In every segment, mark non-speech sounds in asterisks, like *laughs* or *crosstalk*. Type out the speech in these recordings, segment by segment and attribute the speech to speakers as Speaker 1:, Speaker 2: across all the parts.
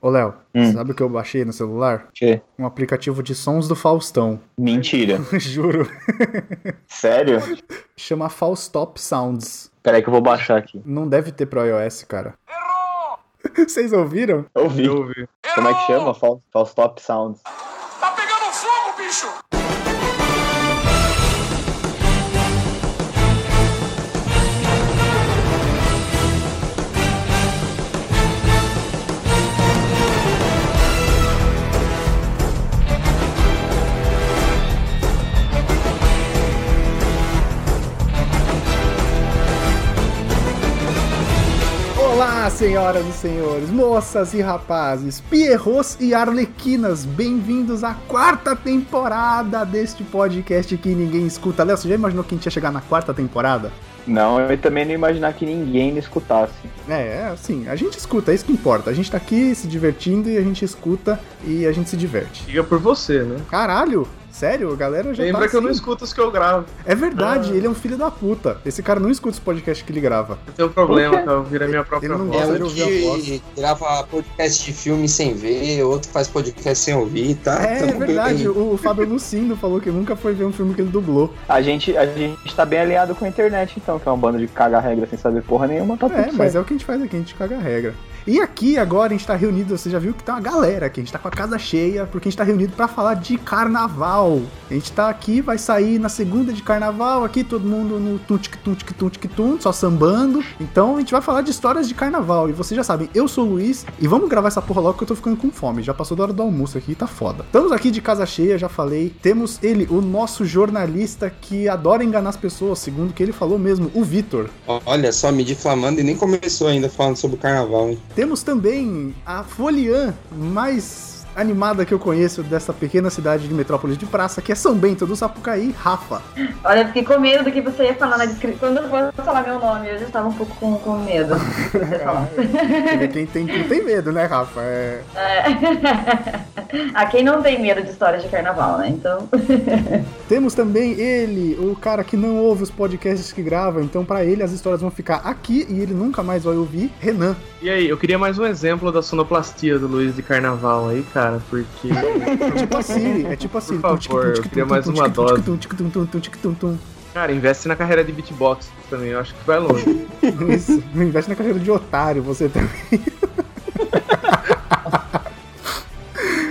Speaker 1: Ô, Léo,
Speaker 2: Hum.
Speaker 1: sabe o que eu baixei no celular?
Speaker 2: Que?
Speaker 1: Um aplicativo de sons do Faustão. *laughs*
Speaker 2: Mentira.
Speaker 1: Juro.
Speaker 2: Sério?
Speaker 1: Chama Faustop Sounds.
Speaker 2: Peraí que eu vou baixar aqui.
Speaker 1: Não deve ter pro iOS, cara. *laughs* Vocês ouviram?
Speaker 2: Ouvi.
Speaker 3: ouvi.
Speaker 2: Como é que chama? Fal- Faustop Sounds.
Speaker 4: Tá pegando fogo, bicho!
Speaker 1: Olá, senhoras e senhores, moças e rapazes, pierros e arlequinas, bem-vindos à quarta temporada deste podcast que ninguém escuta. Léo, você já imaginou que a gente ia chegar na quarta temporada?
Speaker 2: Não, eu também não ia imaginar que ninguém me escutasse.
Speaker 1: É, é assim, a gente escuta, é isso que importa. A gente tá aqui se divertindo e a gente escuta e a gente se diverte.
Speaker 3: Diga por você, né?
Speaker 1: Caralho, sério, a galera já
Speaker 3: Lembra
Speaker 1: tá
Speaker 3: que eu
Speaker 1: assim.
Speaker 3: não escuto Ah. os que eu gravo.
Speaker 1: É verdade, ele é um filho da puta. Esse cara não escuta os podcasts que ele grava.
Speaker 3: Eu tenho um problema, cara. Eu virei minha própria
Speaker 1: Ele não
Speaker 3: voz.
Speaker 1: gosta
Speaker 5: É
Speaker 1: de
Speaker 5: um
Speaker 1: ouvir a
Speaker 5: que grava podcast de filme sem ver, outro faz podcast sem ouvir,
Speaker 3: Ah,
Speaker 5: tá?
Speaker 1: É,
Speaker 3: então
Speaker 1: é
Speaker 5: Tamo bem.
Speaker 1: verdade, o Fábio Lucindo falou que nunca foi ver um filme que ele dublou.
Speaker 2: A gente, a gente tá bem alinhado com a internet, então, que é um bando de caga regra sem saber porra nenhuma, tá tudo
Speaker 1: É,
Speaker 2: certo.
Speaker 1: mas é o que a gente faz aqui, a gente caga a regra. E aqui agora a gente tá reunido, você já viu que tá uma galera aqui, a gente tá com a casa cheia, porque a gente tá reunido pra falar de carnaval. A gente tá aqui, vai sair na segunda de carnaval, aqui todo mundo no tuntic tuntic tuntic tum, só sambando. Então a gente vai falar de histórias de carnaval. E vocês já sabem, eu sou o Luiz e vamos gravar essa porra logo que eu tô ficando com fome. Já passou da hora do almoço aqui, tá foda. Estamos aqui de casa cheia, já falei. Temos ele, o nosso jornalista que adora enganar as pessoas, segundo o que ele falou mesmo, o Vitor.
Speaker 5: Olha só, me difamando e nem começou ainda falando sobre o carnaval, hein?
Speaker 1: Temos também a Folian mais animada que eu conheço dessa pequena cidade de metrópole de praça, que é São Bento do Sapucaí, Rafa.
Speaker 6: Olha, eu fiquei com medo do que você ia falar na descrição. Quando eu vou falar meu nome, eu já estava um pouco com, com medo. do que Você falar.
Speaker 1: Quem tem, quem tem medo, né, Rafa? É,
Speaker 6: *laughs* ah, quem não tem medo de histórias de carnaval, né? Então,
Speaker 1: Temos também ele, o cara que não ouve os podcasts que grava, então pra ele as histórias vão ficar aqui e ele nunca mais vai ouvir, Renan.
Speaker 3: E aí, eu queria mais um exemplo da sonoplastia do Luiz de Carnaval aí, cara,
Speaker 1: *laughs*
Speaker 3: porque.
Speaker 1: É tipo a Siri, é tipo a Siri.
Speaker 3: Por favor, eu queria mais uma dose.
Speaker 1: dose.
Speaker 3: cara, investe na carreira de beatbox também. Eu acho que vai longe.
Speaker 1: *laughs* Isso, não investe na carreira de otário, você também.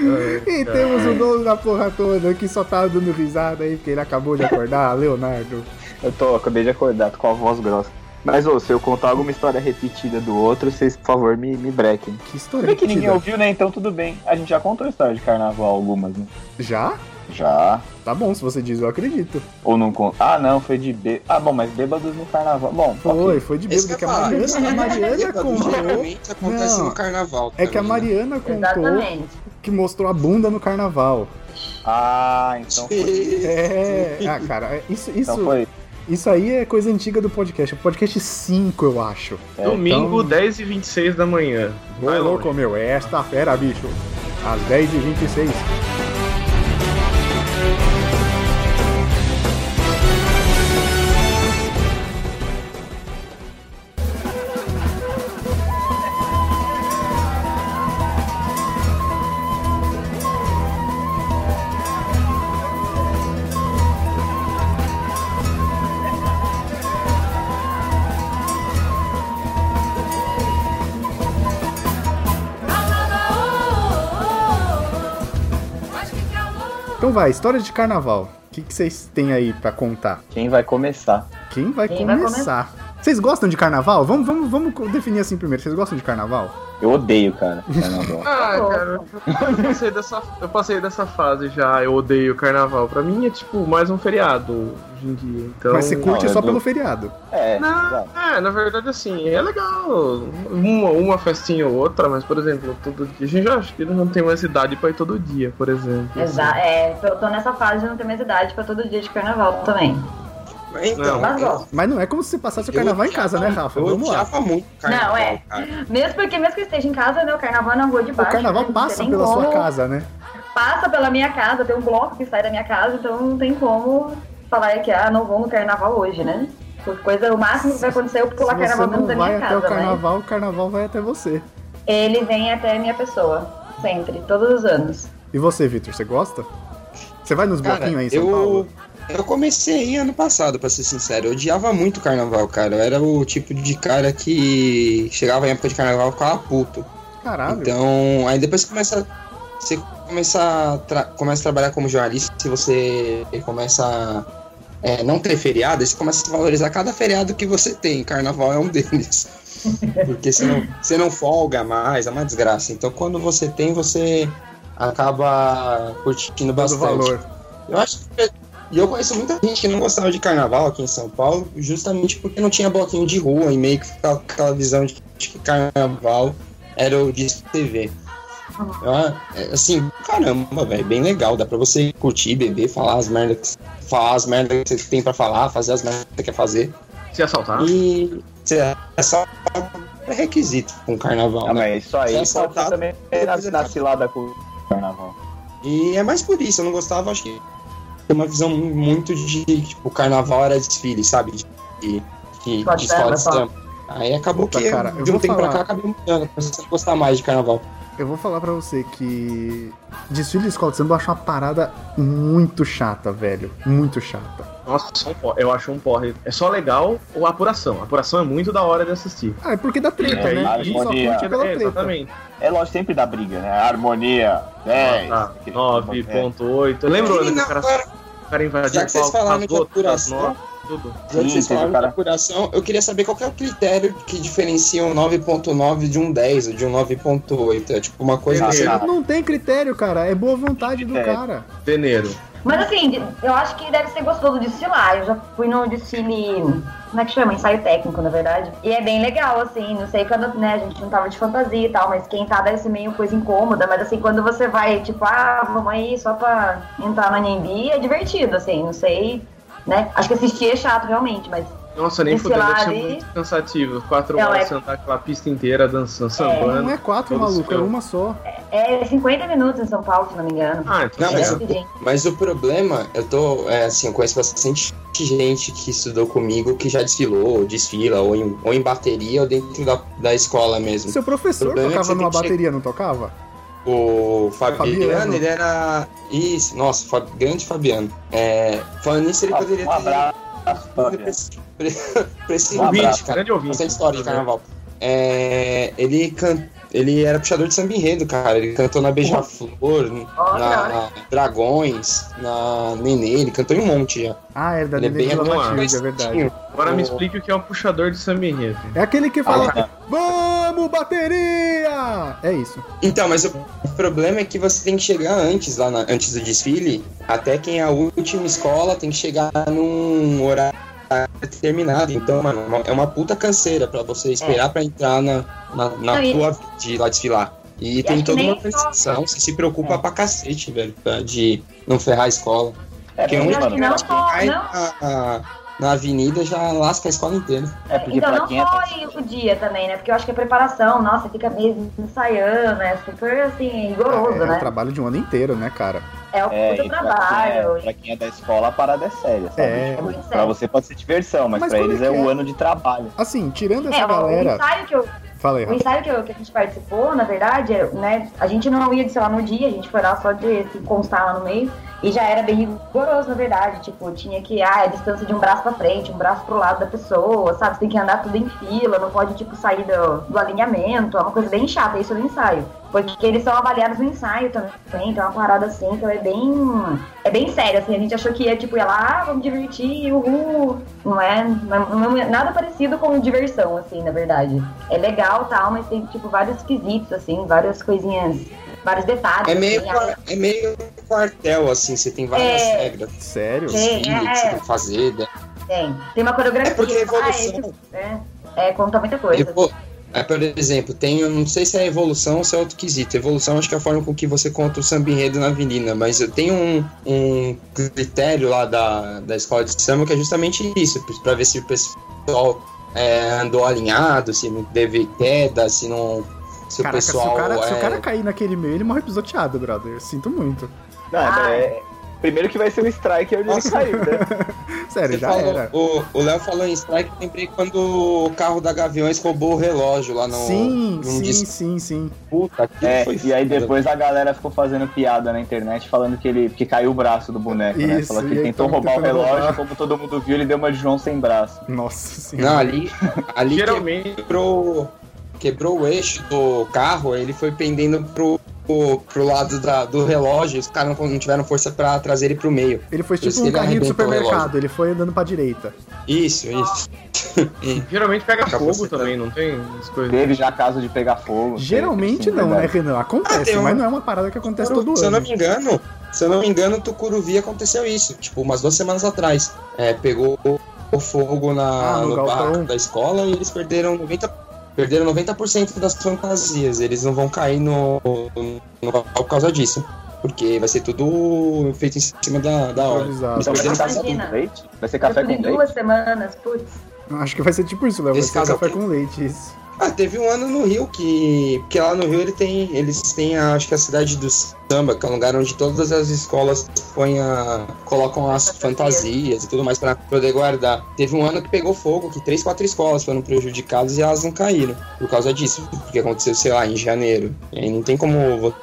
Speaker 3: É,
Speaker 1: E temos o dono da porra toda que só tá dando risada aí, porque ele acabou de acordar, *laughs* Leonardo.
Speaker 2: Eu tô, acabei de acordar, tô com a voz grossa. Mas, ô, se eu contar alguma história repetida do outro, vocês, por favor, me, me brequem.
Speaker 1: Que
Speaker 2: Tudo
Speaker 1: história
Speaker 2: bem que ninguém
Speaker 1: repetida.
Speaker 2: ouviu, né? Então tudo bem. A gente já contou história de carnaval algumas, né?
Speaker 1: Já?
Speaker 2: Já.
Speaker 1: Tá bom, se você diz, eu acredito.
Speaker 2: Ou não contou. Ah, não, foi de B. Ah, bom, mas bêbados no carnaval. Bom,
Speaker 1: Foi, foi de
Speaker 5: Esse
Speaker 1: bêbado, É que a Mariana,
Speaker 6: É
Speaker 1: a
Speaker 5: *laughs*
Speaker 1: Mariana contou...
Speaker 5: geralmente acontece
Speaker 1: Não.
Speaker 5: no carnaval.
Speaker 1: É que a
Speaker 5: também, né?
Speaker 1: Mariana contou
Speaker 6: exatamente.
Speaker 1: que mostrou a bunda no carnaval.
Speaker 2: Ah, então foi.
Speaker 1: É, ah, cara, é- isso,
Speaker 2: Então
Speaker 1: isso,
Speaker 2: foi.
Speaker 1: isso aí é coisa antiga do podcast. É podcast 5, eu acho.
Speaker 2: É,
Speaker 3: Domingo, 10h26 da manhã.
Speaker 1: Ô,
Speaker 3: Vai
Speaker 1: então- louco, meu, é esta fera, bicho. Às 10h26. Então vai, história de carnaval. O que que vocês têm aí pra contar?
Speaker 2: Quem vai começar?
Speaker 1: Quem vai
Speaker 6: Quem vai
Speaker 1: começar? vocês gostam de carnaval? Vamos, vamos, vamos co- definir assim primeiro. Vocês gostam de carnaval?
Speaker 2: Eu odeio,
Speaker 1: *laughs*
Speaker 2: cara, carnaval.
Speaker 1: Tá
Speaker 3: Ah, cara, eu passei, dessa, eu passei dessa fase já, eu odeio o carnaval. Pra mim é tipo mais um feriado hoje em dia. Então...
Speaker 1: Mas você curte
Speaker 2: Não, eu
Speaker 1: só
Speaker 2: dou-
Speaker 1: pelo feriado.
Speaker 2: É, exato.
Speaker 3: Não, é, na verdade, assim, é legal. Uma, uma festinha ou outra, mas, por exemplo, todo dia. A gente já acho que não tem mais idade pra ir todo dia, por exemplo.
Speaker 6: Exa é, eu tô nessa fase de não ter mais idade pra todo dia de carnaval também.
Speaker 5: Então,
Speaker 6: Mas
Speaker 5: eu-
Speaker 6: gosto.
Speaker 1: Mas não é como se você passasse o
Speaker 5: eu
Speaker 1: carnaval em
Speaker 5: odiava-
Speaker 1: casa, né, Rafa?
Speaker 5: Eu
Speaker 1: Vamos lá.
Speaker 5: odiava muito o carnaval,
Speaker 6: Não, é.
Speaker 5: cara.
Speaker 6: Mesmo porque, mesmo que eu esteja em casa, né, o carnaval é na rua de
Speaker 1: O
Speaker 6: baixo. né,
Speaker 1: carnaval
Speaker 6: não
Speaker 1: passa
Speaker 6: tem nem
Speaker 1: pela sua
Speaker 6: como-
Speaker 1: casa, né?
Speaker 6: Passa pela minha casa, tem um bloco que sai da minha casa, então não tem como falar que, ah, não vou no carnaval hoje, né? Coisa, o máximo que vai acontecer é eu
Speaker 1: Se
Speaker 6: pular
Speaker 1: você
Speaker 6: carnaval
Speaker 1: não
Speaker 6: dentro da
Speaker 1: vai
Speaker 6: minha
Speaker 1: até
Speaker 6: casa,
Speaker 1: o
Speaker 6: né?
Speaker 1: carnaval, o carnaval vai até você.
Speaker 6: Ele vem até a minha pessoa. Sempre, todos os anos.
Speaker 1: E você, Vitor, você gosta? Você vai nos bloquinhos Um aí em São
Speaker 5: eu,
Speaker 1: Paulo?
Speaker 5: eu comecei aí ano passado, pra ser sincero. Eu odiava muito o carnaval, cara. Eu era o tipo de cara que chegava em época de carnaval e ficava puto.
Speaker 1: Caralho.
Speaker 5: Então, aí depois que começa. Você começa a, tra- começa a trabalhar como jornalista, se você começa a é, não ter feriado, aí você começa a valorizar cada feriado que você tem. Carnaval é um *laughs* deles. Porque você não, você não folga mais, é uma desgraça. Então quando você tem, você acaba curtindo
Speaker 1: Dando
Speaker 5: bastante.
Speaker 1: valor.
Speaker 5: Eu acho que. é, E eu conheço muita gente que não gostava de carnaval aqui em São Paulo, justamente porque não tinha bloquinho de rua e meio que ficava com aquela visão de que carnaval era o disco TV. Eu, é, assim, caramba, velho, bem legal. Dá pra você curtir, beber, falar as merdas que, falar as merda que você tem pra falar, fazer as merdas que você quer fazer.
Speaker 3: Se assaltar.
Speaker 5: E você é só é requisito pra um carnaval.
Speaker 2: Ah,
Speaker 5: né?
Speaker 2: mas isso aí
Speaker 1: é
Speaker 2: pode
Speaker 5: Se
Speaker 2: ser
Speaker 5: assaltado,
Speaker 2: também
Speaker 5: depois
Speaker 2: na, na
Speaker 5: acaba.
Speaker 2: cilada com o carnaval.
Speaker 5: E é mais por isso, eu não gostava, acho que tem uma visão muito de tipo, o carnaval era desfile, sabe? De, de, de,
Speaker 6: Só
Speaker 5: de escola de
Speaker 6: samba, só.
Speaker 5: samba. Aí acabou
Speaker 1: Puta,
Speaker 5: que
Speaker 1: cara, eu
Speaker 5: de um
Speaker 1: vou
Speaker 5: tempo pra cá
Speaker 1: falar.
Speaker 5: acabei mudando, comecei a não gostar mais de carnaval.
Speaker 1: Eu vou falar pra você que desfile de escola de samba eu acho uma parada muito chata, velho. Muito chata.
Speaker 3: Nossa, só um porre. eu acho um porre. É só legal ou a apuração. A apuração é muito da hora de assistir.
Speaker 1: Ah, é porque dá treta,
Speaker 3: É,
Speaker 1: né?
Speaker 2: aí,
Speaker 1: A gente só
Speaker 2: harmonia.
Speaker 1: curte pela
Speaker 3: É,
Speaker 1: treta.
Speaker 3: exatamente.
Speaker 2: É lógico, sempre dá briga, né? Harmonia, 10.
Speaker 3: Ah, tá.
Speaker 2: aquele-
Speaker 3: 9.8. Lembrou, né?
Speaker 5: E
Speaker 3: que
Speaker 5: na
Speaker 3: O cara,
Speaker 5: hora-
Speaker 3: o cara invadiu
Speaker 5: Já
Speaker 3: o
Speaker 5: que vocês
Speaker 3: palco,
Speaker 5: falaram de
Speaker 3: rasgou todas as
Speaker 5: apuração.
Speaker 3: notas, tudo.
Speaker 5: já que
Speaker 2: Sim, teve
Speaker 5: vocês falaram
Speaker 2: cara-
Speaker 5: de apuração, eu queria saber qual que é o critério que diferencia um 9.9 de um 10 ou de um 9.8. É tipo uma coisa
Speaker 3: Ah,
Speaker 5: assim.
Speaker 2: tá.
Speaker 1: Não tem critério, cara. É boa vontade do
Speaker 2: É.
Speaker 1: cara.
Speaker 3: Peneiro.
Speaker 6: Mas assim, de- eu acho que deve ser gostoso desfilar. Eu já fui no desfile. Como é que chama? Ensaio técnico, na verdade. E é bem legal, assim. Não sei quando, né? A gente não tava de fantasia e tal, mas quem tá deve ser meio coisa incômoda. Mas assim, quando você vai, tipo, ah, vamos aí só pra entrar na NMB, é divertido, assim. Não sei, né? Acho que assistir é chato, realmente, mas.
Speaker 3: Nossa, nem
Speaker 6: Esse
Speaker 3: fudeu, deve ser
Speaker 6: lado aí-
Speaker 3: muito cansativo. Quatro
Speaker 6: Não,
Speaker 3: horas
Speaker 6: é-
Speaker 3: sentar aquela pista inteira dançando,
Speaker 1: Não
Speaker 3: sambando.
Speaker 1: é quatro,
Speaker 3: Todo
Speaker 1: maluco. É
Speaker 3: seu.
Speaker 1: uma só.
Speaker 6: É 50 minutos em São Paulo, se não me engano.
Speaker 3: Ah, então
Speaker 5: Não,
Speaker 3: tá
Speaker 6: é
Speaker 5: mas-
Speaker 3: ligado.
Speaker 6: muito gente.
Speaker 5: Mas o problema, eu tô, é, assim, eu conheço bastante gente que estudou comigo que já desfilou, ou desfila, ou em, ou em bateria, ou dentro da, da escola mesmo.
Speaker 1: Seu professor
Speaker 5: O problema é que
Speaker 1: tocava
Speaker 5: você tem
Speaker 1: numa
Speaker 5: que che-
Speaker 1: bateria, não tocava?
Speaker 5: O
Speaker 1: Fabiano.
Speaker 5: Fabiano, ele era. Isso, nossa, Fa- grande Fabiano. É, falando nisso, ele poderia
Speaker 2: Um
Speaker 5: ter.
Speaker 2: abraço,
Speaker 5: poderia
Speaker 2: Fabiano.
Speaker 5: pre- *laughs* pre-
Speaker 2: Um abraço,
Speaker 5: Prescindir,
Speaker 2: Uhum.
Speaker 3: Ouvinte,
Speaker 5: cara.
Speaker 3: grande ouvinte.
Speaker 5: né? Bastante história de carnaval. É, ele, can... ele era puxador de samba enredo, cara. Ele cantou na Beija-Flor, na,
Speaker 6: Olha,
Speaker 5: na Dragões, na Nenê, ele cantou em um monte já.
Speaker 1: Ah, era da
Speaker 5: Ele é
Speaker 1: Nenê
Speaker 5: bem
Speaker 1: de
Speaker 3: arrumado.
Speaker 1: Matilde, é verdade.
Speaker 3: Agora me explique o que é um puxador de samba enredo.
Speaker 1: É aquele que fala,
Speaker 5: Ah.
Speaker 1: vamos, bateria! É isso.
Speaker 5: Então, mas o problema é que você tem que chegar antes, lá na- antes do desfile. Até quem é a última escola tem que chegar num horário determinado. Então, mano, é uma- é uma puta canseira pra você esperar pra entrar na, na, na
Speaker 6: Não, e-
Speaker 5: tua de lá desfilar. E, tem
Speaker 6: acho que
Speaker 5: toda
Speaker 6: nem
Speaker 5: uma transição, você se preocupa
Speaker 2: É.
Speaker 5: pra cacete, velho, pra- de não ferrar a escola.
Speaker 2: É,
Speaker 5: Quem
Speaker 2: porque,
Speaker 5: é um-
Speaker 6: acho que
Speaker 2: mano,
Speaker 6: não só.
Speaker 5: Aí
Speaker 6: Não
Speaker 5: na- na, na avenida já lasca a escola inteira.
Speaker 2: é porque
Speaker 6: então,
Speaker 2: pra
Speaker 6: não
Speaker 2: quem é
Speaker 6: só aí o dia também, né? Porque eu acho que a preparação, nossa, fica meses ensaiando, é super, assim, rigoroso,
Speaker 1: É, é o
Speaker 6: né?
Speaker 1: trabalho de um ano inteiro, né, cara?
Speaker 6: É o
Speaker 2: É,
Speaker 6: puta
Speaker 2: e pra
Speaker 6: trabalho.
Speaker 2: Quem é, pra quem é da escola, a parada é séria, sabe?
Speaker 1: É.
Speaker 2: Tipo,
Speaker 6: É muito
Speaker 2: pra
Speaker 6: sério.
Speaker 2: você pode ser diversão, mas,
Speaker 1: Mas
Speaker 2: pra
Speaker 1: como
Speaker 2: eles
Speaker 1: é
Speaker 2: é,
Speaker 1: que
Speaker 2: um
Speaker 1: é?
Speaker 2: ano de trabalho.
Speaker 1: Assim, tirando essa
Speaker 6: É, o- o
Speaker 1: galera...
Speaker 6: ensaio, que, eu,
Speaker 1: Fala aí,
Speaker 6: o
Speaker 1: Rafa.
Speaker 6: ensaio que, eu- que a gente participou, na verdade, é, né, a gente não ia de sei lá no dia, a gente foi lá só de se constar lá no meio, e já era bem rigoroso, na verdade, tipo, tinha que, ah, a distância de um braço pra frente, um braço pro lado da pessoa, sabe, você tem que andar tudo em fila, não pode, tipo, sair do, do alinhamento, é uma coisa bem chata, isso no ensaio, porque eles são avaliados no ensaio também, então é uma parada assim, então é bem, é bem sério, assim, a gente achou que ia, tipo, ia lá, ah, vamos divertir, uhul, não é, não- não é nada parecido com diversão, assim, na verdade. É legal tal, mas tem, tipo, vários quesitos, assim, várias coisinhas, vários detalhes.
Speaker 5: É meio,
Speaker 6: assim, ah,
Speaker 5: qua- é meio quartel, assim, você tem várias
Speaker 6: É.
Speaker 5: regras.
Speaker 1: Sério?
Speaker 5: Desfile
Speaker 6: É.
Speaker 5: que você tem que fazer, né?
Speaker 6: tem. Tem uma coreografia.
Speaker 5: É porque a
Speaker 6: tipo, ah,
Speaker 5: evolução-
Speaker 6: esse- é, é, conta muita coisa.
Speaker 5: Evo- é, por exemplo, tem, eu não sei se é evolução ou se é outro quesito. Evolução acho que é a forma com que você conta o samba enredo na avenida, mas eu tenho um, um critério lá da, da escola de samba que é justamente isso, pra ver se o pessoal é, andou alinhado, se não teve queda, se não. Se
Speaker 1: Caraca,
Speaker 5: o pessoal.
Speaker 1: se, o cara, se o
Speaker 5: é,
Speaker 1: cara cair naquele meio, ele morre pisoteado, brother. Eu Sinto muito.
Speaker 2: Não, é-
Speaker 6: Ah.
Speaker 2: é- Primeiro que vai ser o Striker ele
Speaker 5: Nossa.
Speaker 2: saiu, né?
Speaker 1: Sério,
Speaker 5: Você
Speaker 1: já
Speaker 5: falou-
Speaker 1: era.
Speaker 5: o- O Léo falou em strike, eu lembrei quando o carro da Gaviões roubou o relógio lá no.
Speaker 1: sim,
Speaker 5: num
Speaker 1: sim,
Speaker 5: disco.
Speaker 1: sim, sim.
Speaker 5: Puta, aquilo
Speaker 2: É,
Speaker 5: foi
Speaker 2: e aí
Speaker 5: foda.
Speaker 2: depois a galera ficou fazendo piada na internet falando que ele que caiu o braço do boneco, né?
Speaker 1: Isso,
Speaker 2: Falou que
Speaker 1: e aí
Speaker 2: ele tentou
Speaker 1: tava
Speaker 2: roubar o
Speaker 1: tentando
Speaker 2: relógio,
Speaker 1: roubar.
Speaker 2: como todo mundo viu, ele deu uma de João sem braço.
Speaker 1: Nossa senhora.
Speaker 5: Não, ali, ali é
Speaker 3: Geralmente,
Speaker 5: quebrou, quebrou o eixo do carro, aí ele foi pendendo pro, pro, pro lado da- do relógio, os caras não, não tiveram força pra trazer ele pro meio.
Speaker 1: Ele foi tipo
Speaker 5: Esse
Speaker 1: um
Speaker 5: ele
Speaker 1: carrinho de
Speaker 5: arrebentou o
Speaker 1: supermercado,
Speaker 5: relógio.
Speaker 1: ele foi andando pra direita.
Speaker 5: Isso, isso.
Speaker 3: geralmente pega
Speaker 5: Acabou
Speaker 3: fogo
Speaker 5: acertando.
Speaker 3: também, não tem? As coisas.
Speaker 2: Teve já caso de pegar fogo. é assim,
Speaker 1: Geralmente não, né, Renan?
Speaker 5: Ah,
Speaker 1: Acontece,
Speaker 5: tem um-
Speaker 1: mas não é uma parada que acontece todo
Speaker 5: se eu não
Speaker 1: ano.
Speaker 5: me engano, se eu não me engano, Tucuruvi aconteceu isso, tipo, umas duas semanas atrás. É, pegou o fogo na,
Speaker 1: Ah, no
Speaker 5: no,
Speaker 1: galpão.
Speaker 5: barco da escola e eles perderam 90%. Perderam 90% das fantasias, eles não vão cair no, no, por causa disso. Porque vai ser tudo feito em cima da, da hora.
Speaker 1: Improvisado.
Speaker 2: Então,
Speaker 5: Eles perderam quase tudo.
Speaker 6: Imagina.
Speaker 2: leite? Vai ser
Speaker 6: Eu
Speaker 2: café
Speaker 6: fui
Speaker 2: com leite?
Speaker 6: duas semanas, putz.
Speaker 1: Acho que vai ser tipo isso, Léo. Vai
Speaker 5: Esse
Speaker 1: ser
Speaker 5: caso é
Speaker 1: café
Speaker 5: aqui.
Speaker 1: com leite, isso.
Speaker 5: Ah, teve um ano no Rio que. Porque lá no Rio ele tem, eles têm, a- acho que a cidade do samba, que é um lugar onde todas as escolas põem a, colocam as fantasias e tudo mais pra poder guardar. Teve um ano que pegou fogo, que três, quatro escolas foram prejudicadas e elas não caíram por causa disso, porque aconteceu, sei lá, em janeiro. E aí não tem como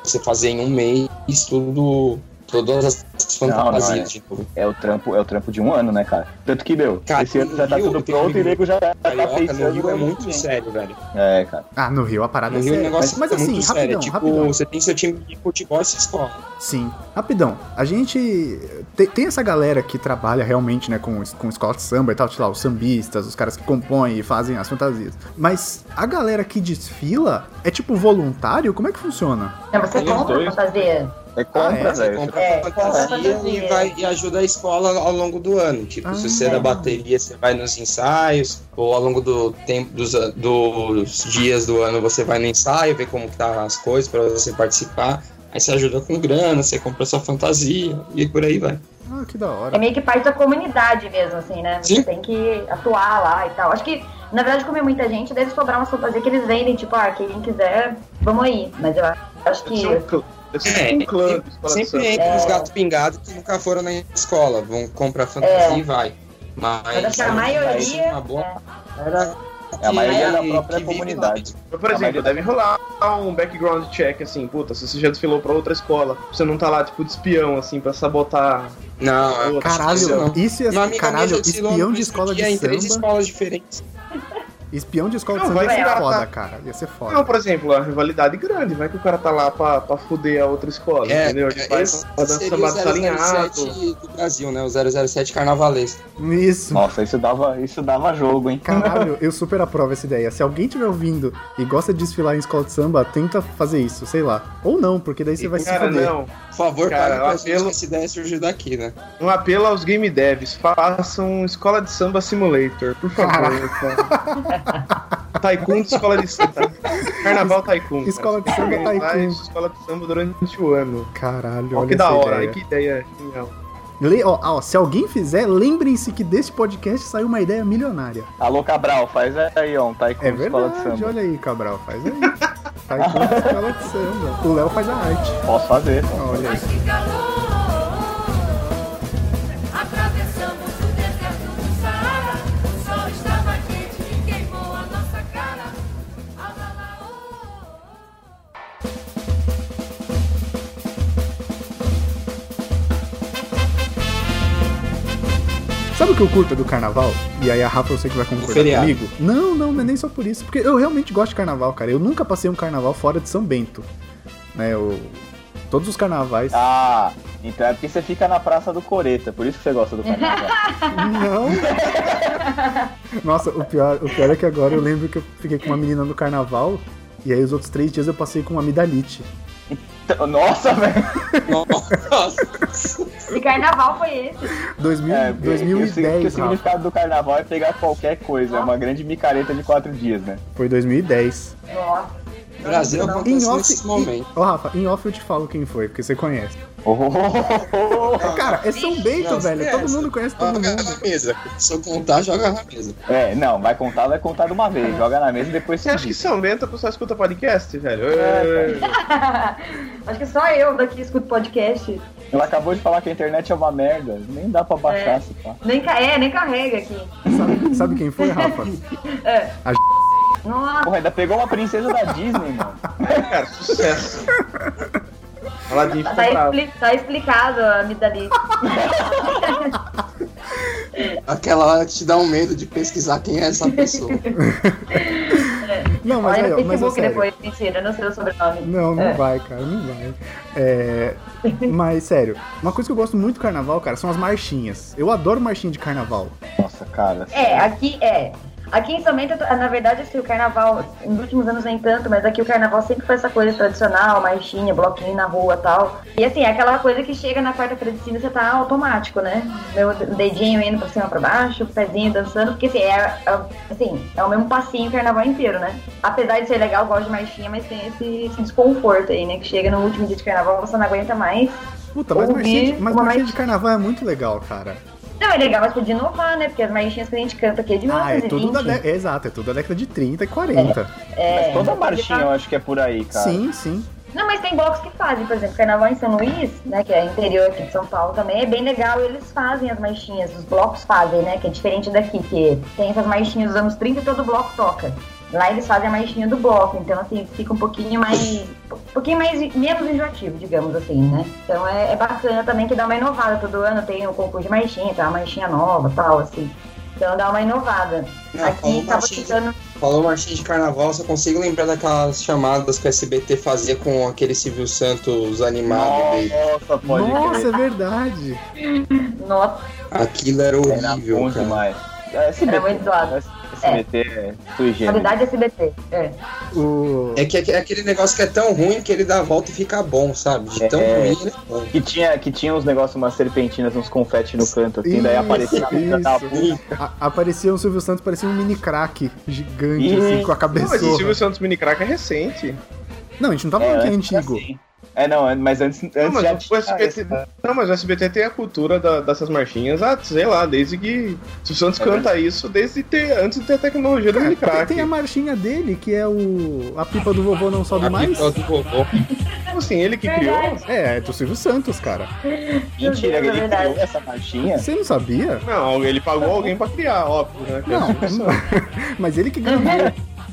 Speaker 5: você fazer em um mês tudo. Todas as
Speaker 2: não
Speaker 5: fantasias.
Speaker 2: é.
Speaker 5: tipo,
Speaker 2: É o, trampo, é o trampo de um ano, né, cara? Tanto que, meu,
Speaker 5: Cara,
Speaker 2: esse ano já tá
Speaker 5: Rio,
Speaker 2: tudo
Speaker 5: tem um
Speaker 2: pronto e o
Speaker 5: Rio
Speaker 2: nego já tá
Speaker 5: carioca no
Speaker 2: pensando
Speaker 5: Rio é
Speaker 2: no
Speaker 5: muito
Speaker 2: ano
Speaker 5: sério, velho.
Speaker 2: que vem. É, cara.
Speaker 1: Ah, no Rio a parada
Speaker 5: No
Speaker 1: é
Speaker 5: Rio o
Speaker 1: séria.
Speaker 5: negócio
Speaker 1: mas
Speaker 5: é
Speaker 1: assim,
Speaker 5: muito sério.
Speaker 1: rapidão,
Speaker 5: é Tipo,
Speaker 1: rapidão.
Speaker 5: você tem seu time de futebol e se escola.
Speaker 1: Sim, rapidão. A gente te- tem essa galera que trabalha realmente, né, com, es- com escola de samba e tal, sei lá, os sambistas, os caras que compõem e fazem as fantasias. Mas a galera que desfila é tipo voluntário? Como é que funciona?
Speaker 6: Não,
Speaker 3: Tem
Speaker 6: você
Speaker 3: os
Speaker 6: compra
Speaker 3: dois.
Speaker 6: a fantasia.
Speaker 2: É compra,
Speaker 1: é?
Speaker 2: velho.
Speaker 5: compra
Speaker 6: É,
Speaker 5: a
Speaker 6: compra a
Speaker 5: fantasia
Speaker 6: fantasia.
Speaker 5: e, vai, e ajuda a escola ao longo do ano. Tipo,
Speaker 1: Ah.
Speaker 5: se você é da bateria, você vai nos ensaios, ou ao longo do tempo dos, a- dos dias do ano você vai no ensaio, ver como que tá as coisas pra você participar. Aí você ajuda com grana, você compra sua fantasia e por aí vai.
Speaker 1: Ah, que da
Speaker 6: É
Speaker 1: hora.
Speaker 6: meio que parte da comunidade mesmo, assim, né? Você
Speaker 5: Sim.
Speaker 6: tem que atuar lá e tal. Acho que, na verdade, como é muita gente, deve sobrar uma fantasia que eles vendem, tipo, ah, quem quiser, vamos aí. Mas eu acho que.
Speaker 3: Deve ser um clã- deve ser um
Speaker 5: É,
Speaker 3: clã de escola de
Speaker 5: Sempre
Speaker 3: samba.
Speaker 5: entra
Speaker 6: É.
Speaker 5: uns gatos pingados que nunca foram na escola, vão comprar fantasia e vai. Mas
Speaker 6: É.
Speaker 5: é
Speaker 6: Mas acho que a maioria.
Speaker 5: uma boa
Speaker 6: é,
Speaker 5: era
Speaker 2: É a maioria da própria
Speaker 5: que vive
Speaker 2: comunidade.
Speaker 5: é.
Speaker 3: Mas, por exemplo, deve rolar um background check, assim, puta, se você já desfilou pra outra escola, você não tá lá, tipo, de espião, assim, pra sabotar
Speaker 5: Não, é
Speaker 3: outra.
Speaker 5: Isso
Speaker 1: Caralho,
Speaker 5: não.
Speaker 1: isso
Speaker 5: Uma
Speaker 1: é
Speaker 5: amiga
Speaker 1: caralho,
Speaker 5: minha já desfilou
Speaker 1: espião
Speaker 5: no
Speaker 1: de escola de
Speaker 5: dia em é três
Speaker 1: samba.
Speaker 5: escolas diferentes.
Speaker 1: Espião de escola de
Speaker 3: Não,
Speaker 1: samba ia
Speaker 3: vai
Speaker 1: ser
Speaker 3: lá,
Speaker 1: foda,
Speaker 3: tá.
Speaker 1: cara. Ia ser
Speaker 3: Não,
Speaker 1: foda.
Speaker 3: por exemplo, a rivalidade grande, vai que o cara tá lá pra, pra fuder a outra escola,
Speaker 5: É,
Speaker 3: entendeu? Tipo, Ele vai
Speaker 5: esse
Speaker 3: pra dançar
Speaker 5: seria
Speaker 3: samba do
Speaker 5: o
Speaker 3: salinhato.
Speaker 5: 007 do Brasil, né? O 007 carnavalesco.
Speaker 1: Isso.
Speaker 2: Nossa, isso dava, isso dava jogo, hein?
Speaker 1: Caralho, eu super aprovo essa ideia. Se alguém estiver ouvindo e gosta de desfilar em escola de samba, tenta fazer isso, sei lá. Ou não, porque daí você vai se
Speaker 3: Cara,
Speaker 1: foder.
Speaker 3: não.
Speaker 5: Por favor,
Speaker 3: Cara,
Speaker 5: cara, pra
Speaker 3: o
Speaker 5: gente
Speaker 3: apelo-
Speaker 5: que essa ideia surgiu daqui, né?
Speaker 3: Um apelo aos game devs, façam escola de samba simulator, por favor. cara. Tycoon de escola de samba. Carnaval Tycoon. cara.
Speaker 1: Escola de samba
Speaker 3: Organizar
Speaker 1: Tycoon.
Speaker 3: isso, Escola de samba durante o ano.
Speaker 1: Caralho,
Speaker 3: Olha
Speaker 1: olha
Speaker 3: que
Speaker 1: essa
Speaker 3: da hora,
Speaker 1: ideia.
Speaker 3: olha que ideia genial.
Speaker 1: Le- ó, ó, se alguém fizer, lembrem-se que desse podcast saiu uma ideia milionária.
Speaker 2: Alô, Cabral, faz aí, ó, um taekwondo
Speaker 1: É
Speaker 2: de escola de
Speaker 1: verdade,
Speaker 2: samba.
Speaker 1: olha aí, Cabral, faz aí. Tá aí com a escola de samba. O Léo faz a arte.
Speaker 2: Posso fazer.
Speaker 1: Ó, Olha aí.
Speaker 7: Mas que calor! Atravessamos o deserto do Saara. O sol estava quente e queimou a nossa cara. Alalaô.
Speaker 1: Sabe o que eu curto do carnaval? E aí a Rafa eu sei que vai concordar
Speaker 5: feriado.
Speaker 1: comigo. Não, não, não é nem só por isso. Porque eu realmente gosto de carnaval, cara. Eu nunca passei um carnaval fora de São Bento. Né, eu... Todos os carnavais.
Speaker 2: Ah, então é porque você fica na Praça do Coreta, por isso que você gosta do
Speaker 6: *laughs*
Speaker 2: carnaval.
Speaker 1: Não! Nossa, o pior, o pior é que agora eu lembro que eu fiquei com uma menina no carnaval. E aí os outros três dias eu passei com uma amidalite.
Speaker 2: Então, Nossa, velho.
Speaker 5: Nossa,
Speaker 6: Que carnaval foi esse?
Speaker 1: 2000,
Speaker 2: É, porque o
Speaker 1: 2010, Rafa.
Speaker 2: significado do carnaval é pegar qualquer coisa, é uma grande micareta de quatro dias, né?
Speaker 1: Foi 2010.
Speaker 6: Nossa. *laughs*
Speaker 5: Brasil
Speaker 6: Não,
Speaker 1: Em
Speaker 5: acontece
Speaker 1: off,
Speaker 5: nesse momento.
Speaker 1: Ô, Rafa, em off eu te falo quem foi, porque você conhece.
Speaker 2: Oh, Ah,
Speaker 1: É, cara, é São Bento,
Speaker 5: Não,
Speaker 1: velho.
Speaker 5: você
Speaker 1: Todo
Speaker 5: conhece.
Speaker 1: mundo conhece todo
Speaker 5: Joga
Speaker 1: mundo.
Speaker 5: na mesa. Se eu contar, joga na mesa.
Speaker 2: É, não, vai contar, vai contar de uma vez. Joga na mesa e depois
Speaker 3: Você
Speaker 2: se
Speaker 3: acha que
Speaker 2: diz.
Speaker 3: São Bento a pessoa escuta podcast, velho?
Speaker 2: É,
Speaker 6: Acho que só eu daqui escuto podcast.
Speaker 2: Ela acabou de falar que a internet é uma merda. Nem dá pra baixar
Speaker 6: É.
Speaker 2: se pá.
Speaker 6: Nem, ca- é, nem carrega aqui.
Speaker 1: Sabe, sabe quem foi,
Speaker 6: *laughs*
Speaker 1: Rafa?
Speaker 6: Nossa,
Speaker 2: Porra, ainda pegou uma princesa da Disney, mano.
Speaker 3: Cara, sucesso. Aladim ficou
Speaker 6: tá,
Speaker 3: bravo.
Speaker 6: expli- tá explicado a Midali.
Speaker 1: Ah,
Speaker 5: Aquela hora te dá um medo de pesquisar quem é essa pessoa.
Speaker 1: Não, mas
Speaker 6: Olha
Speaker 1: aí,
Speaker 6: no
Speaker 1: ó, mas é
Speaker 6: Facebook
Speaker 1: sério.
Speaker 6: depois. Mentira, eu não sei o sobrenome.
Speaker 1: Não, não
Speaker 6: É.
Speaker 1: vai, cara, não vai. É, mas, sério, uma coisa que eu gosto muito do carnaval, cara, são as marchinhas. Eu adoro marchinha de carnaval.
Speaker 2: Nossa, cara.
Speaker 6: É, aqui é. Aqui em São Bento, na verdade, assim, o carnaval, nos últimos anos nem tanto, mas aqui o carnaval sempre foi essa coisa tradicional, marchinha, bloquinho na rua tal. E assim, é aquela coisa que chega na quarta-feira de cinza, você tá automático, né? Meu dedinho indo pra cima pra baixo, o pezinho dançando, porque assim, é, é, assim, é o mesmo passinho o carnaval inteiro, né? Apesar de ser legal, eu gosto de marchinha, mas tem esse, esse desconforto aí, né? Que chega no último dia de carnaval, você não aguenta mais.
Speaker 1: Puta, mas,
Speaker 6: Ouvi
Speaker 1: marchinha de, mas
Speaker 6: uma
Speaker 1: marchinha
Speaker 6: mar-
Speaker 1: de carnaval é muito legal, cara.
Speaker 6: Não, é legal, mas podia inovar, né? Porque as marchinhas que a gente canta aqui é de
Speaker 1: Ah, é
Speaker 6: 1920.
Speaker 1: tudo da década. Exato, é tudo da década de 30 e 40.
Speaker 6: É,
Speaker 2: Mas toda
Speaker 6: então podia
Speaker 2: marchinha eu acho que é por aí, cara.
Speaker 1: Sim, sim.
Speaker 6: Não, mas tem blocos que fazem, por exemplo, Carnaval em São Luís, né, que é interior aqui de São Paulo também, é bem legal, e eles fazem as marchinhas, os blocos fazem, né, que é diferente daqui, que tem essas marchinhas dos anos 30 e todo bloco toca. Lá eles fazem a marchinha do bloco, então assim, fica um pouquinho mais, um pouquinho mais, menos enjoativo, digamos assim, né. Então é, é bacana também que dá uma inovada, todo ano tem o concurso de marchinha, tem uma marchinha nova tal, assim. Então dá uma inovada.
Speaker 5: Não, falou
Speaker 6: aqui tava
Speaker 5: marchinha de-
Speaker 6: ficando...
Speaker 5: Falou marchinha de carnaval, só consigo lembrar daquelas chamadas que o SBT fazia com aquele Silvio Santos animado dele.
Speaker 2: Nossa, pode
Speaker 1: Nossa,
Speaker 2: crer.
Speaker 1: é verdade.
Speaker 6: Nossa,
Speaker 5: Aquilo era
Speaker 2: Era
Speaker 5: horrível,
Speaker 2: bom
Speaker 5: cara.
Speaker 2: demais. É, SBT.
Speaker 6: Era muito zoado.
Speaker 2: SBT é sui
Speaker 6: na
Speaker 2: generis.
Speaker 6: verdade é SBT, é.
Speaker 1: O...
Speaker 5: É que é aquele negócio que é tão ruim que ele dá a volta e fica bom, sabe? De tão
Speaker 2: É.
Speaker 5: ruim, ele é bom.
Speaker 2: Que tinha, que tinha uns negócios, umas serpentinas, uns confetes no canto, assim, daí
Speaker 1: Isso,
Speaker 2: aparecia a mesa da
Speaker 1: isso.
Speaker 2: puta.
Speaker 1: A- aparecia o Silvio Santos, parecia um mini craque gigante, assim,
Speaker 2: Isso.
Speaker 1: com a
Speaker 3: Não, mas o Silvio
Speaker 1: cabeça.
Speaker 3: Santos Mini Crack é recente.
Speaker 1: Não, a gente não tá falando que é
Speaker 2: antes era
Speaker 1: antigo.
Speaker 2: assim. É, não, an- mas antes, antes
Speaker 3: Não,
Speaker 2: já
Speaker 3: mas o
Speaker 2: tinha
Speaker 3: SBT,
Speaker 2: essa-
Speaker 3: né? não, mas o SBT tem a cultura da- dessas marchinhas, ah, sei lá, desde que o Santos
Speaker 2: É
Speaker 3: canta isso, desde ter, antes de ter a tecnologia do Mini
Speaker 1: Cara,
Speaker 3: Crack.
Speaker 1: tem a marchinha dele, que é o. A pipa do vovô não sobe
Speaker 5: A
Speaker 1: mais?
Speaker 5: pipa do vovô.
Speaker 3: Como assim, ele que criou?
Speaker 6: Verdade.
Speaker 1: É, é do Silvio Santos, cara.
Speaker 2: Mentira,
Speaker 6: Meu Deus, é
Speaker 2: ele
Speaker 6: verdade.
Speaker 2: criou essa marchinha?
Speaker 1: Você não sabia?
Speaker 3: Não, ele pagou alguém pra criar, óbvio, né?
Speaker 1: Não, mas ele que gravou.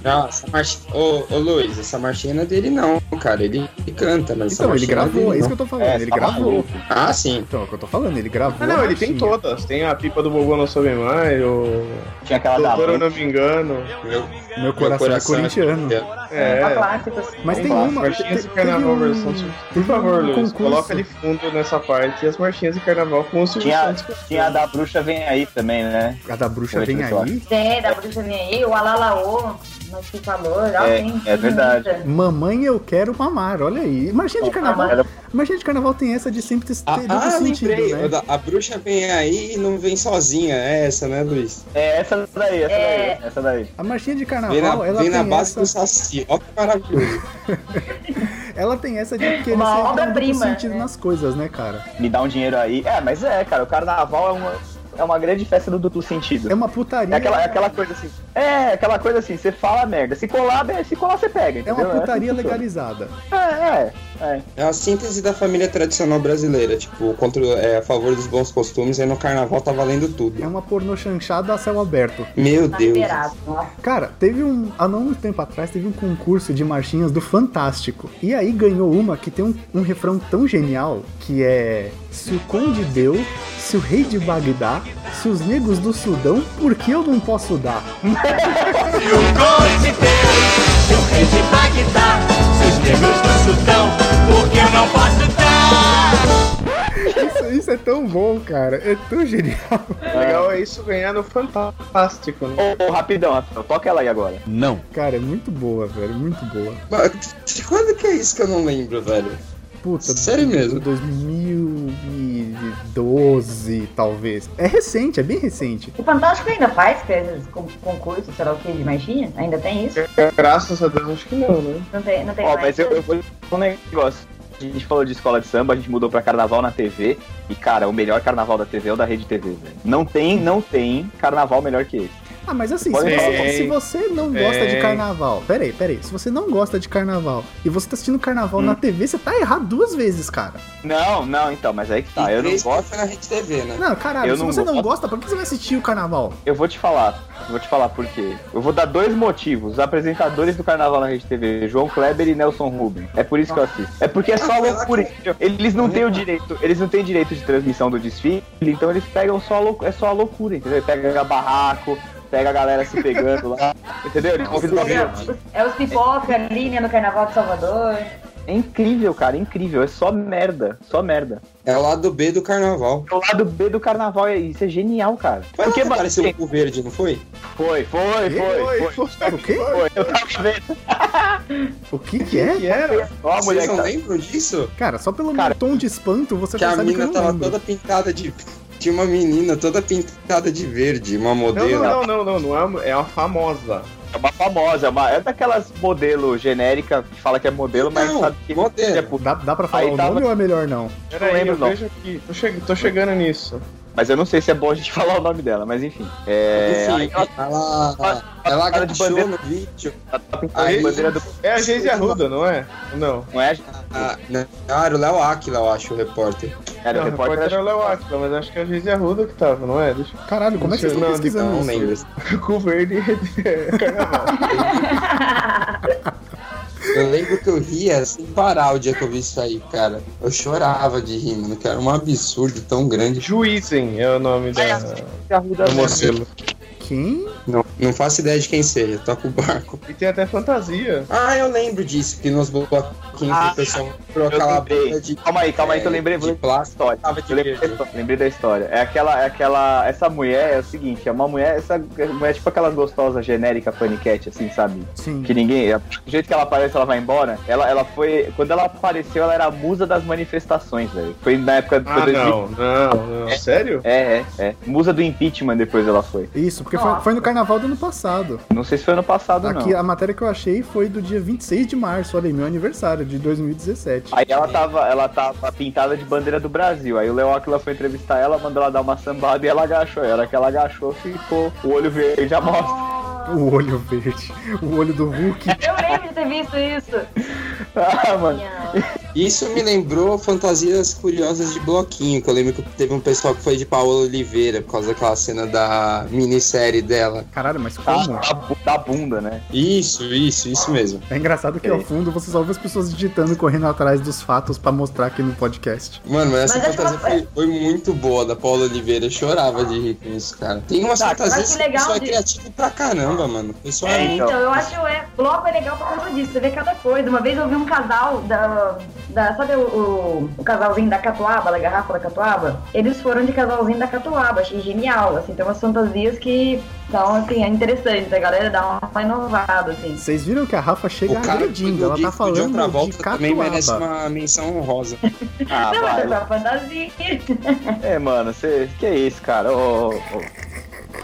Speaker 5: Não, ah, essa marchinha. Ô, ô Luiz, essa marchinha não é dele, não, cara. Ele canta, mas. essa
Speaker 1: Então, ele
Speaker 5: marchinha não é
Speaker 1: gravou, é
Speaker 5: dele,
Speaker 1: isso
Speaker 5: não.
Speaker 1: que eu tô falando. ele
Speaker 2: tá
Speaker 1: gravou.
Speaker 2: maluco.
Speaker 5: Ah, sim.
Speaker 1: Então, é o que eu tô falando, ele gravou.
Speaker 3: Ah, não,
Speaker 1: a
Speaker 3: ele tem
Speaker 1: marchinha.
Speaker 3: todas. Tem a pipa do vovô não soube mais, o
Speaker 2: Tinha aquela da
Speaker 3: doutor eu
Speaker 2: Band.
Speaker 3: não me engano.
Speaker 5: Meu,
Speaker 1: Meu coração, é corintiano.
Speaker 6: *laughs*
Speaker 3: É.
Speaker 6: Só clássicos.
Speaker 1: Mas tem
Speaker 2: Nossa,
Speaker 1: uma. te-
Speaker 3: Marchinhas de
Speaker 1: teve
Speaker 3: carnaval
Speaker 1: um-
Speaker 3: versão Silvio Por favor,
Speaker 1: um
Speaker 3: Luiz,
Speaker 1: concurso.
Speaker 3: coloca de fundo nessa parte as marchinhas de carnaval com o Silvio
Speaker 2: Tinha,
Speaker 3: Santos.
Speaker 2: tinha a da bruxa vem aí também, né?
Speaker 1: A da bruxa
Speaker 5: é
Speaker 2: Oi,
Speaker 1: vem
Speaker 2: pessoal.
Speaker 1: aí.
Speaker 6: Tem, da bruxa vem aí, o Alalaô, mas que calor, ó,
Speaker 2: É,
Speaker 6: tem
Speaker 2: é verdade.
Speaker 6: muita.
Speaker 1: Mamãe, eu quero mamar, olha aí. Marchinha de carnaval.
Speaker 2: Era-
Speaker 1: Marchinha de carnaval tem essa de sempre ter ter
Speaker 5: Ah,
Speaker 1: duplo
Speaker 5: ah
Speaker 1: sentido,
Speaker 5: lembrei.
Speaker 1: né?
Speaker 5: A bruxa vem aí e não vem sozinha. É essa, né, Luiz?
Speaker 2: É essa daí, essa
Speaker 6: É.
Speaker 2: daí, essa daí.
Speaker 1: A marchinha de
Speaker 5: Vem na,
Speaker 1: carnaval, Ah, ela
Speaker 5: vem na
Speaker 1: tem,
Speaker 5: base
Speaker 1: essa,
Speaker 5: do Saci. Ó que maravilhoso.
Speaker 1: ela tem essa de querer sempre
Speaker 6: Uma
Speaker 1: dar um duplo
Speaker 6: obra-prima,
Speaker 1: sentido
Speaker 6: né?
Speaker 1: nas coisas, né, cara?
Speaker 2: Me dá um dinheiro aí. É, mas é, cara, o carnaval é uma, é uma grande festa do duplo sentido.
Speaker 1: É uma putaria.
Speaker 2: É aquela, é aquela coisa assim. É, aquela coisa assim, você fala merda. Se colar, be- se colar, você pega.
Speaker 1: É uma
Speaker 2: entendeu?
Speaker 1: putaria
Speaker 2: assim que funciona.
Speaker 1: legalizada.
Speaker 2: É, é, é.
Speaker 5: É a síntese da família tradicional brasileira. Tipo, contra, é, a favor dos bons costumes. Aí no carnaval tá valendo tudo.
Speaker 1: É uma pornô chanchada a céu aberto.
Speaker 5: Meu
Speaker 6: Tá
Speaker 5: Deus.
Speaker 6: liberado, nossa.
Speaker 1: Cara, teve um. Há não muito tempo atrás, teve um concurso de marchinhas do Fantástico. E aí ganhou uma que tem um, um refrão tão genial que é. Se o Conde deu, se o rei de Bagdá, se os negros do Sudão, por que eu não posso
Speaker 8: *laughs*
Speaker 1: dar?
Speaker 8: E o Conde Deus, seu rei de Bagdá, seus negros do Sudão, porque eu não posso dar.
Speaker 1: Isso, isso é tão bom, cara. É tão genial.
Speaker 3: Legal é isso ganhar no Fantástico, né?
Speaker 2: Ô, ô, rapidão, Rafael, toca ela aí agora.
Speaker 1: Cara, é muito boa, velho. Muito boa.
Speaker 5: Mas De quando que é isso que eu não lembro, velho?
Speaker 1: Puta.
Speaker 5: Sério mesmo?
Speaker 1: 2000 e 2012, talvez. É recente, é bem recente.
Speaker 6: O Fantástico ainda faz coisas, con- concurso, sei lá o que, de magia? Ainda tem isso?
Speaker 3: Graças a Deus, acho que não, né?
Speaker 6: Não tem, não tem
Speaker 2: Ó,
Speaker 6: mais.
Speaker 2: mas eu, eu vou dizer um negócio. A gente falou de escola de samba, a gente mudou pra carnaval na TV. E, cara, o melhor carnaval da TV é o da Rede TV, velho. Não tem, não tem carnaval melhor que esse.
Speaker 1: Ah, mas assim, se
Speaker 2: Pode
Speaker 1: você,
Speaker 3: ser.
Speaker 1: se você não gosta de
Speaker 3: É.
Speaker 1: carnaval. Peraí, peraí. Se você não gosta de carnaval e você tá assistindo carnaval
Speaker 2: Hum.
Speaker 1: na TV, você tá errado duas vezes, cara.
Speaker 2: Não, não, então, mas aí que tá.
Speaker 5: E
Speaker 2: Eu não
Speaker 5: três
Speaker 2: gosto.
Speaker 5: foi na Rede TV, né?
Speaker 1: Não, caralho,
Speaker 2: Eu
Speaker 1: se
Speaker 2: não
Speaker 1: você não
Speaker 2: gosto.
Speaker 1: gosta, por que você vai assistir o carnaval?
Speaker 2: Eu vou te falar. eu Vou te falar por quê. Eu vou dar dois motivos. Os apresentadores do carnaval na Rede TV, João Kleber e Nelson Rubens. É por isso que eu assisto. É porque é só loucura. entendeu? Eles não têm o direito, eles não têm direito de transmissão do desfile, então eles pegam só a lou- é só a loucura, entendeu? Pega barraco, pega a galera se pegando lá. Entendeu? Eles convidam
Speaker 6: É,
Speaker 2: a
Speaker 6: os- é os pipoca ali, né, no Carnaval de Salvador.
Speaker 2: É incrível, cara, é incrível. É só merda, só merda.
Speaker 5: É o lado B do carnaval.
Speaker 2: O lado B do carnaval é isso, é genial, cara.
Speaker 5: Foi lá que
Speaker 2: ba-
Speaker 5: apareceu o Cu Verde, não foi?
Speaker 2: foi, foi, foi, foi,
Speaker 1: O quê?
Speaker 2: foi. Eu tava vendo.
Speaker 1: O que que é?
Speaker 3: E era?
Speaker 2: Ó, a mulher
Speaker 5: Vocês
Speaker 2: que
Speaker 5: não
Speaker 2: tá
Speaker 5: lembram disso?
Speaker 1: Cara, só pelo
Speaker 2: Cara,
Speaker 1: meu tom de espanto, você
Speaker 5: que
Speaker 1: já
Speaker 5: a
Speaker 1: sabe que eu
Speaker 5: mina
Speaker 1: não
Speaker 5: tava
Speaker 1: lembro.
Speaker 5: toda pintada de. Tinha uma menina toda pintada de verde, uma
Speaker 3: Não,
Speaker 5: modelo.
Speaker 3: não, não, não, não, não é, uma- é a famosa.
Speaker 2: É uma famosa, é, uma, é daquelas modelo genérica que fala que é modelo, mas
Speaker 5: Não,
Speaker 2: sabe que
Speaker 5: modelo.
Speaker 2: é por-
Speaker 1: Dá, dá pra falar
Speaker 2: Aí
Speaker 1: o
Speaker 2: tava-
Speaker 1: nome ou é melhor não?
Speaker 2: Não
Speaker 3: Pera aí,
Speaker 2: lembro,
Speaker 3: eu
Speaker 2: não.
Speaker 3: vejo aqui. Tô, che- tô chegando nisso.
Speaker 2: Mas eu não sei se é bom a gente *laughs* falar o nome dela, mas enfim. É.
Speaker 5: Enfim,
Speaker 2: aí ela
Speaker 5: ela, ela
Speaker 2: cara de
Speaker 5: agachou
Speaker 2: bandeira.
Speaker 5: no vídeo.
Speaker 2: tá pintando
Speaker 5: Aí-
Speaker 2: a bandeira do.
Speaker 3: É a Geise Arruda, não é? Não.
Speaker 2: Não é,
Speaker 5: Ah, não, era o Léo Aquila, eu acho, o repórter.
Speaker 2: era
Speaker 3: não,
Speaker 2: o repórter. tá.
Speaker 3: era
Speaker 2: acho-
Speaker 3: o Léo Aquila, mas acho que é a Geise Arruda que tava, não é? Deixa
Speaker 1: Caralho, como é que vocês estão
Speaker 3: Não,
Speaker 1: pesquisando
Speaker 2: então,
Speaker 5: Não
Speaker 1: isso?
Speaker 5: lembro.
Speaker 3: eu com o verde *laughs* é carnaval.
Speaker 5: Eu lembro que eu ria sem parar o dia que eu vi isso aí, cara. Eu chorava de rir, mano, que era um absurdo tão grande.
Speaker 3: Juizen é o nome
Speaker 2: Ah,
Speaker 3: da.
Speaker 5: Eu modelo.
Speaker 1: Quem?
Speaker 5: Não, não faço ideia de quem seja, toca o barco.
Speaker 3: E tem até fantasia.
Speaker 5: Ah, eu lembro disso, que nos bloquinhos
Speaker 2: Ah,
Speaker 5: o pessoal trocava a
Speaker 2: lembrei.
Speaker 5: bunda de.
Speaker 2: Calma aí, calma aí que eu lembrei.
Speaker 5: É, de
Speaker 2: vou-
Speaker 5: plástico.
Speaker 2: história.
Speaker 5: Tava de
Speaker 2: Eu lembrei, da
Speaker 5: verde.
Speaker 2: história, lembrei da história. É aquela, é aquela. Essa mulher é o seguinte, é uma mulher, essa mulher é tipo aquela gostosa genérica paniquete, assim, sabe?
Speaker 1: Sim.
Speaker 2: Que ninguém. é, Do jeito que ela aparece, ela vai embora. Ela, ela foi. Quando ela apareceu, ela era a musa das manifestações, velho. Foi na época do.
Speaker 3: Ah, não, não, não. Sério?
Speaker 2: É, é, é. Musa do impeachment depois ela foi.
Speaker 1: Isso, porque
Speaker 5: Ah.
Speaker 1: foi, foi no carnaval do ano passado.
Speaker 2: Não sei se foi ano passado,
Speaker 1: Aqui,
Speaker 2: não.
Speaker 1: a matéria que eu achei foi do dia 26 de março, olha aí, meu aniversário de 2017.
Speaker 2: Aí ela tava, ela tava pintada de bandeira do Brasil. Aí o Léo Aquila foi entrevistar ela, mandou ela dar uma sambada e ela agachou. E a hora que ela agachou, ficou o olho verde a mostra. *laughs*
Speaker 1: O olho verde, o olho do Hulk.
Speaker 6: Eu lembro de ter visto isso.
Speaker 2: Ah, mano.
Speaker 6: Minha-
Speaker 5: Isso me lembrou fantasias curiosas de bloquinho, que eu lembro que teve um pessoal que foi de Paola Oliveira por causa daquela cena da minissérie dela.
Speaker 1: Caralho, mas
Speaker 2: Da,
Speaker 1: como?
Speaker 2: da Tá, bu- da bunda, né?
Speaker 5: Isso, isso, isso mesmo.
Speaker 1: É engraçado que ao fundo você só ouve as pessoas digitando e correndo atrás dos fatos pra mostrar aqui no podcast.
Speaker 5: Mano, mas essa
Speaker 6: Mas acho
Speaker 5: fantasia
Speaker 6: que eu-
Speaker 5: foi, foi muito boa da Paula Oliveira. Eu chorava de rir com isso, cara. Tem umas
Speaker 2: Tá,
Speaker 5: fantasias
Speaker 6: mas que
Speaker 5: que, o pessoal
Speaker 6: legal
Speaker 5: é
Speaker 6: de-
Speaker 5: criativo pra caramba, mano. O pessoal é
Speaker 6: É,
Speaker 5: muito.
Speaker 6: então, eu acho que é, bloco é legal por causa disso, você vê cada coisa. Uma vez eu vi um casal da. da sabe o, o- o casalzinho da Catuaba, da garrafa da Catuaba? Eles foram de casalzinho da Catuaba, achei genial. Assim, tem umas fantasias que são assim, interessantes, a galera dá uma inovada, assim.
Speaker 1: Vocês viram que a Rafa chega
Speaker 5: O cara
Speaker 1: agredindo, ela tá
Speaker 5: de
Speaker 1: falando
Speaker 5: outra
Speaker 1: de
Speaker 5: volta também merece
Speaker 1: catuaba.
Speaker 5: uma menção honrosa.
Speaker 2: Ah,
Speaker 1: Tá,
Speaker 6: Não, mas é
Speaker 2: vai.
Speaker 6: só fantasia.
Speaker 2: É, mano, você. Que é isso, cara? Ô, ô, ô.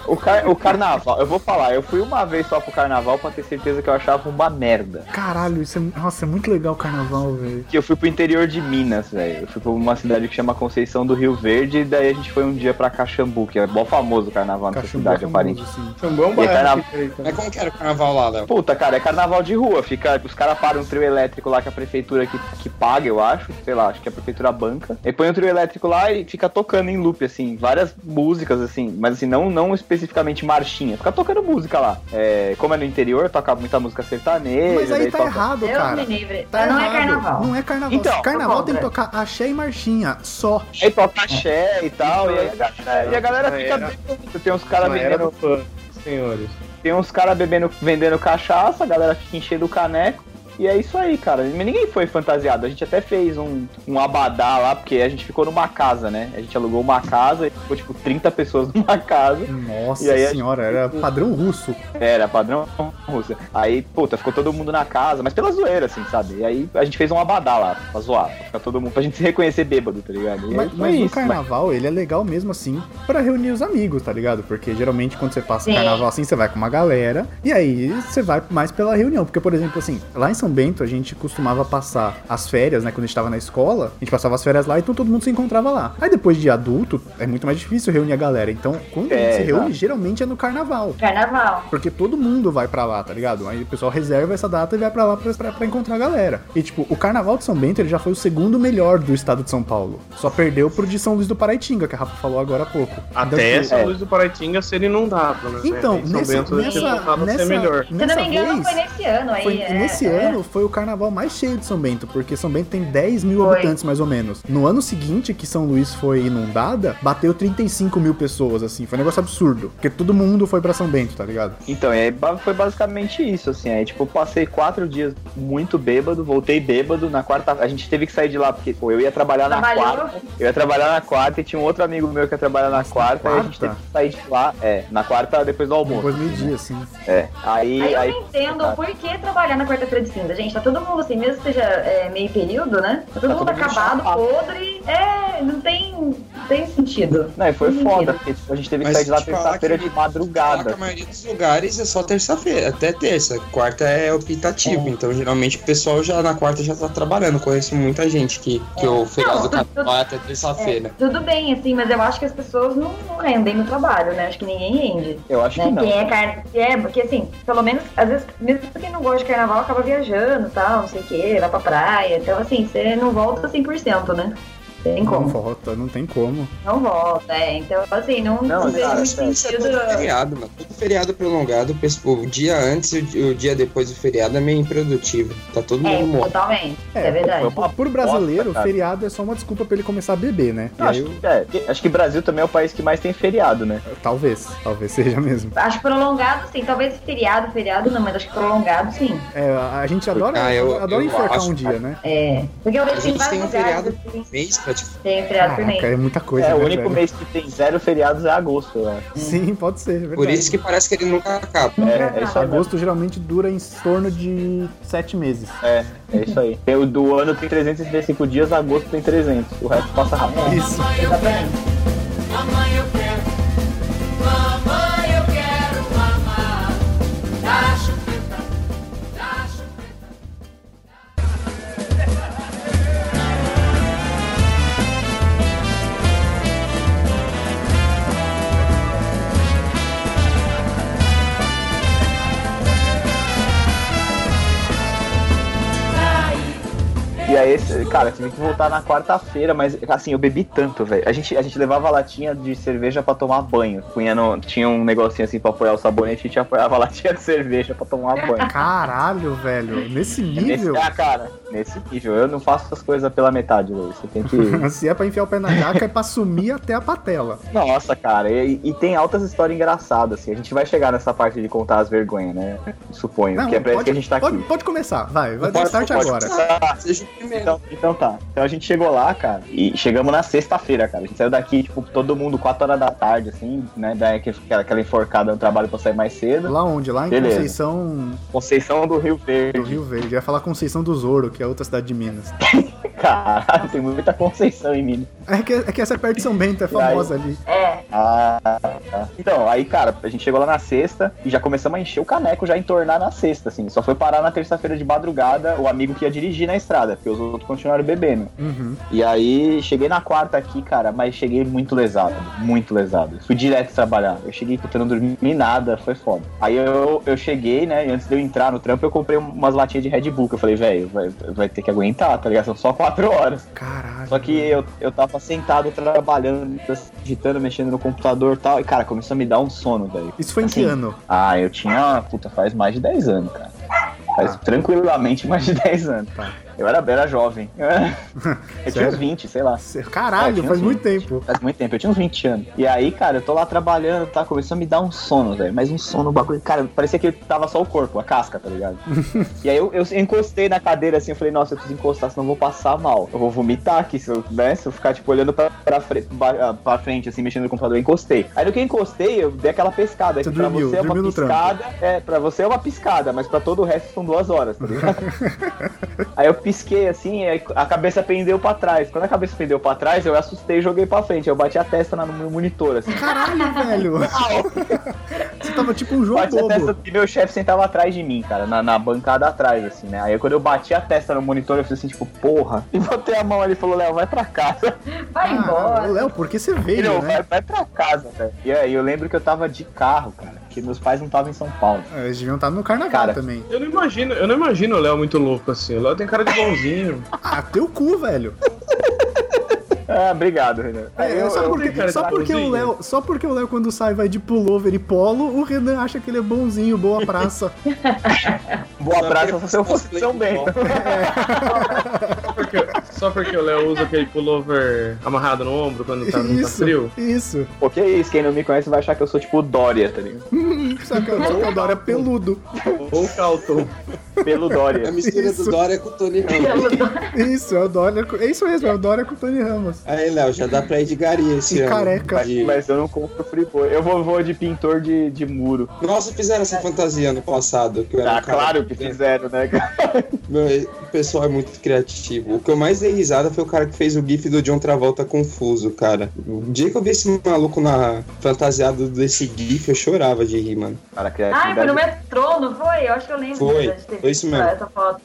Speaker 2: O, car- o carnaval, eu vou falar, eu fui uma vez só pro carnaval pra ter certeza que eu achava uma merda.
Speaker 1: Caralho, isso é, nossa, é muito legal o carnaval, velho.
Speaker 2: Que eu fui pro interior de Minas, velho. Eu fui pra uma cidade que chama Conceição do Rio Verde, e daí a gente foi um dia pra Caxambu, que é bom famoso o carnaval nessa
Speaker 1: Cachumbo
Speaker 2: cidade,
Speaker 1: famoso,
Speaker 2: aparente.
Speaker 1: assim.
Speaker 3: Também é um
Speaker 2: E
Speaker 3: bairro.
Speaker 2: carnaval.
Speaker 3: que fica aí, tá?
Speaker 5: Mas como que era o carnaval lá, Léo?
Speaker 2: Puta, cara, é carnaval de rua. Fica, os caras param um trio elétrico lá que a prefeitura que, que paga, eu acho. Sei lá, acho que é a prefeitura banca. E põe um trio elétrico lá e fica tocando em loop, assim, várias músicas, assim, mas assim, não, não especificamente marchinha. Fica tocando música lá. É, como é no interior, toca muita música sertaneja.
Speaker 1: Mas aí
Speaker 2: daí
Speaker 1: tá
Speaker 2: toca-
Speaker 1: errado,
Speaker 6: Deus
Speaker 1: cara.
Speaker 6: me livre.
Speaker 1: Tá
Speaker 6: Mas não é
Speaker 1: errado.
Speaker 6: carnaval.
Speaker 1: Não é carnaval.
Speaker 2: Então,
Speaker 1: carnaval tem que
Speaker 6: contra.
Speaker 1: tocar axé e marchinha, só.
Speaker 2: Aí toca axé e tal, e aí a galera, e a galera
Speaker 3: Não,
Speaker 2: fica
Speaker 3: era-
Speaker 2: bem. Tem uns caras
Speaker 3: Não, era
Speaker 2: vendendo,
Speaker 3: do fã, senhores.
Speaker 2: tem uns cara bebendo, vendendo cachaça, a galera fica enchendo o caneco. E é isso aí, cara. Mas Ninguém foi fantasiado. A gente até fez um, um abadá lá, porque a gente ficou numa casa, né? A gente alugou uma casa e ficou tipo 30 pessoas *laughs* numa casa.
Speaker 1: Nossa
Speaker 2: E aí a
Speaker 1: senhora, era padrão russo.
Speaker 2: Era padrão russa. Aí, puta, ficou todo mundo na casa, mas pela zoeira, assim, sabe? E aí a gente fez um abadá lá, pra zoar, pra ficar todo mundo, pra gente se reconhecer bêbado, tá ligado? E
Speaker 1: Mas,
Speaker 2: aí foi
Speaker 1: mas o
Speaker 2: isso, mas-
Speaker 1: carnaval, ele é legal mesmo assim pra reunir os amigos, tá ligado? Porque geralmente quando você passa
Speaker 6: Sim.
Speaker 1: carnaval assim, você vai com uma galera e aí você vai mais pela reunião. Porque, por exemplo, assim, lá em São Bento a gente costumava passar as férias, né? Quando a gente tava na escola, a gente passava as férias lá, então todo mundo se encontrava lá. Aí depois de adulto, é muito mais difícil reunir a galera. Então, quando a
Speaker 2: É,
Speaker 1: gente se reúne,
Speaker 2: exato.
Speaker 1: geralmente é no carnaval.
Speaker 6: Carnaval.
Speaker 1: Porque todo mundo vai pra lá, tá ligado? Aí o pessoal reserva essa data e vai pra lá pra, pra- pra encontrar a galera. E tipo, o carnaval de São Bento ele já foi o segundo melhor do estado de São Paulo. Só perdeu pro de São Luís do Paraítinga, que a Rafa falou agora há pouco.
Speaker 3: Até
Speaker 1: Então,
Speaker 3: São
Speaker 2: é.
Speaker 3: Luís do Paraitinga ser inundado, né?
Speaker 1: Então,
Speaker 3: Em São
Speaker 1: nesse,
Speaker 3: Bento deve ter
Speaker 1: nessa,
Speaker 3: voltado a ser
Speaker 1: nessa,
Speaker 3: melhor.
Speaker 6: Se eu não
Speaker 1: nessa
Speaker 6: me engano,
Speaker 1: vez,
Speaker 6: foi nesse ano aí.
Speaker 1: foi-
Speaker 6: é,
Speaker 1: nesse
Speaker 6: é.
Speaker 1: ano foi o carnaval mais cheio de São Bento, porque São Bento tem 10 mil
Speaker 6: Foi.
Speaker 1: habitantes, mais ou menos. No ano seguinte, que São Luís foi inundada, bateu 35 mil pessoas, assim. Foi um negócio absurdo. Porque todo mundo foi pra São Bento, tá ligado?
Speaker 2: Então, e aí ba- foi basicamente isso, assim. Aí, tipo, eu passei quatro dias muito bêbado, voltei bêbado. Na quarta, a gente teve que sair de lá, porque pô, eu ia trabalhar na
Speaker 6: Trabalhou.
Speaker 2: quarta. Eu ia trabalhar na quarta e tinha um outro amigo meu que ia trabalhar na quarta. Aí a gente
Speaker 1: quarta?
Speaker 2: teve que sair de lá, é, na quarta depois do almoço.
Speaker 1: Depois meio-dia, assim.
Speaker 2: É. Aí,
Speaker 6: Aí eu
Speaker 2: aí, tá.
Speaker 6: não entendo por que trabalhar na quarta-feira de cinza, gente. Tá todo mundo assim, mesmo que seja é, meio período, né? Tá todo
Speaker 2: Tá
Speaker 6: mundo
Speaker 2: todo mundo
Speaker 6: acabado,
Speaker 2: chapado.
Speaker 6: podre. É, não tem, não tem sentido.
Speaker 2: Não, e foi
Speaker 6: Não
Speaker 2: foda,
Speaker 6: entendo.
Speaker 2: porque tipo, a gente teve que
Speaker 5: Mas
Speaker 2: sair de lá
Speaker 5: te falar
Speaker 2: terça-feira
Speaker 5: que
Speaker 2: de
Speaker 5: Só que
Speaker 2: madrugada.
Speaker 5: A maioria dos lugares é só terça-feira, até terça. Quarta é optativo, então geralmente o pessoal já na quarta já tá trabalhando. Conheço muita gente que, que o feriado do
Speaker 6: Não, eu-
Speaker 5: carnaval é até terça-feira.
Speaker 6: Tudo bem, assim, mas eu acho que as pessoas não, não rendem no trabalho, né? Acho que ninguém rende.
Speaker 2: Eu acho que
Speaker 6: Né?
Speaker 2: não.
Speaker 6: Quem é carna... É, porque assim, pelo menos, às vezes, mesmo quem não gosta de carnaval acaba viajando tal, não sei o quê, vai pra praia. Então, assim, você não volta 100%, né? Tem
Speaker 1: Não
Speaker 6: como.
Speaker 1: volta, não tem como.
Speaker 6: Não volta, é. Então, assim, não,
Speaker 2: Não,
Speaker 6: vejo
Speaker 2: cara,
Speaker 5: Mas
Speaker 6: muito
Speaker 5: isso é
Speaker 6: sentido.
Speaker 5: todo feriado, mano. Todo feriado prolongado, o pessoal- o dia antes e o di- o dia depois do feriado é meio improdutivo. Tá todo
Speaker 6: É,
Speaker 5: mundo morto.
Speaker 6: totalmente. É, verdade.
Speaker 2: Foi uma
Speaker 1: Por brasileiro,
Speaker 2: bosta, cara.
Speaker 1: feriado é só uma desculpa pra ele começar a beber, né? E aí,
Speaker 2: Acho, que- é, que- acho que Brasil também é o país que mais tem feriado, né?
Speaker 1: talvez, talvez *laughs* seja mesmo.
Speaker 6: Acho prolongado sim, talvez feriado, feriado não, mas acho que prolongado sim.
Speaker 1: É, a gente adora,
Speaker 5: Ah, eu-
Speaker 1: adora
Speaker 5: eu
Speaker 1: enforcar
Speaker 5: acho,
Speaker 1: um dia, né?
Speaker 6: É. Porque eu
Speaker 5: A
Speaker 6: vejo que em
Speaker 5: gente
Speaker 6: vários
Speaker 5: tem um
Speaker 6: lugares
Speaker 5: feriado
Speaker 6: assim,
Speaker 5: por mês, tipo, praticamente.
Speaker 6: tem um feriado por mês.
Speaker 1: Caraca, é muita coisa,
Speaker 2: é, o
Speaker 1: né,
Speaker 2: único
Speaker 1: velho?
Speaker 2: mês que tem zero feriados é agosto, eu acho.
Speaker 1: Sim, pode ser, é verdade.
Speaker 5: Por isso que parece que ele nunca acaba.
Speaker 6: Nunca
Speaker 2: É, é
Speaker 6: acaba.
Speaker 2: isso agora.
Speaker 1: Agosto geralmente dura em torno de sete meses.
Speaker 2: É isso aí. Tem o do ano tem 365 dias, agosto tem 300. O resto passa rápido.
Speaker 5: É
Speaker 1: Isso.
Speaker 6: Exatamente.
Speaker 7: Mamãe eu quero, mamãe eu quero mamar. Da chupeta, da chupeta.
Speaker 2: E aí, esse- cara, tive que voltar na quarta-feira, mas assim, eu bebi tanto, velho. A gente, a gente levava latinha de cerveja pra tomar banho. Punha no- tinha um negocinho assim pra apoiar o sabonete, a gente apoiava *laughs* a latinha de cerveja pra tomar banho.
Speaker 1: Caralho, velho. Nesse
Speaker 2: É Nesse,
Speaker 1: nível,
Speaker 2: ah, cara, nesse nível. Eu não faço as coisas pela metade, Luiz. Você
Speaker 1: *laughs*
Speaker 2: tem que.
Speaker 1: se é pra enfiar o pé na jaca, é pra sumir até a patela.
Speaker 2: Nossa, cara. E, e tem altas histórias engraçadas, assim. A gente vai chegar nessa parte de contar as vergonhas, né? Suponho.
Speaker 1: Não,
Speaker 2: que é pra isso
Speaker 1: pode,
Speaker 2: que a gente tá
Speaker 1: pode,
Speaker 2: aqui.
Speaker 1: pode começar, vai. Vai dar
Speaker 5: Pode-
Speaker 1: start
Speaker 2: pode
Speaker 1: agora.
Speaker 2: começar?
Speaker 5: Ah, Seja o primeiro.
Speaker 2: Então, então tá. Então a gente chegou lá, cara, e chegamos na sexta-feira, cara. A gente saiu daqui, tipo, todo mundo 4 horas da tarde, assim, né? Daí aquele- aquela, aquela enforcada no trabalho pra sair mais cedo.
Speaker 1: Lá onde? Lá em
Speaker 2: Beleza.
Speaker 1: Conceição
Speaker 2: Conceição do Rio
Speaker 1: do
Speaker 2: Verde. *laughs*
Speaker 1: Rio Verde. Eu ia falar Conceição do Zoro, que é outra cidade de Minas.
Speaker 2: Caralho, tem muita Conceição em mim.
Speaker 1: É que, é que essa é perto de São Bento, é famosa ali.
Speaker 6: É,
Speaker 2: Ah, tá. Então, aí, cara, a gente chegou lá na sexta e já começamos a encher o caneco, já entornar na sexta, assim. Só foi parar na terça-feira de madrugada o amigo que ia dirigir na estrada, porque os outros continuaram bebendo.
Speaker 1: Uhum.
Speaker 2: E aí, cheguei na quarta aqui, cara, mas cheguei muito lesado, muito lesado. Fui direto trabalhar. Eu cheguei, puta, não dormi nada, foi foda. Aí eu, eu cheguei, né, e antes de eu entrar no trampo, eu comprei umas latinhas de Red Bull, que eu falei, velho, vai, vai ter que aguentar, tá ligado? São só quatro horas.
Speaker 1: Caralho.
Speaker 2: Só que eu, eu tava sentado trabalhando, digitando, mexendo no computador e tal. E, cara, começou a me dar um sono, velho.
Speaker 1: Isso foi em que
Speaker 2: Assim.
Speaker 1: ano?
Speaker 2: Ah, eu tinha, puta, faz mais de 10 anos, cara. Faz tranquilamente mais de 10 anos.
Speaker 1: Tá.
Speaker 2: Eu era, era jovem. *laughs* Eu, era- eu tinha uns
Speaker 1: Sério?
Speaker 2: 20, sei lá.
Speaker 1: Cê-
Speaker 2: É, eu
Speaker 1: Caralho,
Speaker 2: tinha
Speaker 1: faz
Speaker 2: uns
Speaker 1: muito
Speaker 2: 20.
Speaker 1: tempo.
Speaker 2: Faz muito tempo, eu tinha uns 20 anos. E aí, cara, eu tô lá trabalhando, tá? Começou a me dar um sono, velho. Mas um sono, um bagulho. Cara, parecia que tava só o corpo, a casca,
Speaker 1: *laughs*
Speaker 2: tá ligado? e aí eu, eu encostei na cadeira assim, eu falei, nossa, eu preciso encostar, senão eu vou passar mal. Eu vou vomitar aqui, se eu, né? Se eu ficar, tipo, olhando pra, pra, fre- ba- ah, pra frente, assim, mexendo no computador, eu encostei. Aí no que eu encostei, eu dei aquela pescada.
Speaker 1: Você
Speaker 2: que pra
Speaker 1: dormiu,
Speaker 2: você é uma
Speaker 1: dormiu no trampo.
Speaker 2: piscada. É, pra você é uma piscada, mas pra todo o resto são duas horas, tá ligado? Aí eu pisquei assim, e aí a cabeça pendeu pra trás. Quando a cabeça pendeu pra trás, eu assustei e joguei pra frente. Eu bati a testa na- no meu monitor, assim.
Speaker 1: Caralho, velho. Você tava tipo um João
Speaker 2: Bati a testa
Speaker 1: Bobo.
Speaker 2: e meu chefe sentava atrás de mim, cara, na, na bancada atrás, assim, né? Aí quando eu bati a testa no monitor, eu fiz assim, tipo, porra. *laughs* E botei a mão ali e falou, Léo, vai pra casa.
Speaker 6: Vai
Speaker 1: Ah,
Speaker 6: embora.
Speaker 1: Léo, por que você
Speaker 2: Ele,
Speaker 1: veio,
Speaker 2: vai,
Speaker 1: né?
Speaker 2: vai pra casa, velho. E aí eu lembro que eu tava de carro, cara, que meus pais não estavam em São Paulo.
Speaker 1: Ah, Eles deviam estar no carnaval
Speaker 2: Cara.
Speaker 1: também.
Speaker 3: Eu não imagino, eu não imagino o Léo muito louco assim. O Léo tem cara de bonzinho.
Speaker 1: Ah, teu cu, velho.
Speaker 2: Ah, obrigado, Renan. Aí
Speaker 1: É,
Speaker 2: eu-
Speaker 1: só,
Speaker 2: eu-
Speaker 1: porque,
Speaker 3: cara de
Speaker 1: só, porque o
Speaker 3: bonzinho.
Speaker 1: Léo, só porque o Léo, quando sai, vai de pullover e polo, o Renan acha que ele é bonzinho, boa
Speaker 3: *laughs*
Speaker 1: praça.
Speaker 3: Tá,
Speaker 2: Boa
Speaker 5: Só
Speaker 2: praça
Speaker 5: queria
Speaker 2: se um eu fosse
Speaker 5: fazer
Speaker 2: São *laughs* Bento.
Speaker 3: Só porque, só porque o Léo usa aquele pullover amarrado no ombro quando tá, não tá
Speaker 1: isso,
Speaker 3: frio.
Speaker 1: isso.
Speaker 2: Pô, que é isso, quem não me conhece vai achar que eu sou tipo o Dória, tá ligado?
Speaker 1: Só que o só que o Dória é peludo.
Speaker 3: Ou tá calton.
Speaker 2: Pelo
Speaker 5: A *laughs*
Speaker 2: Dória.
Speaker 5: mistura
Speaker 1: Isso.
Speaker 5: do Dória com o Tony Ramos.
Speaker 1: Isso, é o Dória. com- É isso mesmo, é o Dória com o Tony Ramos.
Speaker 5: Aí, Léo, já dá pra ir de garia esse
Speaker 1: E
Speaker 5: ano.
Speaker 1: careca.
Speaker 5: De-
Speaker 2: Mas eu não compro friboi. Eu vou, vou de pintor de, de muro.
Speaker 5: Nossa, fizeram essa fantasia no passado. Que eu era
Speaker 2: Ah,
Speaker 5: um cara-
Speaker 2: claro que fizeram, né, cara?
Speaker 5: Meu, o pessoal é muito criativo. O que eu mais dei risada foi o cara que fez o GIF do John Travolta confuso, cara. O dia que eu vi esse maluco na fantasiado desse GIF, eu chorava de rir, mano.
Speaker 2: Cara, é a
Speaker 6: Ai, foi
Speaker 2: criatividade
Speaker 6: no metrô, não foi? Eu acho que eu lembro.
Speaker 5: Foi,
Speaker 6: de ter
Speaker 5: foi isso
Speaker 6: visto
Speaker 5: mesmo.
Speaker 6: Essa foto.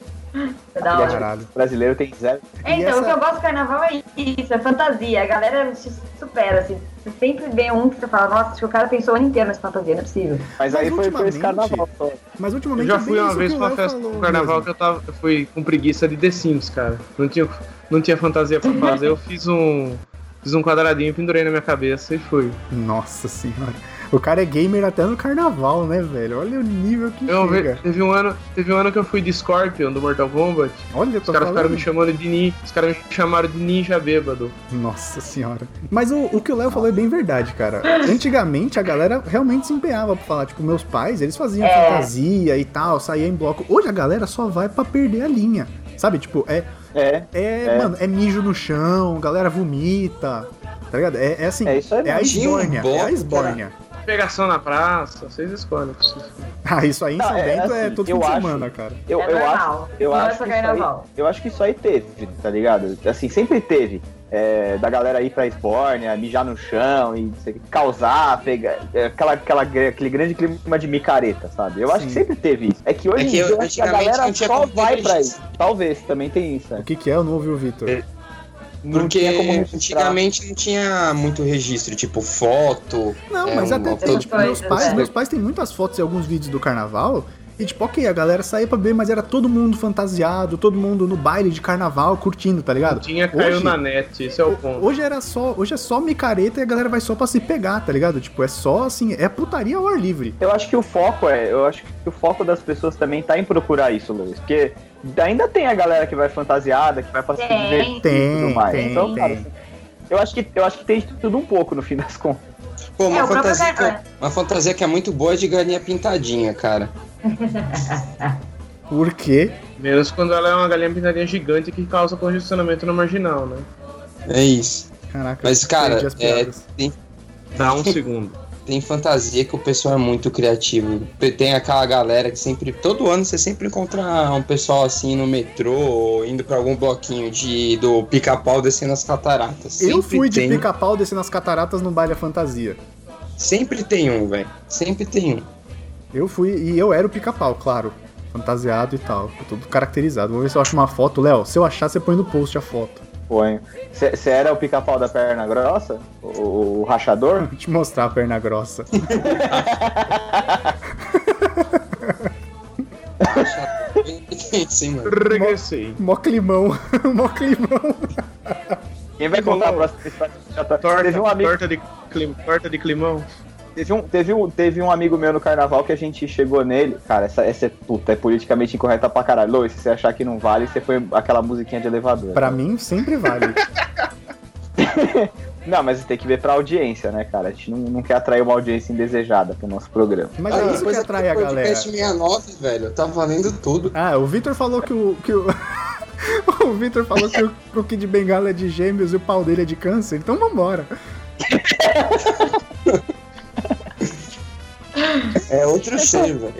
Speaker 6: É da hora.
Speaker 1: Caralho.
Speaker 2: brasileiro tem zero.
Speaker 6: É,
Speaker 1: E
Speaker 6: então,
Speaker 1: essa-
Speaker 6: o que eu gosto do carnaval é isso, é fantasia. A galera se supera, assim. Você sempre vê um que você fala, nossa, acho que o cara pensou o ano inteiro nessa fantasia, não é possível.
Speaker 2: Mas,
Speaker 1: Mas
Speaker 2: aí foi, foi esse
Speaker 1: ultimamente-
Speaker 2: carnaval só.
Speaker 1: Mas
Speaker 3: Eu
Speaker 1: ultimamente
Speaker 3: já
Speaker 1: é bem
Speaker 3: fui uma
Speaker 1: isso
Speaker 3: vez
Speaker 1: que o
Speaker 3: pra uma
Speaker 1: Léo
Speaker 3: festa
Speaker 1: falou
Speaker 3: do carnaval
Speaker 1: mesmo.
Speaker 3: que eu tava. Eu fui com preguiça de The Sims, cara. Não tinha, não tinha fantasia pra fazer, eu fiz um. Fiz um quadradinho, pendurei na minha cabeça e fui.
Speaker 1: Nossa senhora. O cara é gamer até no carnaval, né, velho? Olha o nível que
Speaker 3: Eu,
Speaker 1: chega.
Speaker 3: teve, um ano, teve um ano que eu fui de Scorpion do Mortal Kombat.
Speaker 1: Olha, eu
Speaker 3: Os
Speaker 1: tô
Speaker 3: caras ficaram
Speaker 1: falando.
Speaker 3: me chamando de ninja. Os caras me chamaram de ninja bêbado.
Speaker 1: Nossa senhora. Mas o, o que o Léo falou é bem verdade, cara. Antigamente a galera realmente se empenhava pra falar. Tipo, meus pais, eles faziam fantasia e tal, saía em bloco. Hoje a galera só vai pra perder a linha. Sabe, tipo, é,
Speaker 2: É,
Speaker 1: é,
Speaker 2: É.
Speaker 1: mano, é mijo no chão, galera vomita. Tá ligado? É, é assim.
Speaker 2: é isso aí.
Speaker 1: É a
Speaker 2: mesmo.
Speaker 5: Tinha um
Speaker 1: esbórnia, é a
Speaker 5: bloco,
Speaker 1: esbórnia.
Speaker 3: Pegação na praça, vocês escolhem.
Speaker 1: Ah, isso aí em
Speaker 2: Não,
Speaker 1: São
Speaker 2: é
Speaker 1: Bento é
Speaker 2: assim,
Speaker 1: todo
Speaker 2: eu
Speaker 1: fim de
Speaker 2: acho-
Speaker 1: semana, cara.
Speaker 2: Eu,
Speaker 6: é
Speaker 2: eu acho,
Speaker 6: normal.
Speaker 2: eu
Speaker 6: não
Speaker 2: acho
Speaker 6: é só
Speaker 2: que isso aí-
Speaker 6: carnaval.
Speaker 2: eu acho que isso aí teve, tá ligado? Assim, sempre teve. É, da galera ir pra esbórnia, mijar no chão e não sei o que, causar, pegar. é, aquela, aquela, aquele grande clima de micareta, sabe? Eu acho
Speaker 1: Sim.
Speaker 2: que sempre teve isso. É que hoje
Speaker 5: É
Speaker 2: em
Speaker 5: que eu-
Speaker 2: dia eu acho que a
Speaker 5: antigamente
Speaker 2: galera
Speaker 5: não tinha
Speaker 2: só
Speaker 5: como
Speaker 2: vai pra isso.
Speaker 5: registrar.
Speaker 2: Talvez, também tem isso,
Speaker 1: O
Speaker 2: né?
Speaker 1: que que é? Eu não ouvi o Vitor.
Speaker 2: Não
Speaker 5: Porque
Speaker 2: tinha como registrar.
Speaker 5: antigamente não tinha muito registro, tipo foto.
Speaker 1: Não,
Speaker 5: É,
Speaker 1: mas
Speaker 5: um
Speaker 1: até
Speaker 5: bloco
Speaker 1: tem,
Speaker 6: todo
Speaker 1: tipo, meus
Speaker 6: coisa,
Speaker 1: pais,
Speaker 6: né?
Speaker 1: meus pais têm muitas fotos e alguns vídeos do carnaval. E tipo, ok, a galera saía pra beber, mas era todo mundo fantasiado, todo mundo no baile de carnaval, curtindo, tá ligado?
Speaker 3: Tinha caiu
Speaker 1: Hoje-
Speaker 3: na net, esse é o ponto.
Speaker 1: Hoje era só, hoje é só micareta e a galera vai só pra se pegar, tá ligado? Tipo, é só assim, é putaria ao ar livre.
Speaker 2: Eu acho que o foco é, eu acho que o foco das pessoas também tá em procurar isso, Luiz, porque ainda tem a galera que vai fantasiada, que vai pra se
Speaker 6: Tem.
Speaker 2: divertir e
Speaker 1: Tem,
Speaker 2: tudo mais.
Speaker 1: tem,
Speaker 2: então, cara,
Speaker 1: tem.
Speaker 2: eu acho que eu acho que tem de tudo um pouco no fim *laughs* das contas.
Speaker 5: Pô, uma,
Speaker 6: É, o próprio
Speaker 5: fantasia que,
Speaker 6: Carnaval.
Speaker 5: eu- uma fantasia que é muito boa é de galinha pintadinha, cara.
Speaker 1: Por quê?
Speaker 3: Menos quando ela é uma galinha pintadinha gigante que causa congestionamento na marginal, né?
Speaker 5: É isso.
Speaker 1: Caraca,
Speaker 5: Mas, cara,
Speaker 1: perdi as
Speaker 5: é-
Speaker 1: piadas.
Speaker 3: Dá
Speaker 1: *laughs*
Speaker 3: um segundo.
Speaker 5: Tem fantasia que o pessoal é muito criativo. Tem aquela galera que sempre. Todo ano você sempre encontra um pessoal assim no metrô, ou indo pra algum bloquinho de, do pica-pau descendo as cataratas.
Speaker 1: Eu
Speaker 5: Sempre
Speaker 1: fui de
Speaker 5: tem.
Speaker 1: pica-pau descendo as cataratas no baile à fantasia.
Speaker 5: Sempre tem um, velho. Sempre tem um. *laughs*
Speaker 1: Eu fui e eu era o pica-pau, claro. Fantasiado e tal, tudo caracterizado. Vou ver se eu acho uma foto, Léo. Se eu achar, você põe no post a foto.
Speaker 2: Põe. Você era o pica-pau da perna grossa? O, o rachador?
Speaker 1: Vou te mostrar a perna grossa. *laughs*
Speaker 5: Sim, mano.
Speaker 3: Regressei.
Speaker 1: Mó climão, *laughs* mó climão.
Speaker 2: Quem vai contar a próxima história? Já tá-
Speaker 3: Torta,
Speaker 2: Teve um amigo,
Speaker 3: torta, de clim, torta de climão.
Speaker 2: Teve um, teve, um, teve um amigo meu no carnaval que a gente chegou nele. Cara, essa, essa é puta, é politicamente incorreta pra caralho. Lô, se você achar que não vale, você foi aquela musiquinha de elevador.
Speaker 1: Pra mim, sempre vale.
Speaker 2: Não, mas tem que ver pra audiência, né, cara? A gente não, não quer atrair uma audiência indesejada pro nosso programa.
Speaker 1: Mas
Speaker 5: Ah,
Speaker 1: é isso que atrai a galera.
Speaker 5: podcast 69, velho, tá valendo tudo.
Speaker 1: Ah, o Victor falou que o. Que o... *laughs* o Victor falou que o, que o Kid Bengala é de gêmeos e o pau dele é de câncer, então vambora.
Speaker 5: É outro ser, velho.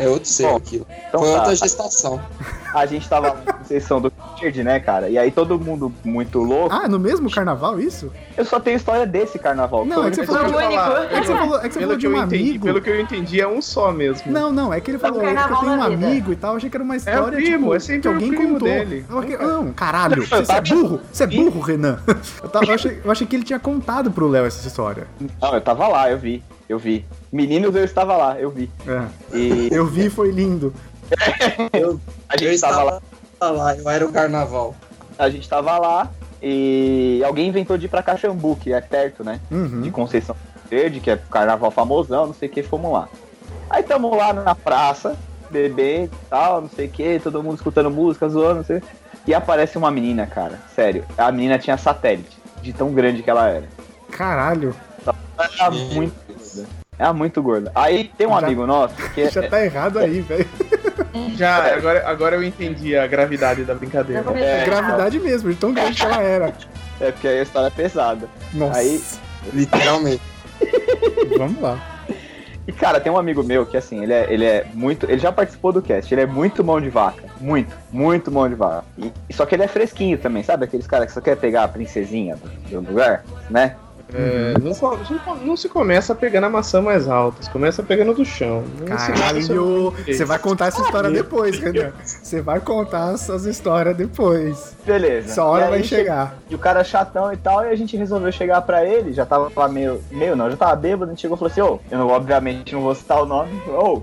Speaker 5: É outro ser
Speaker 2: Bom,
Speaker 5: aquilo.
Speaker 2: Então
Speaker 5: Foi
Speaker 2: tá,
Speaker 5: outra gestação.
Speaker 2: a gente tava
Speaker 5: *laughs*
Speaker 2: na sessão do Richard, né, cara? E aí todo mundo muito louco.
Speaker 1: Ah, no mesmo carnaval isso?
Speaker 2: Eu só tenho história desse carnaval.
Speaker 1: Não,
Speaker 2: Foi a
Speaker 1: é que você
Speaker 2: única
Speaker 1: falou
Speaker 3: Deixa eu
Speaker 1: de,
Speaker 3: falar,
Speaker 1: é que você falou, é que você falou
Speaker 3: Ah, Pelo que,
Speaker 1: de
Speaker 3: eu
Speaker 1: um
Speaker 3: entendi,
Speaker 1: amigo.
Speaker 3: pelo que eu entendi, é um só mesmo.
Speaker 1: Não, não, é que ele falou, é que eu
Speaker 6: carnaval
Speaker 1: tenho um
Speaker 6: na vida.
Speaker 1: amigo e tal, achei que era uma história
Speaker 3: primo,
Speaker 1: tipo,
Speaker 3: é sempre
Speaker 1: que
Speaker 3: o
Speaker 1: alguém
Speaker 3: primo
Speaker 1: contou.
Speaker 3: dele.
Speaker 1: Eu achei- não, caralho, você, você é
Speaker 2: Fantástico.
Speaker 1: burro, você é burro, Renan. *laughs* Eu, tava, eu, achei, eu achei que ele tinha contado pro Léo essa história.
Speaker 2: Não, eu tava lá, eu vi. Eu vi. Meninos, eu estava lá, eu vi.
Speaker 1: É.
Speaker 2: E
Speaker 1: Eu vi, foi lindo.
Speaker 2: a
Speaker 5: Eu
Speaker 2: gente estava
Speaker 5: estava
Speaker 2: lá.
Speaker 5: lá, eu era o carnaval.
Speaker 2: A gente tava lá e alguém inventou de ir pra Caxambu, que é perto, né? De
Speaker 1: Uhum.
Speaker 2: Conceição Verde, que é carnaval famosão, não sei o que, fomos lá. Aí tamo lá na praça, bebê e tal, não sei o que, todo mundo escutando música, zoando, não sei. E aparece uma menina, cara, sério. A menina tinha satélite, de tão grande que ela era.
Speaker 1: Caralho,
Speaker 2: Ela era muito gorda. Era muito gorda. Aí tem um
Speaker 1: Já-
Speaker 2: amigo nosso que
Speaker 1: *laughs*
Speaker 2: é,
Speaker 1: já tá errado aí, velho.
Speaker 3: Já, agora, agora eu entendi a gravidade da
Speaker 6: Já
Speaker 3: brincadeira.
Speaker 6: comecei
Speaker 2: É.
Speaker 6: a
Speaker 1: Gravidade mesmo, de tão grande que ela era.
Speaker 2: é porque aí a história é pesada.
Speaker 1: Nossa,
Speaker 2: Aí-
Speaker 5: Literalmente.
Speaker 1: vamos lá.
Speaker 2: E cara, tem um amigo meu que assim, ele é, ele é muito. Ele já participou do cast, ele é muito mão de vaca. Muito, muito mão de vaca. E, e só que ele é fresquinho também, sabe? Aqueles caras que só quer pegar a princesinha do, do lugar, né?
Speaker 3: É, não, co- não co- não se começa pegando a maçã mais alta, se começa pegando do chão. Não se nada sobre
Speaker 1: Caralho,
Speaker 3: isso.
Speaker 1: você vai contar essa história depois, Renan. Você vai contar essas histórias depois.
Speaker 2: Beleza.
Speaker 1: Essa hora
Speaker 2: E aí
Speaker 1: vai
Speaker 2: che-
Speaker 1: chegar.
Speaker 2: E o cara chatão e tal, e a gente resolveu chegar pra ele, já tava lá meio. meio não, já tava bêbado, a gente chegou e falou assim, ô, eu não, obviamente não vou citar o nome, ô,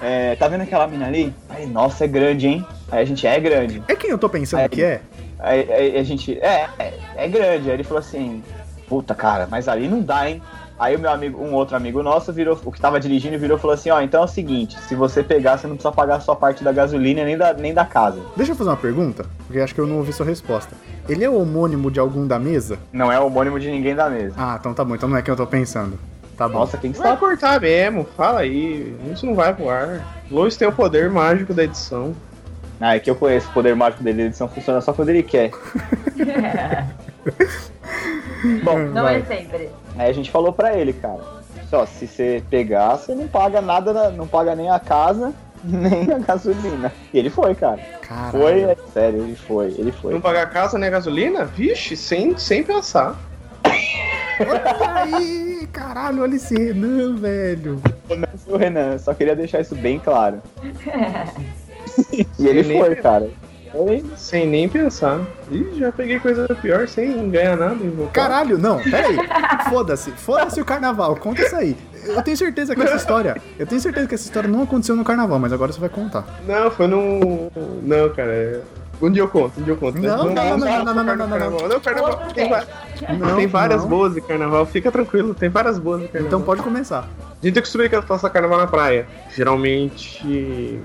Speaker 2: é, tá vendo aquela mina ali? Aí, nossa, é grande, hein? Aí a gente é grande.
Speaker 1: É quem eu tô pensando
Speaker 2: Aí.
Speaker 1: que é?
Speaker 2: Aí, aí a gente, é, é, é grande. Aí ele falou assim, puta cara, mas ali não dá, hein? Aí o meu amigo, um outro amigo nosso virou, o que tava dirigindo, virou e falou assim, ó, então é o seguinte, se você pegar, você não precisa pagar a sua parte da gasolina nem da, nem da casa.
Speaker 1: Deixa eu fazer uma pergunta, porque acho que eu não ouvi sua resposta. Ele é homônimo de algum da mesa?
Speaker 2: Não é homônimo de ninguém da mesa.
Speaker 1: Ah, então tá bom, então não é quem eu tô pensando. Tá bom.
Speaker 2: Nossa, quem que
Speaker 3: Vai
Speaker 2: está
Speaker 3: cortar mesmo, fala aí. Isso não vai pro ar. Lois tem o poder mágico da edição.
Speaker 2: Ah, é que eu conheço o poder mágico dele, a edição funciona só quando ele quer. Bom,
Speaker 6: Não
Speaker 1: Vai.
Speaker 6: é sempre.
Speaker 2: aí a gente falou pra ele, cara. Só, se você pegar, você não paga nada, na- não paga nem a casa, *laughs* nem a gasolina. E ele foi, cara.
Speaker 1: Caralho.
Speaker 2: Foi, é sério, ele foi, ele foi.
Speaker 3: Não pagar casa nem a gasolina? Vixe, sem, sem pensar.
Speaker 1: Olha aí, caralho, olha esse Renan, velho.
Speaker 2: O Renan, só queria deixar isso bem claro. e ele
Speaker 3: Ele
Speaker 2: foi,
Speaker 3: nem-
Speaker 2: cara. Foi.
Speaker 3: Sem nem pensar. Ih, já peguei coisa pior sem ganhar nada. e vou-
Speaker 1: Caralho, não, peraí. Foda-se, foda-se o carnaval, conta isso aí. Eu tenho certeza que essa história. Eu tenho certeza que essa história não aconteceu no carnaval, mas agora você vai contar.
Speaker 3: Não, foi num. Não, cara. é- Um dia eu conto, um dia eu conto.
Speaker 1: Não, não, não, não, não, não, não, não, não.
Speaker 3: Carnaval. Não, carnaval.
Speaker 6: Outro
Speaker 3: Tem, va-
Speaker 1: Não,
Speaker 3: tem várias
Speaker 1: não.
Speaker 3: boas de carnaval, fica tranquilo, tem várias boas de carnaval.
Speaker 1: Então pode começar.
Speaker 3: A gente tem costume que eu faço carnaval na praia. Geralmente.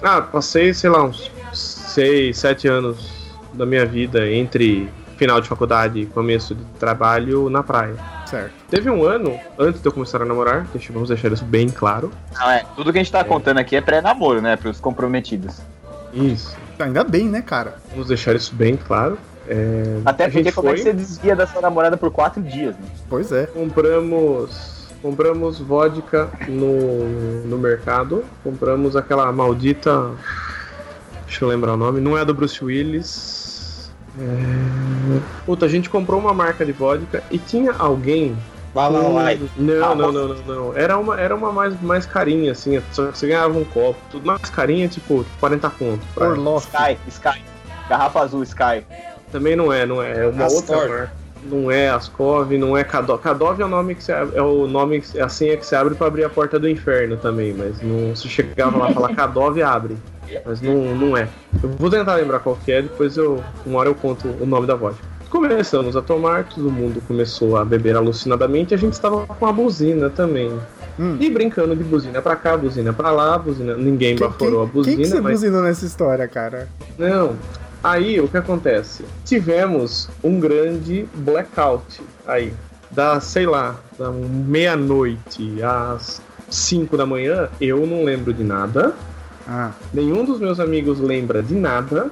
Speaker 3: Ah, passei, sei lá, uns 6, 7 anos da minha vida entre final de faculdade e começo de trabalho na praia.
Speaker 1: Certo.
Speaker 3: Teve um ano antes de eu começar a namorar, deixa, vamos deixar isso bem claro.
Speaker 2: Não, é, tudo que a gente tá contando aqui é pré-namoro, né? Pros comprometidos.
Speaker 3: Isso,
Speaker 1: Ainda bem, né, cara?
Speaker 3: vamos deixar isso bem claro.
Speaker 2: Até
Speaker 3: A
Speaker 2: porque
Speaker 3: gente
Speaker 2: como é que você
Speaker 3: foi.
Speaker 2: desvia da sua namorada por quatro dias, né?
Speaker 1: Pois é.
Speaker 3: Compramos. Compramos vodka no, no mercado. Compramos aquela maldita. Deixa eu lembrar o nome. Não é a do Bruce Willis. É... Puta, a gente comprou uma marca de vodka e tinha alguém.
Speaker 5: Fala
Speaker 3: com-
Speaker 5: lá.
Speaker 3: Não, não, não, não, não. Era uma, era uma mais, mais carinha, assim. Só que você ganhava um copo. Tudo mais carinha, tipo, 40 conto. pra-
Speaker 1: Orloff.
Speaker 2: Sky, Sky. Garrafa azul, Sky.
Speaker 3: Também não é, não é. É uma
Speaker 5: Astor.
Speaker 3: outra marca. Não é Ascov, não é Kadov. Kadov é o nome que se abre, é o nome que, se- é a senha que se abre pra abrir a porta do inferno também, mas não se chegava lá e falar Kadov abre. Mas não, não é. Eu vou tentar lembrar qual que é, depois eu uma hora eu conto o nome da vodka. Começamos a tomar, todo mundo começou a beber alucinadamente, a gente estava com a buzina também.
Speaker 1: Hum.
Speaker 3: E brincando de buzina pra cá, buzina pra lá, buzina. Ninguém
Speaker 1: Quem,
Speaker 3: baforou a
Speaker 1: quem-
Speaker 3: buzina,
Speaker 1: quem que você
Speaker 3: mas.
Speaker 1: buzinou nessa história, cara?
Speaker 3: Não. Aí o que acontece? Tivemos um grande blackout aí. Da, sei lá, da meia-noite às 5 da manhã, eu não lembro de nada.
Speaker 1: Ah,
Speaker 3: Nenhum dos meus amigos lembra de nada.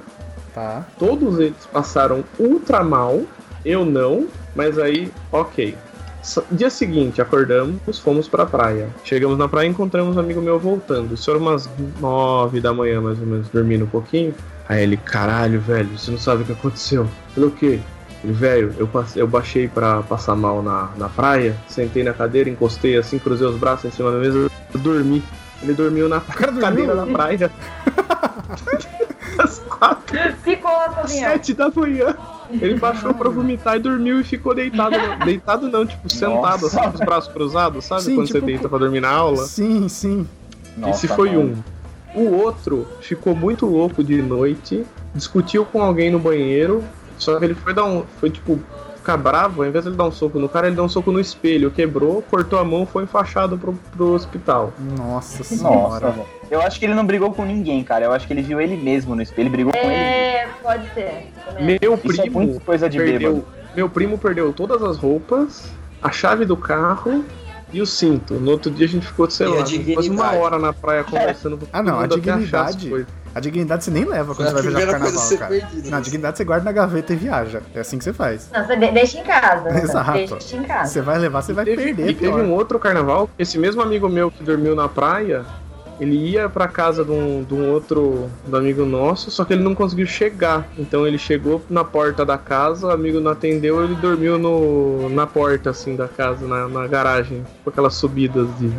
Speaker 1: tá.
Speaker 3: Todos eles passaram ultra mal. Eu não, mas aí, ok. S- Dia seguinte, acordamos, fomos pra praia. Chegamos na praia e encontramos um amigo meu voltando. Isso era umas 9 da manhã, mais ou menos, dormindo um pouquinho. Aí ele, caralho, velho, você não sabe o que aconteceu. Falei, o quê? Ele, velho, eu, passe- eu baixei pra passar mal na, na praia, sentei na cadeira, encostei assim, cruzei os braços em cima da mesa, dormi. Ele dormiu na
Speaker 1: cara dormiu?
Speaker 3: cadeira na
Speaker 1: *laughs*
Speaker 3: praia. Às quatro
Speaker 6: Ficou lá sozinha.
Speaker 3: Sete da manhã. Ele baixou pra vomitar e dormiu e ficou deitado. Deitado não, tipo, sentado,
Speaker 2: Nossa.
Speaker 3: assim, com os braços cruzados, sabe?
Speaker 1: Sim,
Speaker 3: Quando
Speaker 1: tipo,
Speaker 3: você deita pra dormir na aula.
Speaker 1: Sim, sim.
Speaker 3: Esse foi um. O outro ficou muito louco de noite, discutiu com alguém no banheiro, só que ele foi dar um. Foi tipo. Ficar bravo, ao invés de ele dar um soco no cara, ele deu um soco no espelho, quebrou, cortou a mão, foi enfaixado pro, pro hospital.
Speaker 1: Nossa
Speaker 3: um.
Speaker 2: Nossa,
Speaker 1: senhora.
Speaker 2: velho. Eu acho que ele não brigou com ninguém, cara. Eu acho que ele viu ele mesmo no espelho. Ele brigou com ele. mesmo.
Speaker 6: É, pode ser. também.
Speaker 2: Isso
Speaker 3: Meu
Speaker 2: é
Speaker 3: primo
Speaker 2: muita coisa de bêbado.
Speaker 3: perdeu, meu primo perdeu todas as roupas, a chave do carro e o cinto. No outro dia a gente ficou, sei
Speaker 5: E a
Speaker 3: lá, depois
Speaker 5: dignidade.
Speaker 3: uma hora na praia conversando com
Speaker 1: *laughs* Ah, não,
Speaker 3: todo
Speaker 1: a
Speaker 3: mundo até achar
Speaker 1: dignidade.
Speaker 3: as coisas.
Speaker 1: A dignidade você nem leva quando você vai viajar pro carnaval, cara.
Speaker 5: perdida.
Speaker 1: Não, a dignidade você guarda na gaveta e viaja. É assim que você faz.
Speaker 6: Não, você de- deixa em casa.
Speaker 1: *laughs* Exato.
Speaker 6: Deixa em
Speaker 2: Ah,
Speaker 6: casa.
Speaker 1: Você vai levar, você vai
Speaker 3: teve,
Speaker 1: perder,
Speaker 3: e teve
Speaker 1: pior.
Speaker 3: um outro carnaval, esse mesmo amigo meu que dormiu na praia, ele ia pra casa de um, de um outro do amigo nosso, só que ele não conseguiu chegar. Então ele chegou na porta da casa, o amigo não atendeu, ele dormiu no, na porta, assim, da casa, na, na garagem, com aquelas subidas de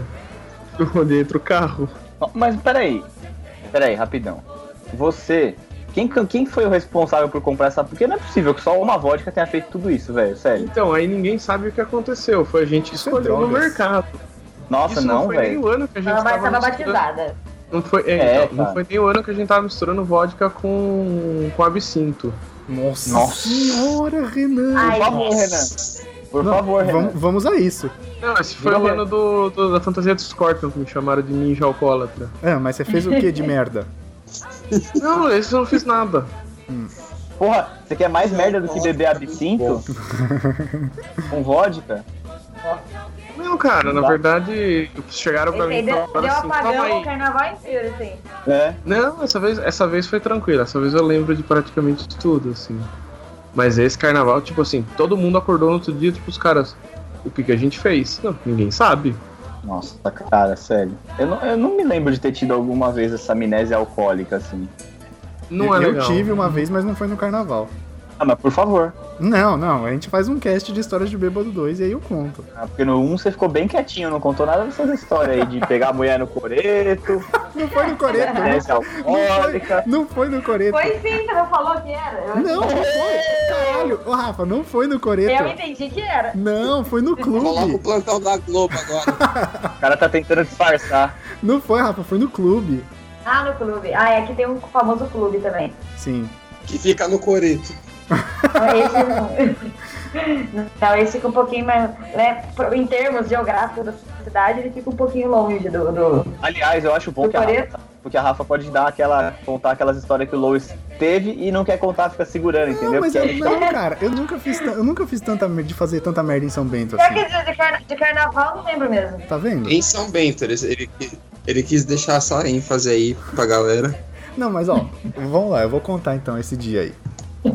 Speaker 3: *laughs* onde entra o carro.
Speaker 2: Mas peraí. Peraí, rapidão. Você. Quem, quem foi o responsável por comprar essa. Porque não é possível que só uma vodka tenha feito tudo isso, velho. Sério.
Speaker 3: Então, aí ninguém sabe o que aconteceu. Foi a gente que
Speaker 1: Isso é
Speaker 3: escolheu no
Speaker 1: drogas.
Speaker 3: mercado.
Speaker 2: Nossa,
Speaker 3: Isso
Speaker 2: não,
Speaker 3: foi nem
Speaker 2: velho.
Speaker 3: o ano que a gente
Speaker 6: Ela vai-
Speaker 3: tava
Speaker 6: tava
Speaker 3: misturando-
Speaker 6: batizada.
Speaker 3: Não foi, é,
Speaker 2: É,
Speaker 3: então, não
Speaker 2: cara.
Speaker 3: foi nem o ano que a gente tava misturando vodka com, com absinto.
Speaker 1: Nossa,
Speaker 2: Nossa.
Speaker 1: senhora, Renan.
Speaker 6: Ai,
Speaker 2: Por favor, Renan. Por
Speaker 1: Não,
Speaker 2: favor, Renan.
Speaker 1: vamos, vamos a isso.
Speaker 3: Não, esse foi
Speaker 2: Diga
Speaker 3: o
Speaker 2: aí.
Speaker 3: ano do, do- da fantasia do Scorpion, que me chamaram de ninja alcoólatra.
Speaker 1: Ah, mas você fez o que de merda?
Speaker 3: Não, esse eu não fiz nada.
Speaker 2: Porra, você quer mais merda do que beber absinto? com vodka?
Speaker 3: Não, cara, na
Speaker 2: Tá.
Speaker 3: verdade, chegaram pra
Speaker 6: Esse aí
Speaker 3: mim e
Speaker 6: deu,
Speaker 3: falaram
Speaker 6: deu
Speaker 3: assim, toma
Speaker 6: apagão o
Speaker 3: aí.
Speaker 6: carnaval inteiro, assim.
Speaker 2: É.
Speaker 3: Não, essa vez, essa vez foi tranquila. Essa vez eu lembro de praticamente tudo, assim. Mas esse carnaval, tipo assim, todo mundo acordou no outro dia, tipo, os caras. O que, que a gente fez? Não, ninguém sabe.
Speaker 2: Nossa, tá cara, sério. Eu não, eu não me lembro de ter tido alguma vez essa amnésia alcoólica, assim.
Speaker 3: *laughs* Não
Speaker 1: eu
Speaker 3: é
Speaker 1: eu
Speaker 3: legal.
Speaker 1: tive uma vez, mas não foi no carnaval.
Speaker 2: Ah, mas por favor.
Speaker 1: Não, não, a gente faz um cast de histórias de Bêbado 2 e aí eu conto.
Speaker 2: Ah, Porque no 1 você ficou bem quietinho, não contou nada dessas histórias aí de pegar a mulher no coreto,
Speaker 1: Não foi no Coreto, né? não,
Speaker 2: amnésia alcoólica.
Speaker 1: não foi no Coreto.
Speaker 6: Foi sim, você não falou que era. Eu,
Speaker 1: Não, não foi. Caralho, ô Rafa, não foi no
Speaker 6: eu
Speaker 1: Coreto.
Speaker 6: entendi que era.
Speaker 1: Não, foi no
Speaker 5: Coloca o
Speaker 1: clube.
Speaker 5: plantão da Globo agora.
Speaker 2: O cara tá tentando disfarçar.
Speaker 1: Não foi, Rafa, foi no clube.
Speaker 6: Ah, no clube. Ah, é que tem um famoso clube também. Então,
Speaker 1: Sim.
Speaker 5: que fica no coreto.
Speaker 6: Esse, não, esse fica um *laughs* pouquinho mais. Né, em termos geográficos da cidade, ele fica um pouquinho longe do.
Speaker 1: Tipo
Speaker 6: do...
Speaker 2: Aliás, eu acho bom
Speaker 6: Do
Speaker 2: que a
Speaker 6: coreto?
Speaker 2: Rafa, porque a Rafa pode dar aquela, contar aquelas histórias que o Lois teve e não quer contar, fica segurando,
Speaker 1: Não,
Speaker 2: entendeu?
Speaker 1: mas
Speaker 2: Porque
Speaker 1: eu,
Speaker 2: aí-
Speaker 1: não, cara, eu nunca fiz, tan- eu nunca fiz tanta mer- de fazer tanta merda em São Bento
Speaker 6: Pior
Speaker 1: assim.
Speaker 6: que de, de carna- de carnaval, não lembro mesmo.
Speaker 1: Tá vendo?
Speaker 5: Em São Bento, ele, ele, ele quis deixar essa ênfase aí pra galera.
Speaker 1: Não, mas ó, vamos lá, eu vou contar então esse dia aí.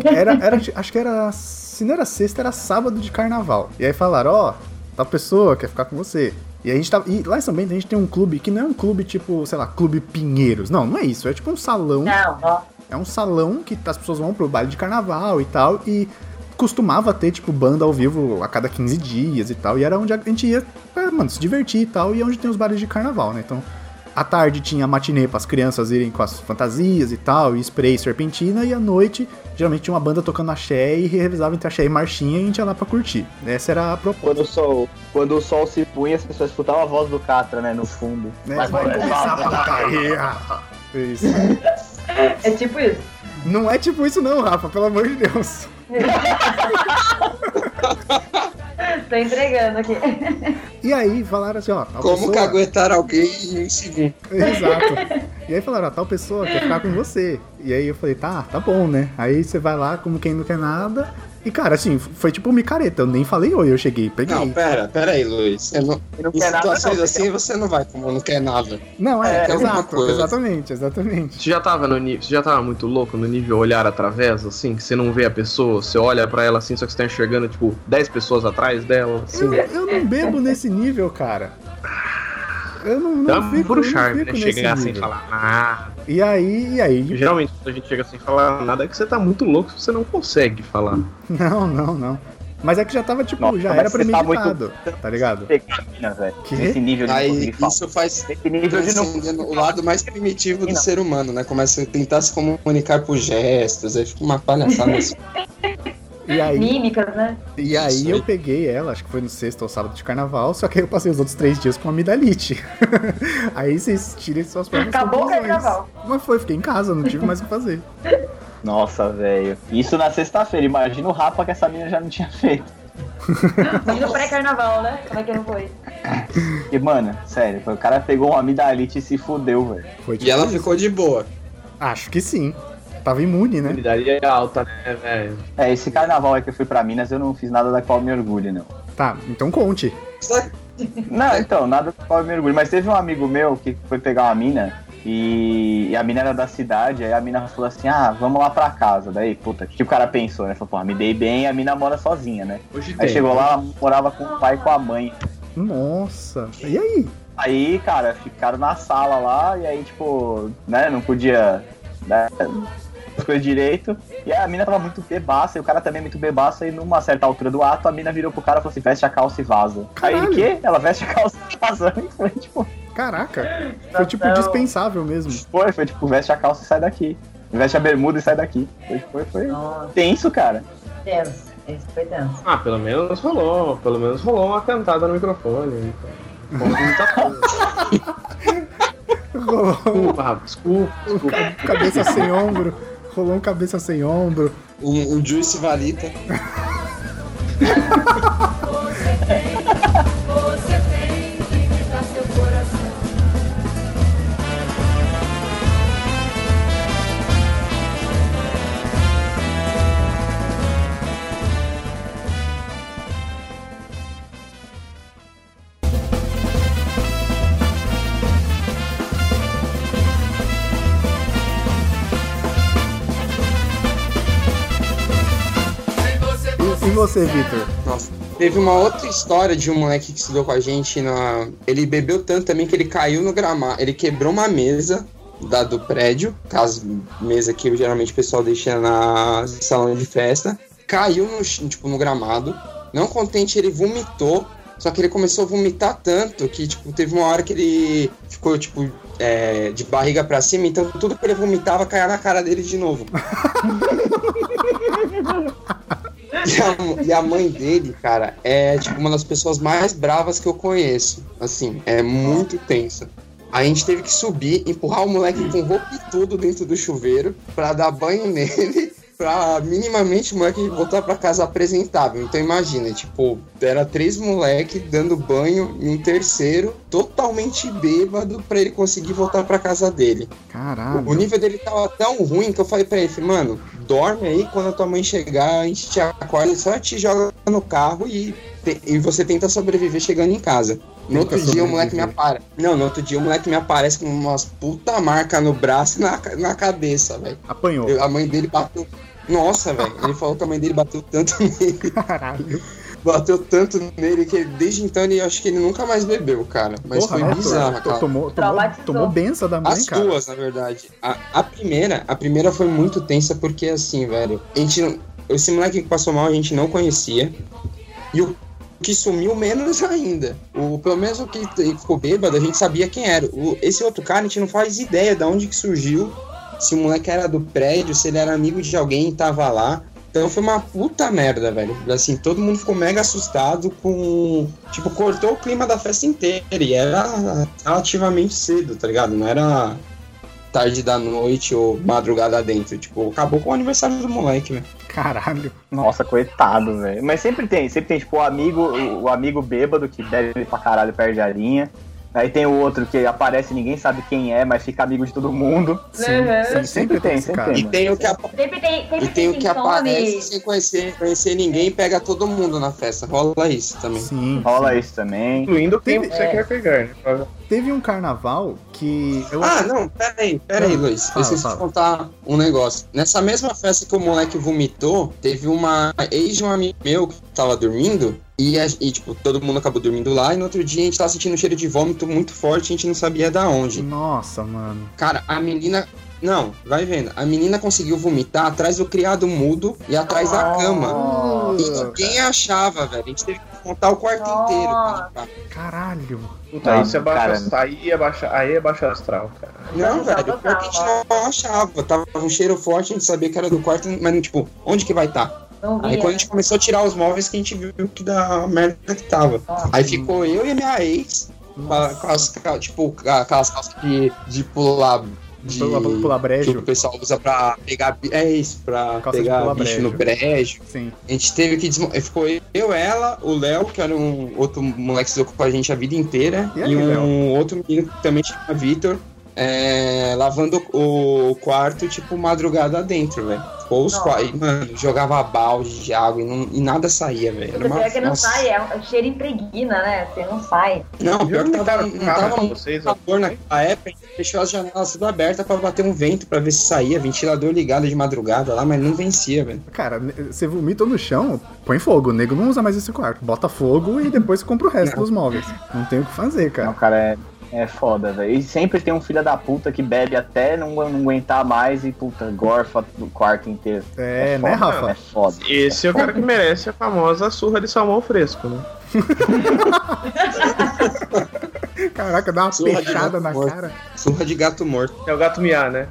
Speaker 1: Era, era- acho que era, se não era sexta, era sábado de carnaval. E aí falaram, ó, tal pessoa quer ficar com você. E a gente tava, e lá em São Bento a gente tem um clube que não é um clube tipo, sei lá, clube Pinheiros. Não, não é isso, é tipo um salão
Speaker 6: Não, ó.
Speaker 1: É um salão que as pessoas vão pro baile de carnaval e tal, e costumava ter, tipo, banda ao vivo a cada 15 dias e tal, e era onde a gente ia, pra, mano, se divertir e tal, e é onde tem os bailes de carnaval, né? Então, à tarde tinha matinê pras crianças irem com as fantasias e tal, e spray, serpentina, e à noite, geralmente tinha uma banda tocando axé e revisava entre axé e marchinha e a gente ia lá pra curtir. Essa era a
Speaker 2: Quando
Speaker 1: proposta.
Speaker 2: o, sol, quando o sol se punha, as pessoas escutavam a voz do Catra, né, no fundo.
Speaker 1: Né?
Speaker 2: Mas é vai começar a
Speaker 1: putaria! Isso.
Speaker 6: É tipo isso.
Speaker 1: Não é tipo isso não, Rafa, pelo amor de Deus.
Speaker 6: Tô entregando aqui.
Speaker 1: É E aí falaram assim, ó. Tal
Speaker 5: Como
Speaker 1: pessoa...
Speaker 5: que aguentaram alguém em um segundo?
Speaker 1: *laughs* Exato. E aí falaram, ó, tal pessoa quer ficar com você. E aí eu falei, tá, tá bom, né? Aí você vai lá como quem não quer nada. E cara, assim, foi tipo micareta. Eu nem falei oi, eu cheguei, peguei.
Speaker 5: Não, pera, pera aí, Luiz. Eu não,
Speaker 2: Não
Speaker 5: em
Speaker 2: quer nada,
Speaker 5: situações
Speaker 2: não,
Speaker 5: assim você não vai como não quer nada.
Speaker 1: Não,
Speaker 5: É,
Speaker 1: é,
Speaker 5: alguma
Speaker 1: exato,
Speaker 5: coisa.
Speaker 1: exatamente, exatamente.
Speaker 3: Você já tava no nível, já tava muito louco no nível olhar através, assim, que você não vê a pessoa, você olha pra ela assim, só que você tá enxergando, tipo, 10 pessoas atrás dela, assim.
Speaker 1: Eu, eu não bebo nesse nível, cara. Eu não, não
Speaker 3: Dá um
Speaker 1: fico,
Speaker 3: puro
Speaker 1: eu não
Speaker 3: charme,
Speaker 1: fico
Speaker 3: né?
Speaker 1: nesse
Speaker 3: Chegar sem
Speaker 1: nível.
Speaker 3: falar nada.
Speaker 1: E aí, e aí?
Speaker 3: Geralmente, quando a gente chega sem falar nada, é que você tá muito louco, você não consegue falar.
Speaker 1: *laughs*
Speaker 2: Uhum.
Speaker 1: Não, não, não. Mas é que já tava, tipo,
Speaker 2: Nossa,
Speaker 1: já
Speaker 2: mas
Speaker 1: era
Speaker 2: você tá
Speaker 1: premeditado, tá, ligado?
Speaker 2: Pegar a mina, velho.
Speaker 1: Que?
Speaker 2: Nesse nível de não
Speaker 5: Aí
Speaker 2: conseguir falar.
Speaker 5: isso faz
Speaker 2: Nesse nível de não
Speaker 5: transcendendo assim, o lado mais primitivo do
Speaker 2: Não.
Speaker 5: ser humano, né? Começa a tentar se comunicar por gestos, aí fica
Speaker 2: *laughs*
Speaker 5: uma palhaçada. assim.
Speaker 1: E aí,
Speaker 6: Mímicas, né?
Speaker 1: e aí
Speaker 5: Isso
Speaker 1: eu
Speaker 5: aí.
Speaker 1: peguei ela, acho que foi no sexto ou sábado de carnaval, só que aí eu passei os outros três dias com amidalite. *laughs* aí vocês tirem suas próprias
Speaker 6: Acabou o
Speaker 1: conclusões.
Speaker 6: carnaval.
Speaker 1: Mas foi, fiquei em casa, não tive mais o que fazer.
Speaker 2: Nossa, velho. Isso na sexta-feira. Imagina o rapa que essa mina já não tinha *laughs* feito.
Speaker 6: E no pré-carnaval, né? Como é que não foi?
Speaker 2: E, mano, sério, o cara pegou um amidalite e se fudeu, velho.
Speaker 1: Foi
Speaker 5: E
Speaker 1: tipo
Speaker 5: ela
Speaker 1: isso.
Speaker 5: ficou de boa.
Speaker 1: Acho que sim. Tava imune, né?
Speaker 3: Habilidade é alta, né, velho?
Speaker 2: É, esse carnaval aí que eu fui pra Minas, eu não fiz nada da qual eu me orgulho, não.
Speaker 1: Tá, então conte.
Speaker 5: Só
Speaker 2: Não, então, nada da qual eu me orgulho. Mas teve um amigo meu que foi pegar uma mina e, e a mina era da cidade, aí a mina falou assim, ah, vamos lá pra casa. Daí, puta, o que o cara pensou, né? Falou, porra, me dei bem, a mina mora sozinha, né?
Speaker 3: Hoje
Speaker 2: Aí
Speaker 3: tem.
Speaker 2: chegou lá, ela morava com o pai e com a mãe.
Speaker 1: Nossa. E aí?
Speaker 2: Aí, cara, ficaram na sala lá e aí, tipo, né, não podia né, as coisas direito. E aí a mina tava muito bebaça e o cara também muito bebaça. E numa certa altura do ato, a mina virou pro cara e falou assim: veste a calça e vaza. Aí
Speaker 1: Caralho.
Speaker 2: ele, quê? Ela veste a calça e vaza. *laughs* E foi tipo,
Speaker 1: Caraca. Foi tipo
Speaker 2: Não.
Speaker 1: dispensável mesmo.
Speaker 2: foi, foi tipo, veste a calça e sai daqui. Veste a bermuda e sai daqui. Foi, foi, foi.
Speaker 6: Nossa,
Speaker 2: Tenso, cara.
Speaker 6: tenso. Esse foi tenso.
Speaker 3: Ah, pelo menos rolou, pelo menos rolou uma cantada no microfone. então. Rolou muita coisa.
Speaker 1: Rolou
Speaker 3: Desculpa, Rafa, desculpa, desculpa.
Speaker 1: um cabeça sem ombro. Rolou um cabeça sem ombro.
Speaker 5: o, o Um, Juice Valita.
Speaker 7: Você tem que me dar seu coração.
Speaker 1: E, e você, Vitor?
Speaker 5: Nossa. Teve uma outra história de um moleque que estudou com a gente na. Ele bebeu tanto também que ele caiu no gramado. Ele quebrou uma mesa da, do prédio, caso mesa que geralmente o pessoal deixa na salão de festa. Caiu no, ch- tipo, no gramado. Não contente, ele vomitou. Só que ele começou a vomitar tanto que, tipo, teve uma hora que ele ficou, tipo, é, de barriga pra cima, então tudo que ele vomitava caía na cara dele de novo. E a, e a mãe dele, cara, é tipo uma das pessoas mais bravas que eu conheço. Assim, é muito tensa. A gente teve que subir, empurrar o moleque com roupa e tudo dentro do chuveiro pra dar banho nele. *laughs* Pra minimamente o moleque voltar pra casa apresentável. Então imagina, tipo, era três moleques dando banho e um terceiro totalmente bêbado pra ele conseguir voltar pra casa dele.
Speaker 1: Caralho.
Speaker 5: O nível dele tava tão ruim que eu falei pra ele, falei, mano, dorme aí, quando a tua mãe chegar, a gente te acorda, só te joga no carro e, te- e você tenta sobreviver chegando em casa. No
Speaker 1: Nunca
Speaker 5: outro dia o
Speaker 1: sobreviver.
Speaker 5: moleque me aparece. Não, no outro dia o moleque me aparece com umas puta marca no braço e na, ca- na cabeça, velho.
Speaker 1: Apanhou.
Speaker 5: Eu- A mãe dele bateu. Nossa, velho. Ele falou que a mãe dele bateu tanto *laughs* nele.
Speaker 1: Caralho.
Speaker 5: Bateu tanto nele que desde então ele acho que ele nunca mais bebeu, cara. Mas
Speaker 1: Porra,
Speaker 5: foi
Speaker 1: né,
Speaker 5: bizarro,
Speaker 1: Vitor?
Speaker 5: cara.
Speaker 1: Tomou, tomou,
Speaker 6: Traumatizou.
Speaker 1: tomou benção da mãe,
Speaker 5: As
Speaker 1: cara.
Speaker 5: duas, na verdade. A, a primeira, a primeira foi muito tensa porque assim, velho, a gente não, esse moleque que passou mal a gente não conhecia. E o que sumiu menos *laughs* ainda. O, pelo menos o que t- ficou bêbado, a gente sabia quem era. O- esse outro cara, a gente não faz ideia de onde que surgiu. Se o moleque era do prédio, se ele era amigo de alguém e tava lá. Então foi uma puta merda, velho. Assim, todo mundo ficou mega assustado com. Tipo, cortou o clima da festa inteira. E era relativamente cedo, tá ligado? Não era tarde da noite ou madrugada dentro. Tipo, acabou com o aniversário do moleque, velho.
Speaker 1: Caralho.
Speaker 2: Nossa, coitado, velho. Mas sempre tem, sempre tem, tipo, o amigo, o- o amigo bêbado que bebe pra caralho e perde a linha. Aí tem o outro que aparece, ninguém sabe quem é, mas fica amigo de todo mundo.
Speaker 1: Sim,
Speaker 9: Uhum.
Speaker 1: sim, sempre tem esse
Speaker 2: sempre
Speaker 1: cara.
Speaker 5: E
Speaker 2: mano.
Speaker 5: tem o que, apa-
Speaker 6: Sempre tem, sempre
Speaker 5: e tem o que
Speaker 6: sintoma
Speaker 5: aparece
Speaker 6: de-
Speaker 5: sem conhecer, conhecer ninguém e pega todo mundo na festa. Rola isso também.
Speaker 1: Sim.
Speaker 2: Rola isso também.
Speaker 3: Incluindo quem
Speaker 1: Teve-
Speaker 3: você quer pegar, né?
Speaker 1: Teve um carnaval que. Eu
Speaker 5: Ah, não, peraí, peraí, Luiz.
Speaker 1: Fala,
Speaker 5: Preciso
Speaker 1: fala.
Speaker 5: te contar um negócio. Nessa mesma festa que o moleque vomitou, teve uma ex de um amigo meu que tava dormindo. E, a- e, tipo, todo mundo acabou dormindo lá. E no outro dia a gente tava sentindo um cheiro de vômito muito forte. A gente não sabia da onde.
Speaker 1: Nossa, mano.
Speaker 5: Cara, a menina. Não, vai vendo. A menina conseguiu vomitar atrás do criado mudo e atrás da cama.
Speaker 2: Nossa,
Speaker 5: E ninguém achava, velho. A gente teve que montar o quarto inteiro. pra limpar.
Speaker 1: Caralho.
Speaker 3: Puta, aí
Speaker 2: Não,
Speaker 3: você abaixa,
Speaker 2: cara.
Speaker 3: aí abaixa, aí abaixa astral, cara.
Speaker 5: Não,
Speaker 6: Tá,
Speaker 5: velho,
Speaker 6: tá,
Speaker 5: pior que a gente não achava. Tava um cheiro forte, a gente sabia que era do quarto, mas, tipo, onde que vai estar? Tá?
Speaker 6: Não
Speaker 5: Aí
Speaker 6: via.
Speaker 5: quando a gente começou a tirar os móveis, que a gente viu que da merda que tava. Aí ficou eu e a minha ex, com, a- com as, ca- tipo, ca- aquelas calças de, de pular. De,
Speaker 1: Pula- pula- pular brejo.
Speaker 5: Que o pessoal usa pra pegar. bi- É isso, pra
Speaker 1: Calça de
Speaker 5: pegar
Speaker 1: pular
Speaker 5: bicho
Speaker 1: brejo.
Speaker 5: no brejo.
Speaker 1: Sim.
Speaker 5: A gente teve que desmontar. Ficou eu, ela, o Léo, que era um outro moleque que desocupou a gente a vida inteira.
Speaker 1: E
Speaker 5: E,
Speaker 1: aí,
Speaker 5: um outro menino que também chama Vitor. é, lavando o quarto, tipo, madrugada dentro, velho. Ficou os
Speaker 6: Nossa.
Speaker 5: quatro. Mano, jogava balde de água e, não- e nada saía, velho. Era
Speaker 6: Puta,
Speaker 5: uma-
Speaker 6: pior que não
Speaker 5: nossa.
Speaker 6: sai, é um cheiro impregna, né? Você não sai.
Speaker 5: Não, pior que tava,
Speaker 3: com
Speaker 5: não
Speaker 3: cara
Speaker 5: tava
Speaker 3: de
Speaker 5: muito né?
Speaker 3: vocês, ó.
Speaker 5: calor naquela época, a gente deixou as janelas tudo abertas pra bater um vento pra ver se saía, ventilador ligado de madrugada lá, mas não vencia, velho.
Speaker 1: Cara, ne- você vomita no chão, põe fogo. O nego não usa mais esse quarto. Bota fogo e depois você compra o resto dos móveis. Não tem o que fazer,
Speaker 2: Não,
Speaker 1: cara.
Speaker 2: cara, é, é foda, velho. E sempre tem um filho da puta que bebe até não, não aguentar mais e, puta, gorfa do quarto inteiro.
Speaker 1: É, né,
Speaker 2: foda, É
Speaker 1: Rafa?
Speaker 2: foda.
Speaker 3: Esse é o cara que merece a famosa surra de salmão fresco, né?
Speaker 1: Caraca, dá uma
Speaker 5: Surra de
Speaker 1: peixada na
Speaker 5: novo,
Speaker 1: cara.
Speaker 5: Surra de gato morto.
Speaker 3: É o gato miá, né?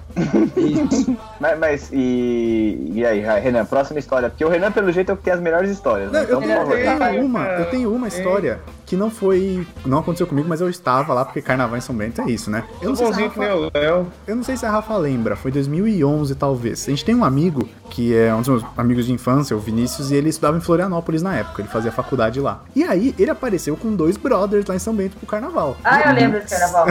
Speaker 2: Mas, mas e, e aí, Renan, próxima história? Porque o Renan, pelo jeito, é o que tem as melhores histórias.
Speaker 1: Não,
Speaker 2: Né?
Speaker 1: eu,
Speaker 2: Então,
Speaker 1: tenho,
Speaker 2: por favor,
Speaker 1: eu tenho
Speaker 2: Renan.
Speaker 1: uma, eu tenho uma história que não foi. Não aconteceu comigo, mas eu estava lá, porque carnaval em São Bento é isso, né? Eu
Speaker 3: Tô
Speaker 1: não sei se a
Speaker 3: bonzinho que
Speaker 1: Rafa-
Speaker 3: nem o Léo.
Speaker 1: Eu não sei se a Rafa lembra, foi 2011 talvez. A gente tem um amigo que é um dos meus amigos de infância, o Vinícius, e ele estudava em Florianópolis na época, ele fazia faculdade lá. E aí ele apareceu com dois brothers lá em São Bento pro carnaval.
Speaker 6: Ah, eu lembro desse carnaval.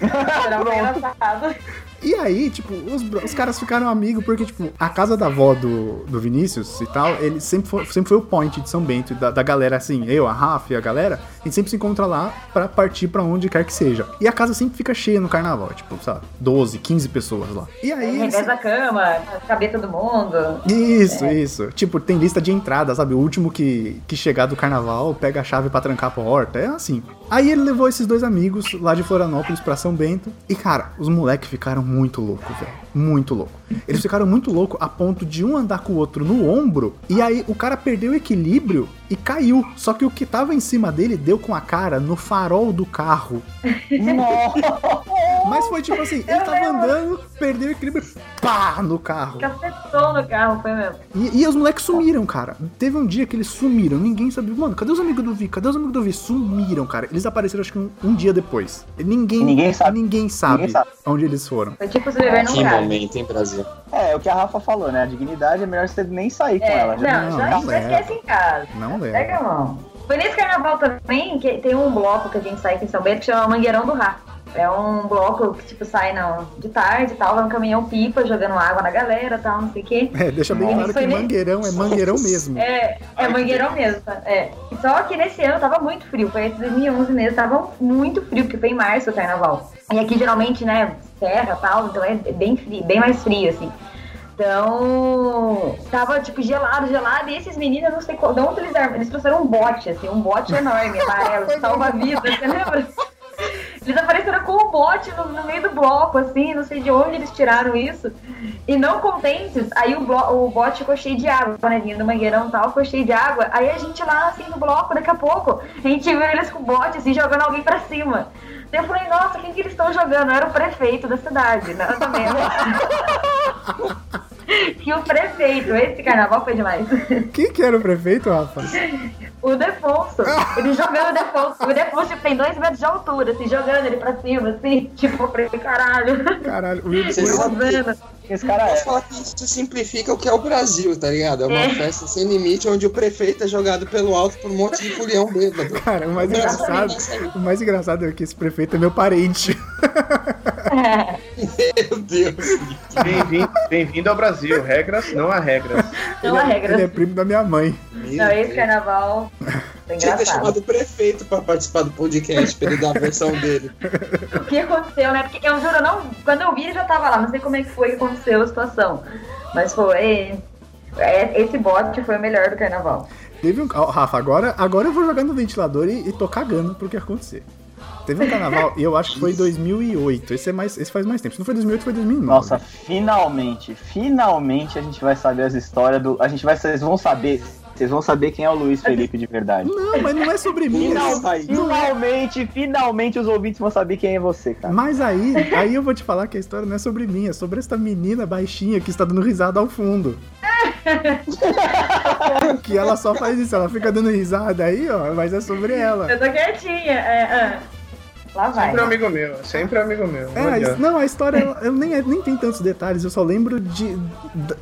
Speaker 6: Era um engraçado.
Speaker 1: E aí, tipo, os, bro- os caras ficaram amigos porque, tipo, a casa da avó do, do Vinícius e tal, ele sempre foi, sempre foi o point de São Bento, da, da galera assim, eu, a Rafa e a galera, a gente sempre se encontra lá pra partir pra onde quer que seja. E a casa sempre fica cheia no carnaval, tipo, sabe, 12, 15 pessoas lá. E aí. eles-
Speaker 6: Revés da cama, caber todo mundo.
Speaker 1: Isso, isso. Tipo, tem lista de entrada, sabe? O último que, que chegar do carnaval pega a chave pra trancar a porta. É assim. Aí ele levou esses dois amigos lá de Florianópolis pra São Bento. E, cara, os moleques ficaram muito loucos, velho. Muito louco. Eles ficaram muito louco a ponto de um andar com o outro no ombro. E aí o cara perdeu o equilíbrio e caiu. Só que o que tava em cima dele deu com a cara no farol do carro. Mas foi tipo assim: ele tava andando, perdeu o equilíbrio, pá, no carro.
Speaker 6: Cacetou no carro, foi mesmo.
Speaker 1: E, e os moleques sumiram, cara. Teve um dia que eles sumiram, ninguém sabia. Mano, cadê os amigos do Vi? Cadê os amigos do Vi? Sumiram, cara. Eles apareceram acho que um, um dia depois. E Ninguém,
Speaker 2: Ninguém sabe.
Speaker 1: ninguém sabe
Speaker 2: Ninguém sabe.
Speaker 1: onde eles foram.
Speaker 6: Foi tipo se beber num
Speaker 5: Que
Speaker 6: carro.
Speaker 5: momento, hein, Brasil?
Speaker 2: É, é o que a Rafa falou, né? A dignidade é melhor você nem sair com
Speaker 6: É,
Speaker 2: ela. Já-
Speaker 1: Não,
Speaker 6: não, já,
Speaker 1: não
Speaker 6: já
Speaker 1: leva.
Speaker 6: esquece em casa.
Speaker 1: Não
Speaker 6: Pega
Speaker 1: lembro.
Speaker 6: a mão. Foi nesse carnaval também que tem um bloco que a gente sai aqui em São Bento que chama Mangueirão do Rato. É um bloco que, tipo, sai na- de tarde e tal, vai um caminhão pipa jogando água na galera e tal, não sei o quê.
Speaker 1: É, deixa bem
Speaker 2: Nossa.
Speaker 1: claro que
Speaker 6: Foi nem-
Speaker 1: mangueirão é mangueirão mesmo.
Speaker 6: É, é mangueirão mesmo, tá? É. Só que nesse ano tava muito frio, foi esse 2011 mesmo, tava muito frio, porque foi em março o carnaval. E aqui geralmente, né, serra e tal, então é bem frio, bem mais frio, assim. Então, tava tipo gelado, gelado, e esses meninos, eu não sei qual, de onde eles armaram, eles trouxeram um bote, assim, um bote enorme, amarelo, de salva-vida, você lembra? Eles apareceram com um bote no, no meio do bloco, assim, não sei de onde eles tiraram isso. E não contentes, aí o, blo- o bote ficou cheio de água, né? vinha do mangueirão e tal, ficou cheio de água. Aí a gente lá, assim, no bloco, daqui a pouco, a gente viu eles com o bote, assim, jogando alguém pra cima. Daí eu falei, nossa, quem que eles estão jogando? Era o prefeito da cidade, né? Eu também. né? *laughs* que o prefeito, esse carnaval foi demais.
Speaker 1: Quem que era o prefeito, Rafa?
Speaker 6: O Defonso, ele jogando o Defonso. O Defonso tipo, tem dois metros de altura, assim, jogando ele pra cima, assim. Tipo, eu falei, caralho.
Speaker 1: Caralho, o Will
Speaker 5: Vocês
Speaker 1: o-
Speaker 5: sabem que-
Speaker 6: Rosana.
Speaker 2: Esse cara
Speaker 5: Eu
Speaker 2: é.
Speaker 5: vou falar que isso simplifica o que é o Brasil, tá ligado? É uma
Speaker 6: É.
Speaker 5: festa sem limite onde o prefeito é jogado pelo alto por um monte de fulião bêbado.
Speaker 1: Cara, o mais é engraçado. O mais engraçado é que esse prefeito é meu parente.
Speaker 5: Meu Deus.
Speaker 3: Bem-vindo bem-vindo ao Brasil. Regras não há regras.
Speaker 6: Não há
Speaker 1: Ele é
Speaker 6: regra.
Speaker 1: primo da minha mãe.
Speaker 6: Não, esse carnaval foi
Speaker 5: Tinha que ter
Speaker 6: engraçado.
Speaker 5: chamado o prefeito pra participar do podcast, pra ele dar a versão
Speaker 1: *laughs*
Speaker 5: dele.
Speaker 6: O que aconteceu, né? Porque eu juro, eu não, quando eu vi ele já tava lá, não sei como é que foi que aconteceu a situação. Mas foi. é, Esse bote foi o melhor do carnaval.
Speaker 1: Teve um. ó, Rafa, agora, agora eu vou jogar no ventilador e, e tô cagando pro que acontecer. Teve um carnaval, e eu acho que foi 2008. Esse, é mais, esse faz mais tempo. Se não foi 2008, foi 2009.
Speaker 2: Nossa, finalmente, finalmente a gente vai saber as histórias do. A gente vai. Vocês vão saber. Vocês vão saber quem é o Luiz Felipe de verdade.
Speaker 1: Não, mas não é sobre mim. é
Speaker 2: Final-
Speaker 5: Não, mas-
Speaker 2: finalmente, finalmente os ouvintes vão saber quem é você, cara.
Speaker 1: Mas aí, aí eu vou te falar que a história não é sobre mim, é sobre esta menina baixinha que está dando risada ao
Speaker 2: *laughs*
Speaker 1: fundo. que ela só faz isso, ela fica dando risada aí, ó, mas é sobre ela.
Speaker 6: Eu tô quietinha. é, ah. Lá vai.
Speaker 3: Sempre amigo meu, sempre amigo meu.
Speaker 1: É, a his- não, a história ela- eu nem, nem tem tantos detalhes, eu só lembro de,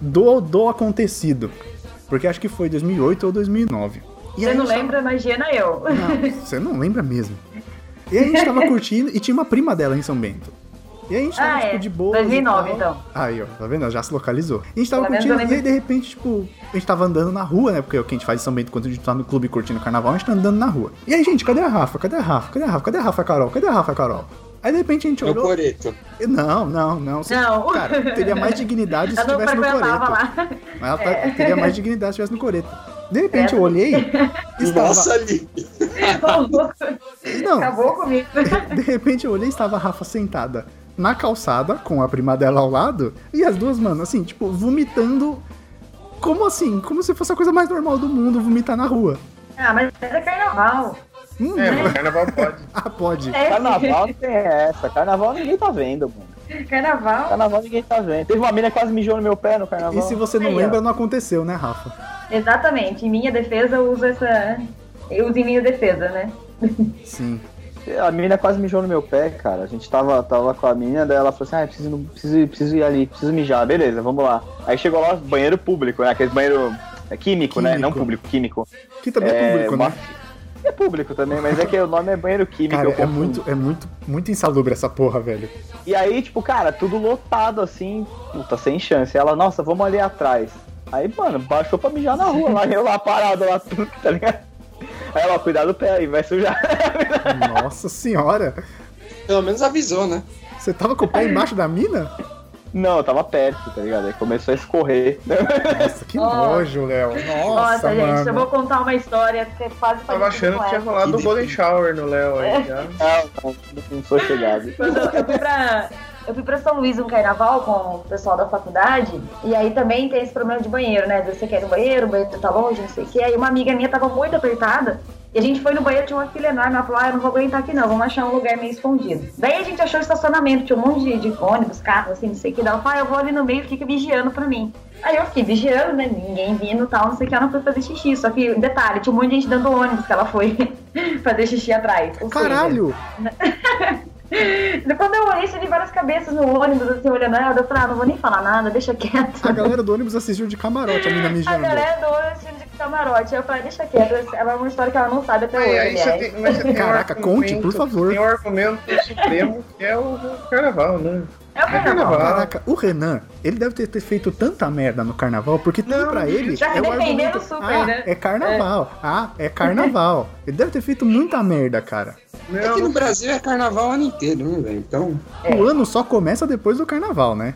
Speaker 1: do, do acontecido. Porque acho que foi 2008 ou 2009. E aí
Speaker 6: Você não
Speaker 1: a gente tá-
Speaker 6: lembra, imagina eu. *laughs*
Speaker 1: Não, você não lembra mesmo. E aí a gente tava curtindo e tinha uma prima dela em São Bento. E aí a gente tava,
Speaker 6: Ah,
Speaker 1: tipo,
Speaker 6: é.
Speaker 1: de boa.
Speaker 6: 2009, então.
Speaker 1: Aí, ó, tá vendo? Ela Já se localizou. E a gente tava
Speaker 6: Pelo menos
Speaker 1: curtindo
Speaker 6: eu
Speaker 1: e aí, de repente, tipo, a gente tava andando na rua, né? Porque o que a gente faz em São Bento quando a gente tá no clube curtindo o carnaval, a gente tá andando na rua. E aí, gente, cadê a Rafa? Cadê a Rafa? Cadê a Rafa? Cadê a Rafa Carol? Cadê a Rafa Carol? Aí, de repente, a gente
Speaker 5: No
Speaker 1: olhou.
Speaker 5: coreto.
Speaker 1: Não, não, não. Você-
Speaker 6: Não.
Speaker 1: Cara, teria mais
Speaker 6: *laughs*
Speaker 1: dignidade se
Speaker 6: Eu não
Speaker 1: tivesse no
Speaker 6: frequentava
Speaker 1: coreto.
Speaker 6: lá.
Speaker 1: Mas Ela tá- teria mais dignidade se tivesse no coreto. De repente,
Speaker 6: É.
Speaker 1: eu olhei. Estava...
Speaker 5: Nossa, ali.
Speaker 1: Não.
Speaker 6: Acabou comigo.
Speaker 1: De repente eu olhei e estava a Rafa sentada na calçada, com a prima dela ao lado, e as duas, mano, assim, tipo, vomitando. Como assim? Como se fosse a coisa mais normal do mundo vomitar na rua.
Speaker 6: Ah, mas é carnaval.
Speaker 1: Hum,
Speaker 3: É, mas carnaval pode.
Speaker 1: Ah, pode.
Speaker 6: É,
Speaker 2: Carnaval não tem essa. Carnaval ninguém tá vendo, mano.
Speaker 6: *laughs* Carnaval.
Speaker 2: Carnaval ninguém tá vendo. Teve uma mina que quase mijou no meu pé no carnaval.
Speaker 1: E se você não
Speaker 6: tá Aí, ó.
Speaker 1: lembra, não aconteceu, né, Rafa?
Speaker 6: Exatamente. Em minha defesa, eu uso essa. Eu uso em minha defesa, né?
Speaker 1: Sim.
Speaker 2: A menina quase mijou no meu pé, cara. A gente tava, tava com a menina, daí ela falou assim: ah, preciso, no- preciso, ir- preciso ir ali, preciso mijar, beleza, vamos lá. Aí chegou lá, banheiro público, né? Aquele banheiro é, químico, né?
Speaker 1: Químico.
Speaker 2: Não público, químico.
Speaker 1: Que também é, público,
Speaker 2: uma-
Speaker 1: né?
Speaker 2: É público também, mas é que o nome é banheiro químico.
Speaker 1: Cara,
Speaker 2: eu
Speaker 1: é
Speaker 2: confundo.
Speaker 1: muito, é muito, muito insalubre essa porra, velho.
Speaker 2: E aí, tipo, cara, tudo lotado assim, puta, sem chance. Ela, nossa, vamos ali atrás. Aí, mano, baixou pra mijar na rua, lá eu lá parado lá, tudo, tá ligado? Aí ela, cuidado do pé aí, vai sujar.
Speaker 1: Nossa senhora!
Speaker 5: Pelo menos avisou, né?
Speaker 1: Você tava com o pé embaixo da mina?
Speaker 2: Não, eu tava perto, tá ligado? Aí começou a escorrer.
Speaker 1: Nossa, que
Speaker 6: Ó.
Speaker 1: nojo, Léo. Nossa,
Speaker 6: Nossa, gente, eu
Speaker 1: mano.
Speaker 6: vou contar uma história que quase
Speaker 3: Tava achando que tinha rolado o Golden Shower no Léo aí já.
Speaker 2: Não, não, não sou chegado.
Speaker 6: Quando eu- eu fui pra. Eu fui pra São Luís um carnaval com o pessoal da faculdade, e aí também tem esse problema de banheiro, né? Às vezes Você quer ir no banheiro, o banheiro tá longe, não sei o quê. Aí uma amiga minha tava muito apertada, e a gente foi no banheiro, tinha uma fila enorme, ela falou, ah, eu não vou aguentar aqui não, vamos achar um lugar meio escondido. Daí a gente achou estacionamento, tinha um monte de, de ônibus, carros, assim, não sei o que. Daí ela falou, ah, eu vou ali no meio, fica vigiando pra mim. Aí eu fiquei vigiando, né? Ninguém vindo e tal, não sei o que, ela não foi fazer xixi. Só que, detalhe, tinha um monte de gente dando ônibus que ela foi *laughs* fazer xixi atrás. Ou seja,
Speaker 1: Caralho!
Speaker 6: quando eu olhei, tinha várias cabeças no ônibus, assim, olhando ela, eu falei, ah, não vou nem falar nada, deixa quieto.
Speaker 1: A galera do ônibus assistiu de camarote a mina
Speaker 6: A
Speaker 1: mijando.
Speaker 6: galera do ônibus de camarote, eu falei, deixa quieto, ela é uma história que ela não sabe até
Speaker 3: Aí,
Speaker 6: hoje,
Speaker 3: aí você
Speaker 6: aliás.
Speaker 3: tem, mas você tem um
Speaker 1: Caraca, conte, por
Speaker 3: argumento-
Speaker 1: favor.
Speaker 3: Tem um argumento supremo que é o carnaval, né?
Speaker 6: É o carnaval.
Speaker 1: Caraca, o Renan, ele deve ter, ter feito tanta merda no carnaval, porque tudo
Speaker 3: Não,
Speaker 1: pra ele
Speaker 6: já
Speaker 1: é o
Speaker 6: defendendo
Speaker 1: argumento,
Speaker 6: super,
Speaker 1: ah,
Speaker 6: né?"
Speaker 1: é carnaval, ah, é carnaval. Ele deve ter feito muita merda, cara.
Speaker 5: Aqui
Speaker 3: Não,
Speaker 5: no Brasil é carnaval o ano inteiro, né, velho? Então,
Speaker 6: É.
Speaker 1: O ano só começa depois do carnaval, né?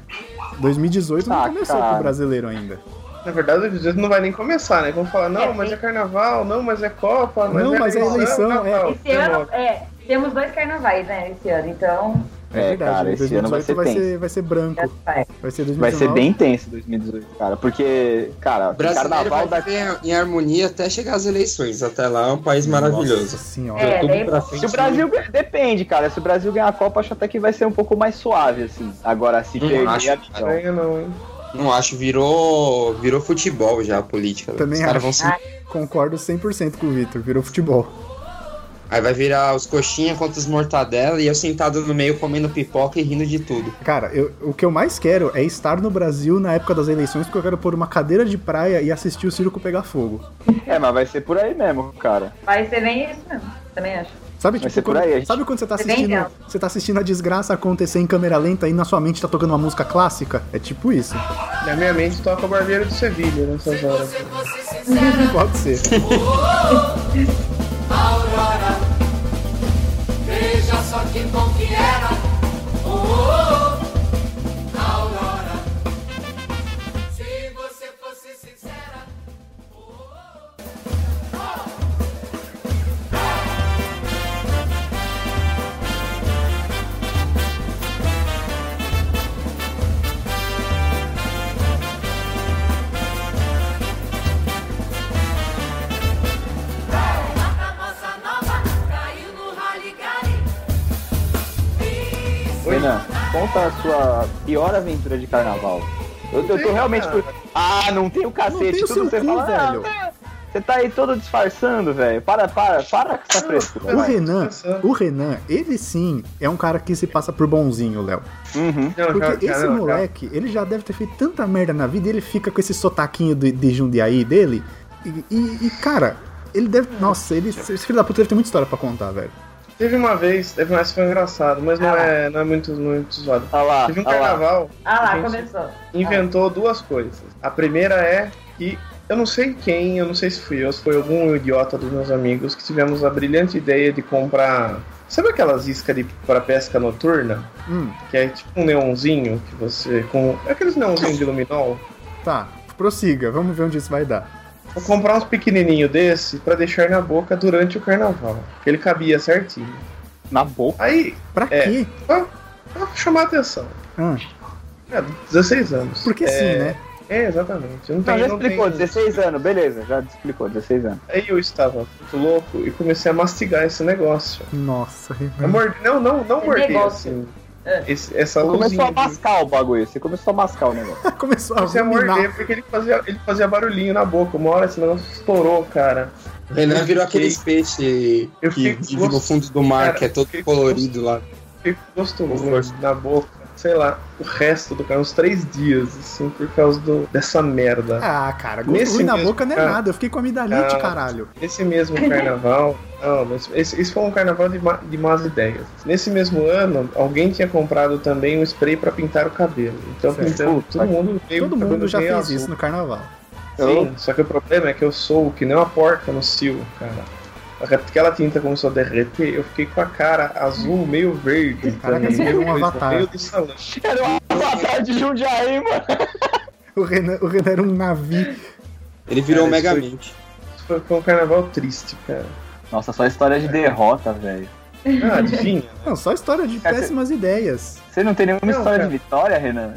Speaker 1: 2018 não
Speaker 2: Ah,
Speaker 1: começou
Speaker 2: cara.
Speaker 1: pro brasileiro ainda.
Speaker 3: na verdade, às vezes não vai nem começar, né? Vão falar, não, mas é carnaval, não, mas é Copa, mas
Speaker 1: Não,
Speaker 3: é
Speaker 1: mas é eleição,
Speaker 3: não,
Speaker 1: é.
Speaker 3: não,
Speaker 6: Esse ano,
Speaker 3: não.
Speaker 6: é, temos dois carnavais, né, esse ano, então,
Speaker 1: É,
Speaker 2: É,
Speaker 1: verdade,
Speaker 2: cara, esse ano vai
Speaker 1: 2018
Speaker 2: ser
Speaker 1: vai ser, vai,
Speaker 2: tenso.
Speaker 1: ser, branco,
Speaker 6: vai.
Speaker 1: vai ser
Speaker 2: Vai
Speaker 1: 2019.
Speaker 2: ser bem intenso 2018, cara, porque, cara,
Speaker 5: o brasileiro
Speaker 2: carnaval
Speaker 5: vai
Speaker 2: da.
Speaker 5: viver em harmonia até chegar às eleições. Até lá é um país maravilhoso.
Speaker 1: Nossa senhora.
Speaker 6: É,
Speaker 5: Tudo
Speaker 6: daí-
Speaker 5: pra
Speaker 2: Se
Speaker 5: frente,
Speaker 2: o Brasil. ganha- Depende, cara. Se o Brasil ganhar a Copa, acho até que vai ser um pouco mais suave, assim. Agora, se
Speaker 5: Não
Speaker 2: perder.
Speaker 5: acho,
Speaker 2: a-
Speaker 5: cara.
Speaker 2: não.
Speaker 3: Estranho não, hein?
Speaker 5: Não acho, virou, virou futebol já a política. velho.
Speaker 1: Também
Speaker 5: Os caras
Speaker 1: acho.
Speaker 5: vão se
Speaker 6: É.
Speaker 1: Concordo 100% com o Vitor, virou futebol.
Speaker 5: Aí vai virar os coxinha contra os mortadela e eu sentado no meio comendo pipoca e rindo de tudo.
Speaker 1: Cara, eu- o que eu mais quero é estar no Brasil na época das eleições, porque eu quero pôr uma cadeira de praia e assistir o circo pegar fogo.
Speaker 2: É, mas vai ser por aí mesmo, cara.
Speaker 6: Mas você vem isso mesmo, também acho.
Speaker 1: Sabe,
Speaker 2: Vai
Speaker 1: tipo,
Speaker 2: ser por
Speaker 1: quando,
Speaker 2: aí, a gente-
Speaker 1: sabe quando você tá
Speaker 6: Você vem
Speaker 1: assistindo.
Speaker 6: dela.
Speaker 1: Você tá assistindo a desgraça acontecer em câmera lenta e na sua mente tá tocando uma música clássica? É tipo isso. *laughs*
Speaker 3: Na minha mente toca o barbeiro de Sevilha nessas horas.
Speaker 1: Pode
Speaker 2: *laughs*
Speaker 1: ser.
Speaker 7: Aurora, veja só que bom que era. Oh, oh, oh. Aurora, se você fosse sincera. oh, A moça nova caiu no Haligari.
Speaker 2: Renan, conta a sua pior aventura de carnaval. Eu, eu tô
Speaker 3: tem,
Speaker 2: realmente.
Speaker 3: cara.
Speaker 2: Por... Ah, não tem o
Speaker 1: Não
Speaker 2: cacete,
Speaker 1: tem o
Speaker 2: tudo
Speaker 1: seu
Speaker 2: você
Speaker 1: cu,
Speaker 2: fala. "Ah,
Speaker 1: velho."
Speaker 2: Você tá aí todo disfarçando, velho. Para, para, para com essa frescura.
Speaker 1: O
Speaker 3: Vai,
Speaker 1: Renan,
Speaker 3: descansando.
Speaker 1: o Renan, ele sim é um cara que se passa por bonzinho, Léo.
Speaker 2: Uhum.
Speaker 3: Não,
Speaker 1: Porque
Speaker 3: cara, cara,
Speaker 1: esse
Speaker 3: não, cara.
Speaker 1: moleque, ele já deve ter feito tanta merda na vida e ele fica com esse sotaquinho de, de Jundiaí dele. E, e- e, cara, ele deve. Nossa, ele, esse filho da puta deve ter muita história pra contar, velho.
Speaker 3: Teve uma vez, teve uma vez que foi engraçado, mas não, é, não é muito, muito zoado.
Speaker 2: Olha Tá lá,
Speaker 3: Teve um
Speaker 2: olha lá.
Speaker 3: carnaval
Speaker 6: Ah lá,
Speaker 3: Gente.
Speaker 6: começou. *laughs*
Speaker 3: inventou duas coisas. A primeira é que eu não sei quem, eu não sei se fui eu, se foi algum idiota dos meus amigos que tivemos a brilhante ideia de comprar. Sabe aquelas iscas de para pesca noturna?
Speaker 1: Hum,
Speaker 3: Que é tipo um neonzinho que você. com Aqueles neonzinhos de luminol.
Speaker 1: tá. Prossiga, vamos ver onde isso vai dar.
Speaker 3: Vou comprar uns pequenininho desse pra deixar na boca durante o carnaval. Ele cabia certinho.
Speaker 2: Na boca.
Speaker 3: Aí,
Speaker 1: Pra
Speaker 3: É.
Speaker 1: quê?
Speaker 3: pra chamar a atenção.
Speaker 1: Ah,
Speaker 3: É, 16 anos.
Speaker 1: porque
Speaker 3: é,
Speaker 1: sim, né?
Speaker 3: É, exatamente. Não
Speaker 2: Não,
Speaker 3: tem,
Speaker 2: já
Speaker 3: não
Speaker 2: explicou,
Speaker 3: tem-
Speaker 2: 16 anos, beleza, já explicou, 16 anos.
Speaker 3: Aí eu estava muito louco e comecei a mastigar esse negócio.
Speaker 1: Nossa, *laughs*
Speaker 3: Eu
Speaker 1: Renan.
Speaker 3: mordi- Não, não, não
Speaker 6: Esse
Speaker 3: mordi
Speaker 6: negócio.
Speaker 3: assim.
Speaker 6: É.
Speaker 3: Esse- essa
Speaker 2: Começou
Speaker 3: luzinha.
Speaker 2: a mascar o bagulho, você começou a mascar o *laughs* negócio.
Speaker 1: Começou a
Speaker 3: Comecei a
Speaker 1: ruminar.
Speaker 3: é morder porque ele fazia, ele fazia barulhinho na boca. Uma hora esse negócio estourou, cara.
Speaker 5: O Renan virou aqueles peixes
Speaker 3: Eu
Speaker 5: que
Speaker 3: fiquei
Speaker 5: vive
Speaker 3: gostoso,
Speaker 5: no fundo do mar,
Speaker 3: cara.
Speaker 5: que é todo
Speaker 3: Fiquei
Speaker 5: colorido lá.
Speaker 3: Fiquei gostoso
Speaker 5: Com força.
Speaker 3: na boca. Sei lá, o resto do cara, uns três dias, assim, por causa do- dessa merda.
Speaker 1: Ah, cara, gosto
Speaker 3: Nesse
Speaker 1: ruim na
Speaker 3: mesmo,
Speaker 1: boca não é
Speaker 3: cara.
Speaker 1: nada. Eu fiquei com amidalite,
Speaker 3: Ah.
Speaker 1: caralho.
Speaker 3: Nesse
Speaker 6: *laughs*
Speaker 3: mesmo carnaval. Não, mas esse, esse foi um carnaval de, ma- de más ideias. Nesse mesmo ano, alguém tinha comprado também um spray pra pintar o cabelo. Então,
Speaker 1: Certo.
Speaker 3: pintando,
Speaker 2: Puta
Speaker 3: todo mundo veio
Speaker 1: Todo mundo já fez isso
Speaker 3: né?
Speaker 1: no carnaval.
Speaker 3: Sim, só que o problema é que eu sou que nem uma porca no cio, cara. Aquela tinta começou a derreter, eu fiquei com a cara azul, meio verde.
Speaker 1: Caraca,
Speaker 3: também,
Speaker 1: você
Speaker 3: meio
Speaker 1: é um
Speaker 3: coisa,
Speaker 1: avatar.
Speaker 3: Meio do salão.
Speaker 2: Era uma tarde de Jundiaí, mano.
Speaker 1: O Renan, o Renan era um navio.
Speaker 5: Ele virou
Speaker 3: Cara, isso
Speaker 5: um
Speaker 3: foi-
Speaker 5: Megamente.
Speaker 3: Foi, foi um carnaval triste, cara.
Speaker 2: Nossa, só história de derrota, velho.
Speaker 3: Ah, adivinha?
Speaker 1: Não, só história
Speaker 3: É,
Speaker 1: de
Speaker 2: Cara,
Speaker 1: péssimas ideias.
Speaker 2: Você não tem nenhuma
Speaker 3: Não,
Speaker 2: história
Speaker 3: cara.
Speaker 2: de vitória, Renan?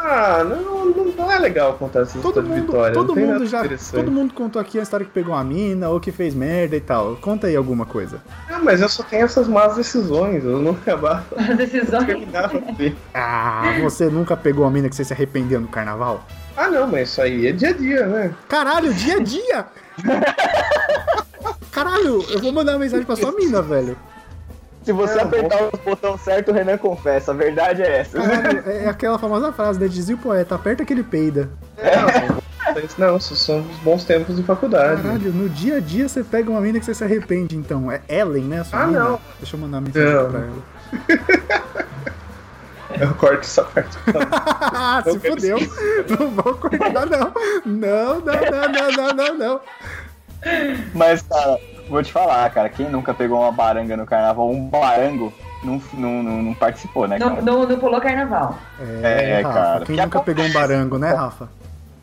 Speaker 3: Ah, não, não, não é legal contar essa
Speaker 1: Todo
Speaker 3: história de
Speaker 1: mundo,
Speaker 3: vitória. não
Speaker 1: todo
Speaker 3: tem nada
Speaker 1: mundo já,
Speaker 3: interessante.
Speaker 1: todo mundo contou aqui a história que pegou uma mina ou que fez merda e tal. Conta aí alguma coisa.
Speaker 3: Ah, mas eu só tenho essas más decisões, eu não acabava
Speaker 6: As decisões.
Speaker 1: *laughs*
Speaker 3: terminava bem. *laughs*
Speaker 1: Ah, você nunca pegou uma mina que você se arrependeu no carnaval?
Speaker 3: Ah, não, mas isso aí é dia a dia, né?
Speaker 1: Caralho, dia a
Speaker 3: *laughs*
Speaker 1: dia. Caralho, eu vou mandar uma mensagem pra sua mina, velho.
Speaker 2: Se você
Speaker 3: Não,
Speaker 2: apertar o botão certo, o Renan confessa. A verdade é essa.
Speaker 1: Caralho, é é aquela famosa frase, né? Dizia o poeta, aperta aquele peida.
Speaker 3: É, Não, não, isso são os bons tempos de faculdade.
Speaker 1: Caralho, no dia a dia você pega uma mina que você se arrepende, então. É Ellen, né? a sua
Speaker 3: Ah,
Speaker 1: mina?
Speaker 3: não.
Speaker 1: Deixa eu mandar uma mensagem
Speaker 3: Não.
Speaker 1: pra
Speaker 3: *laughs*
Speaker 1: ela. *laughs*
Speaker 3: Eu corto essa parte.
Speaker 1: Ah, se fudeu. Não vou cortar, não. Não, não, não, não, não, não, não.
Speaker 2: *laughs* Mas, cara, vou te falar, cara. Quem nunca pegou uma baranga no carnaval, um barango, não, não, não, não participou, né,
Speaker 6: Não,
Speaker 2: cara?
Speaker 6: não, não pulou carnaval.
Speaker 1: É,
Speaker 2: É,
Speaker 1: Rafa, Quem
Speaker 2: cara. Que
Speaker 1: nunca
Speaker 2: acontece.
Speaker 1: pegou um barango, né, Rafa?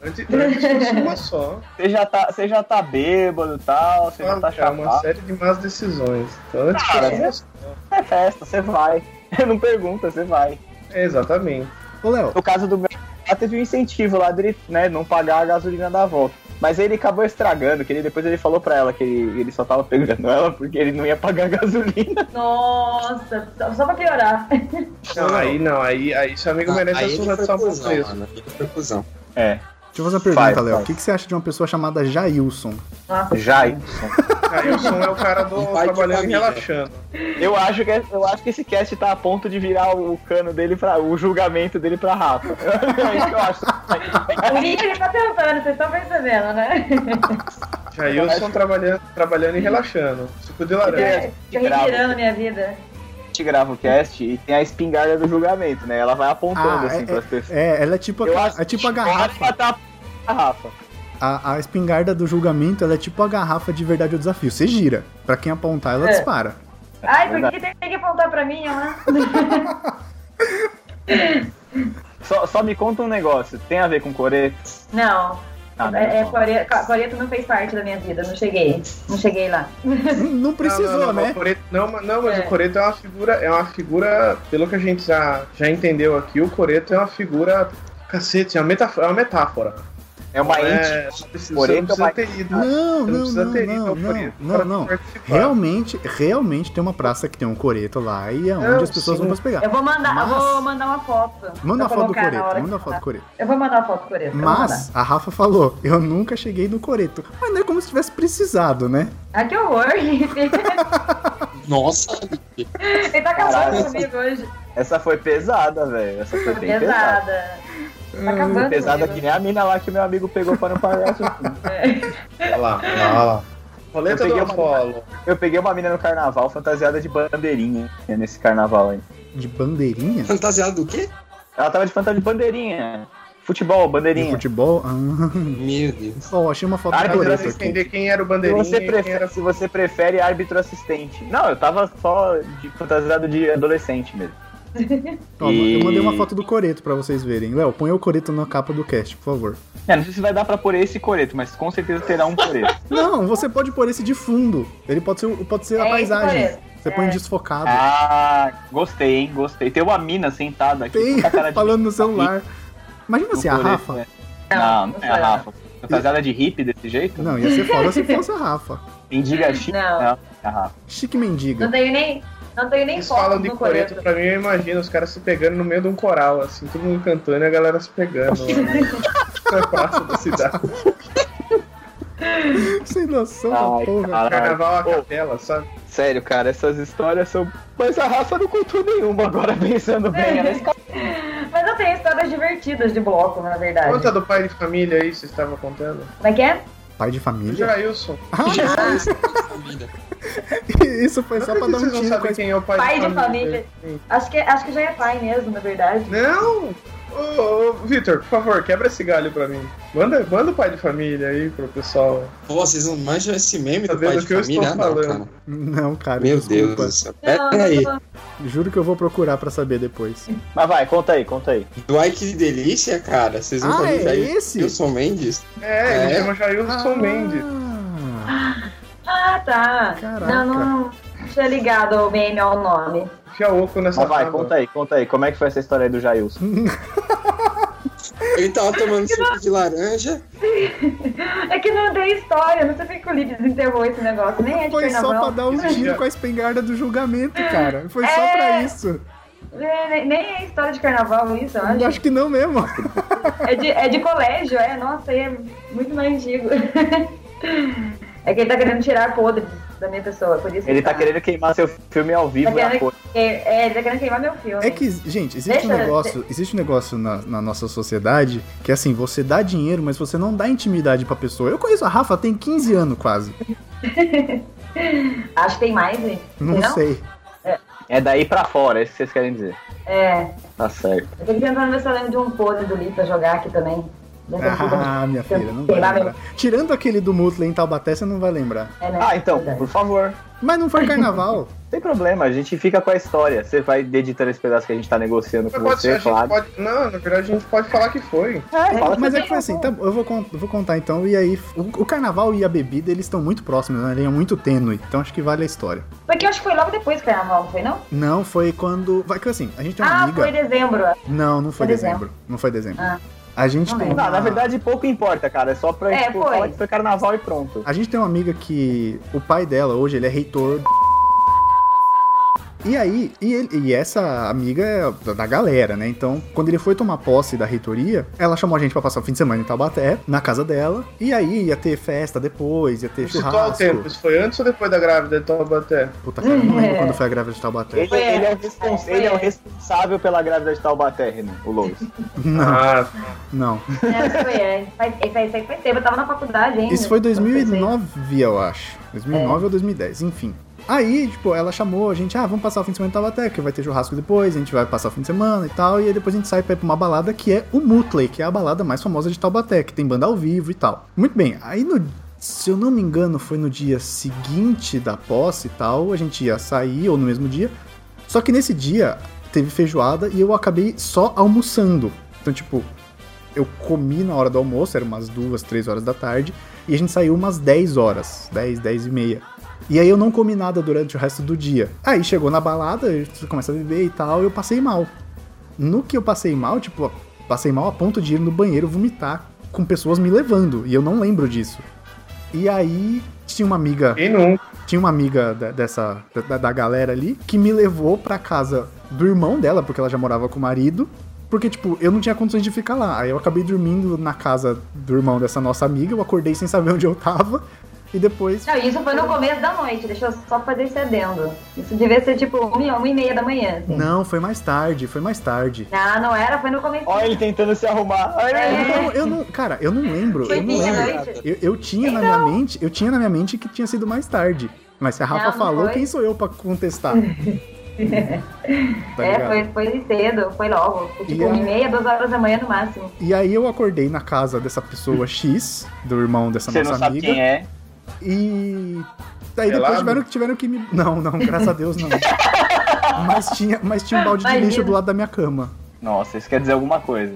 Speaker 3: Antes, antes fosse uma só.
Speaker 2: Você já tá, você já tá bêbado e tal, você já tá
Speaker 3: Cara, É uma
Speaker 2: chapado.
Speaker 3: série de más decisões.
Speaker 5: Ah,
Speaker 3: Então, antes
Speaker 2: Cara,
Speaker 3: fosse uma só.
Speaker 2: É festa, você vai. *laughs* Não pergunta, você vai.
Speaker 3: É, exatamente.
Speaker 1: Ô, Léo,
Speaker 2: No caso do meu, lá teve um incentivo lá dele, né, não pagar a gasolina da volta. Mas ele acabou estragando, que ele depois ele falou pra ela que ele, ele só tava pegando ela porque ele não ia pagar
Speaker 1: *laughs*
Speaker 2: a gasolina.
Speaker 6: Nossa, só, só pra piorar. *laughs*
Speaker 3: Não, aí não, aí, aí seu amigo merece a
Speaker 5: Ah, aí ele
Speaker 3: surra de
Speaker 5: foi
Speaker 3: sapo
Speaker 5: cuzão,
Speaker 3: preso.
Speaker 5: mano. Ele foi cuzão.
Speaker 2: É,
Speaker 1: Deixa eu fazer uma pergunta,
Speaker 2: Vai,
Speaker 1: Léo.
Speaker 2: vai.
Speaker 1: O que, que você acha de uma pessoa chamada Jailson?
Speaker 6: Nossa,
Speaker 2: Jailson.
Speaker 3: Cailson é o cara do
Speaker 5: Um pai de
Speaker 3: trabalhando e
Speaker 5: família.
Speaker 3: relaxando.
Speaker 2: Eu acho, que, eu acho que esse cast tá a ponto de virar o cano dele para o julgamento dele pra Rafa. *laughs* É isso que eu acho.
Speaker 6: o Gui ele tá tentando, vocês estão percebendo, né?
Speaker 3: Jailson trabalhando, trabalhando e relaxando. Suco de laranja.
Speaker 2: É,
Speaker 6: *laughs* Tô revirando minha vida.
Speaker 2: A gente grava o cast e tem a espingarda do julgamento, né? Ela vai apontando
Speaker 1: Ah,
Speaker 2: assim pras
Speaker 1: é,
Speaker 2: pessoas.
Speaker 1: é, é, ela é tipo
Speaker 2: Eu
Speaker 1: a,
Speaker 2: acho
Speaker 1: é tipo a
Speaker 2: que
Speaker 1: garrafa.
Speaker 2: ela tá a Rafa.
Speaker 1: A, a espingarda do julgamento ela é tipo a garrafa de verdade ou desafio. Você gira. Pra quem apontar, ela
Speaker 6: É.
Speaker 1: dispara.
Speaker 6: Ai, por que que tem que apontar pra mim, né?
Speaker 2: Só, só me conta um negócio, tem a ver com Coreto?
Speaker 6: Não.
Speaker 2: Ah, não,
Speaker 6: é, é,
Speaker 2: não.
Speaker 6: Coreto- Co- Coreto não fez parte da minha vida, não cheguei. Não cheguei lá.
Speaker 1: Não, não precisou,
Speaker 3: não, não, não,
Speaker 1: né?
Speaker 3: o Coreto- não, mas- não, mas
Speaker 6: É.
Speaker 3: o Coreto é uma figura, é uma figura, pelo que a gente já, já entendeu aqui, o Coreto é uma figura. Cacete, é uma metáfora. É uma metáfora.
Speaker 2: É uma
Speaker 3: Não
Speaker 2: ente.
Speaker 3: é- não precisa,
Speaker 2: Coreto
Speaker 3: você não
Speaker 2: é uma-
Speaker 3: precisa ter ido.
Speaker 1: Não,
Speaker 3: Você não
Speaker 1: não,
Speaker 3: precisa
Speaker 1: não,
Speaker 3: ter ido
Speaker 1: não,
Speaker 3: ao
Speaker 1: não,
Speaker 3: Coreto
Speaker 1: não,
Speaker 3: pra
Speaker 1: não.
Speaker 3: participar.
Speaker 1: Realmente, realmente tem uma praça que tem um coreto lá e é onde
Speaker 3: Eu
Speaker 1: as pessoas
Speaker 3: sei.
Speaker 1: vão pra se pegar.
Speaker 6: Eu vou mandar, eu
Speaker 1: Mas-
Speaker 6: vou mandar uma foto.
Speaker 1: Manda
Speaker 6: pra
Speaker 1: a foto do
Speaker 6: colocar na hora
Speaker 1: coreto,
Speaker 6: que
Speaker 1: manda a foto
Speaker 6: mandar.
Speaker 1: do coreto.
Speaker 6: Eu vou mandar a foto do Coreto. eu vou mandar.
Speaker 1: Mas a Rafa falou, eu nunca cheguei no coreto. Mas não é como se tivesse precisado, né?
Speaker 6: Ah, que horror, *laughs* Felipe.
Speaker 5: Nossa, *laughs*
Speaker 1: *laughs*
Speaker 6: Ele tá acabando
Speaker 2: Caralho.
Speaker 6: comigo hoje.
Speaker 2: Essa foi pesada, velho. Essa foi bem pesada.
Speaker 6: Pesada.
Speaker 3: Hum,
Speaker 6: Tá acabando
Speaker 2: Pesada que
Speaker 6: comigo.
Speaker 2: nem a mina lá que meu amigo pegou para não pagar. *laughs*
Speaker 3: Olha lá, olha lá, olha lá. Roleta
Speaker 2: Eu
Speaker 3: do
Speaker 2: peguei uma-
Speaker 3: Apolo.
Speaker 2: Eu peguei uma mina no carnaval fantasiada de bandeirinha né, nesse carnaval aí.
Speaker 1: De bandeirinha?
Speaker 5: fantasiado do quê?
Speaker 2: Ela tava de fantasia de bandeirinha. Futebol,
Speaker 1: De
Speaker 2: bandeirinha.
Speaker 1: futebol? Ah. *laughs*
Speaker 5: Meu Deus.
Speaker 1: Ó, achei uma foto
Speaker 2: Ah,
Speaker 1: do
Speaker 2: mas
Speaker 3: Pra
Speaker 1: coreto
Speaker 3: você
Speaker 1: aqui.
Speaker 3: entender quem era o
Speaker 2: Se
Speaker 3: bandeirinha
Speaker 2: você,
Speaker 3: e quem
Speaker 2: prefere,
Speaker 3: era
Speaker 2: se você prefere árbitro assistente. Não, eu tava só de fantasiado de adolescente mesmo.
Speaker 1: Ó, eu
Speaker 2: E-
Speaker 1: mandei uma foto do coreto pra vocês verem. Léo, põe o coreto na capa do cast, por favor.
Speaker 2: É, não sei se vai dar pra pôr esse coreto, mas com certeza terá um
Speaker 1: Ah,
Speaker 2: coreto.
Speaker 1: Não, você pode pôr esse de fundo. Ele pode ser, pode ser a
Speaker 6: É,
Speaker 1: paisagem.
Speaker 6: esse
Speaker 1: Você
Speaker 2: É.
Speaker 1: põe desfocado.
Speaker 2: ah, gostei, hein? Gostei. Tem uma mina sentada aqui
Speaker 1: Tem,
Speaker 2: com a cara de.
Speaker 1: falando no celular. Imagina
Speaker 2: no
Speaker 1: assim, a
Speaker 2: Ah, coreto,
Speaker 1: Rafa.
Speaker 2: né? Não, não é a
Speaker 6: não.
Speaker 2: Rafa. Fantasiada de hippie desse jeito?
Speaker 1: Não, ia ser foda se fosse a Rafa.
Speaker 2: Indiga chique?
Speaker 6: Não.
Speaker 2: Não, é a Rafa.
Speaker 1: Chique
Speaker 2: *laughs*
Speaker 6: Não
Speaker 1: mendiga.
Speaker 6: tenho nem, não tenho nem
Speaker 3: Eles
Speaker 6: foto
Speaker 3: falam de
Speaker 6: do
Speaker 3: coreto,
Speaker 6: Coreto.
Speaker 3: pra mim eu imagino os caras se pegando no meio de um coral, assim, todo mundo cantando e a galera se
Speaker 6: *laughs*
Speaker 3: pegando. né? Na praça da cidade.
Speaker 1: Sem noção da
Speaker 2: Ai,
Speaker 1: porra.
Speaker 2: caralho.
Speaker 3: Carnaval a
Speaker 2: Ô,
Speaker 3: capela, sabe?
Speaker 2: Sério, cara, essas histórias são. Mas a Rafa não contou nenhuma agora, *laughs* pensando bem. né? Ela escapou.
Speaker 6: *laughs* Mas eu tenho histórias divertidas de bloco, na verdade.
Speaker 3: Conta do pai de família aí, você estava contando.
Speaker 6: Como é que é?
Speaker 1: Pai de
Speaker 3: O
Speaker 1: família?
Speaker 3: Jailson.
Speaker 5: Família.
Speaker 1: *laughs* Isso foi só pra dar um
Speaker 3: vocês não
Speaker 1: tiro com a
Speaker 3: sabem quem é o pai,
Speaker 6: Pai de família. Acho que, acho que já é pai mesmo, na verdade.
Speaker 3: Não! Ô, ô, Vitor, por favor, quebra esse galho pra mim. Manda, manda o pai de família aí pro pessoal.
Speaker 5: Pô, vocês não manjam esse meme
Speaker 3: Tá
Speaker 5: do pai
Speaker 3: vendo
Speaker 5: de
Speaker 3: o que eu
Speaker 5: família?
Speaker 3: estou
Speaker 5: Ah, não,
Speaker 3: falando?
Speaker 2: é.
Speaker 5: cara.
Speaker 1: Meu cara,
Speaker 5: Meu
Speaker 1: desculpa.
Speaker 5: Deus do céu.
Speaker 6: Não,
Speaker 5: Pera aí.
Speaker 6: não,
Speaker 1: Juro que eu vou procurar pra saber depois.
Speaker 2: Mas vai, conta aí, conta aí.
Speaker 5: Do Ai Que Delícia, cara. Vocês não
Speaker 1: Ah,
Speaker 5: viram
Speaker 1: é
Speaker 5: Jair
Speaker 1: esse?
Speaker 5: Wilson um Mendes?
Speaker 3: É, ele
Speaker 5: É?
Speaker 3: chama Jailson Mendes.
Speaker 1: Ah,
Speaker 6: Ah, tá.
Speaker 1: Caraca.
Speaker 6: Não, não. não Tinha ligado o meme ao nome. *laughs*
Speaker 3: Fia oco nessa
Speaker 2: Mas vai,
Speaker 3: tábua.
Speaker 2: conta aí, conta aí. Como é que foi essa história aí do Jailson?
Speaker 5: Ele tava tomando suco de laranja.
Speaker 6: É que não tem história, não sei porque que o Lipe desenterrou esse negócio. Nem é de
Speaker 1: Foi só pra
Speaker 6: carnaval.
Speaker 1: dar um tiro com a espingarda do julgamento, cara. Foi só pra isso. um-
Speaker 6: É, nem- nem é história de carnaval isso, eu acho.
Speaker 1: Eu acho que não mesmo.
Speaker 6: É de, é de colégio, é. Nossa, aí é muito mais antigo. *laughs* É que ele tá querendo tirar a podre da minha pessoa, por isso
Speaker 2: Ele
Speaker 6: que
Speaker 2: tá querendo queimar seu filme ao vivo. né?
Speaker 6: Tá
Speaker 2: e a
Speaker 6: querendo-
Speaker 2: coisa.
Speaker 6: É, é, ele tá querendo queimar meu filme.
Speaker 1: É que, gente, existe um
Speaker 6: Deixa-
Speaker 1: negócio, existe um negócio na, na nossa sociedade que assim, você dá dinheiro, mas você não dá intimidade pra pessoa. Eu conheço a Rafa tem 15 anos quase.
Speaker 6: Acho que tem mais, hein?
Speaker 1: Não, sei.
Speaker 2: É daí pra fora, é isso que vocês querem dizer.
Speaker 6: É.
Speaker 2: Tá certo.
Speaker 6: Eu tô tentando ver se eu lembro de um podre do Lipa jogar aqui também. um Não sei se eu-
Speaker 1: Ah, minha filha, não vai
Speaker 6: Queimar meu-
Speaker 1: lembrar. Tirando aquele do Mutley em Taubaté, você não vai lembrar.
Speaker 6: É, né?
Speaker 2: Ah, então,
Speaker 6: Verdade.
Speaker 2: por favor.
Speaker 1: Mas não foi carnaval.
Speaker 2: Não Tem problema, a gente fica com a história. Você vai editando esse pedaço que a gente tá negociando com
Speaker 3: Mas pode ser, a
Speaker 2: você,
Speaker 3: gente
Speaker 2: claro.
Speaker 3: pode. Não, na verdade a gente pode falar que foi.
Speaker 2: É, fala
Speaker 1: Mas
Speaker 2: que-
Speaker 1: é que foi assim, tá, eu vou, con- eu vou contar então. E aí, o, o carnaval e a bebida, eles estão muito próximos, né? Ele é muito tênue, então acho que vale a história.
Speaker 6: Porque eu acho que foi logo depois do carnaval, não foi não?
Speaker 1: Não, foi quando. Vai que assim, a gente tem uma
Speaker 6: ah,
Speaker 1: amiga.
Speaker 6: foi em dezembro.
Speaker 1: Não, não foi
Speaker 6: Foi
Speaker 1: dezembro. Não foi dezembro.
Speaker 6: Ah.
Speaker 1: A gente
Speaker 6: Não
Speaker 1: tem
Speaker 6: lembro.
Speaker 2: Não, na
Speaker 1: uma-
Speaker 2: verdade pouco importa, cara. É só pra
Speaker 6: É,
Speaker 2: tipo,
Speaker 6: foi.
Speaker 2: falar que foi carnaval e pronto.
Speaker 1: A gente tem uma amiga que o pai dela hoje ele é reitor. *laughs* E aí, e, ele- e essa amiga é da galera, né? Então, quando ele foi tomar posse da reitoria, ela chamou a gente pra passar o fim de semana em Taubaté, na casa dela. E aí ia ter festa depois, ia ter
Speaker 3: Isso qual o tempo?
Speaker 1: churrasco.
Speaker 3: Isso foi antes ou depois da grávida de Taubaté?
Speaker 1: Puta cara, eu não lembro
Speaker 6: *laughs* É.
Speaker 1: quando foi a grávida de Taubaté.
Speaker 2: Ele, ele é, o
Speaker 6: É,
Speaker 2: respons...
Speaker 6: foi.
Speaker 2: ele é o responsável pela grávida de Taubaté, Renan, o
Speaker 6: *laughs*
Speaker 2: Louis.
Speaker 1: Não,
Speaker 3: Ah,
Speaker 1: não.
Speaker 6: Não, isso É, foi antes. Mas Esse aí sempre foi cedo, eu tava na faculdade ainda.
Speaker 1: Isso foi
Speaker 6: Não
Speaker 1: 2009, eu acho. 2009 ou 2010, enfim. Aí, tipo, ela chamou a gente, ah, vamos passar o fim de semana em Taubaté, que vai ter churrasco depois, a gente vai passar o fim de semana e tal, e aí depois a gente sai pra ir pra uma balada que é o Mutley, que é a balada mais famosa de Taubaté, que tem banda ao vivo e tal. Muito bem, aí no... Se eu não me engano, foi no dia seguinte da posse e tal, a gente ia sair, ou no mesmo dia. Só que nesse dia teve feijoada e eu acabei só almoçando. Então, tipo, eu comi na hora do almoço, era umas duas, três horas da tarde, e a gente saiu umas 10 horas, 10, 10 e meia. E aí eu não comi nada durante o resto do dia. Aí chegou na balada, você começa a beber e tal, eu passei mal. No que eu passei mal, tipo, passei mal a ponto de ir no banheiro vomitar com pessoas me levando, e eu não lembro disso. E aí tinha uma amiga
Speaker 3: quem nunca?
Speaker 1: tinha uma amiga da- dessa da, da galera ali que me levou pra casa do irmão dela, porque ela já morava com o marido. Porque, tipo, eu não tinha condições de ficar lá. Aí eu acabei dormindo na casa do irmão dessa nossa amiga, eu acordei sem saber *laughs* onde eu tava. E depois.
Speaker 6: isso foi no começo da noite, deixa eu só fazer esse adendo. Isso devia ser tipo uma, uma e meia da manhã, assim.
Speaker 1: Não, foi mais tarde, foi mais tarde.
Speaker 6: Não, não era, foi no começo.
Speaker 2: Olha ele tentando se arrumar. Olha ele.
Speaker 6: É.
Speaker 1: Não, Então, eu não. Cara, eu não lembro.
Speaker 6: Foi
Speaker 1: Eu não
Speaker 6: meia
Speaker 1: lembro.
Speaker 6: noite.
Speaker 1: Eu, eu tinha na minha mente, eu tinha na minha mente que tinha sido mais tarde. Mas se a Rafa
Speaker 6: Não, não
Speaker 1: falou,
Speaker 6: foi.
Speaker 1: quem sou eu pra contestar?
Speaker 6: *laughs*
Speaker 1: Tá
Speaker 6: É,
Speaker 1: ligado?
Speaker 6: foi, foi cedo, foi logo. Foi, tipo,
Speaker 1: E
Speaker 6: uma
Speaker 1: a-
Speaker 6: e meia, duas horas da manhã no máximo.
Speaker 1: E aí eu acordei na casa dessa
Speaker 3: Hum.
Speaker 1: pessoa X, do irmão dessa
Speaker 2: Você não
Speaker 1: nossa
Speaker 2: sabe
Speaker 1: amiga.
Speaker 2: quem é.
Speaker 1: E daí depois
Speaker 3: Pelado?
Speaker 1: tiveram, tiveram que me. *laughs* Não, não, graças a Deus não. mas, tinha, mas tinha um balde
Speaker 6: Imagina.
Speaker 1: de lixo do lado da minha cama.
Speaker 2: Nossa, isso quer dizer alguma coisa.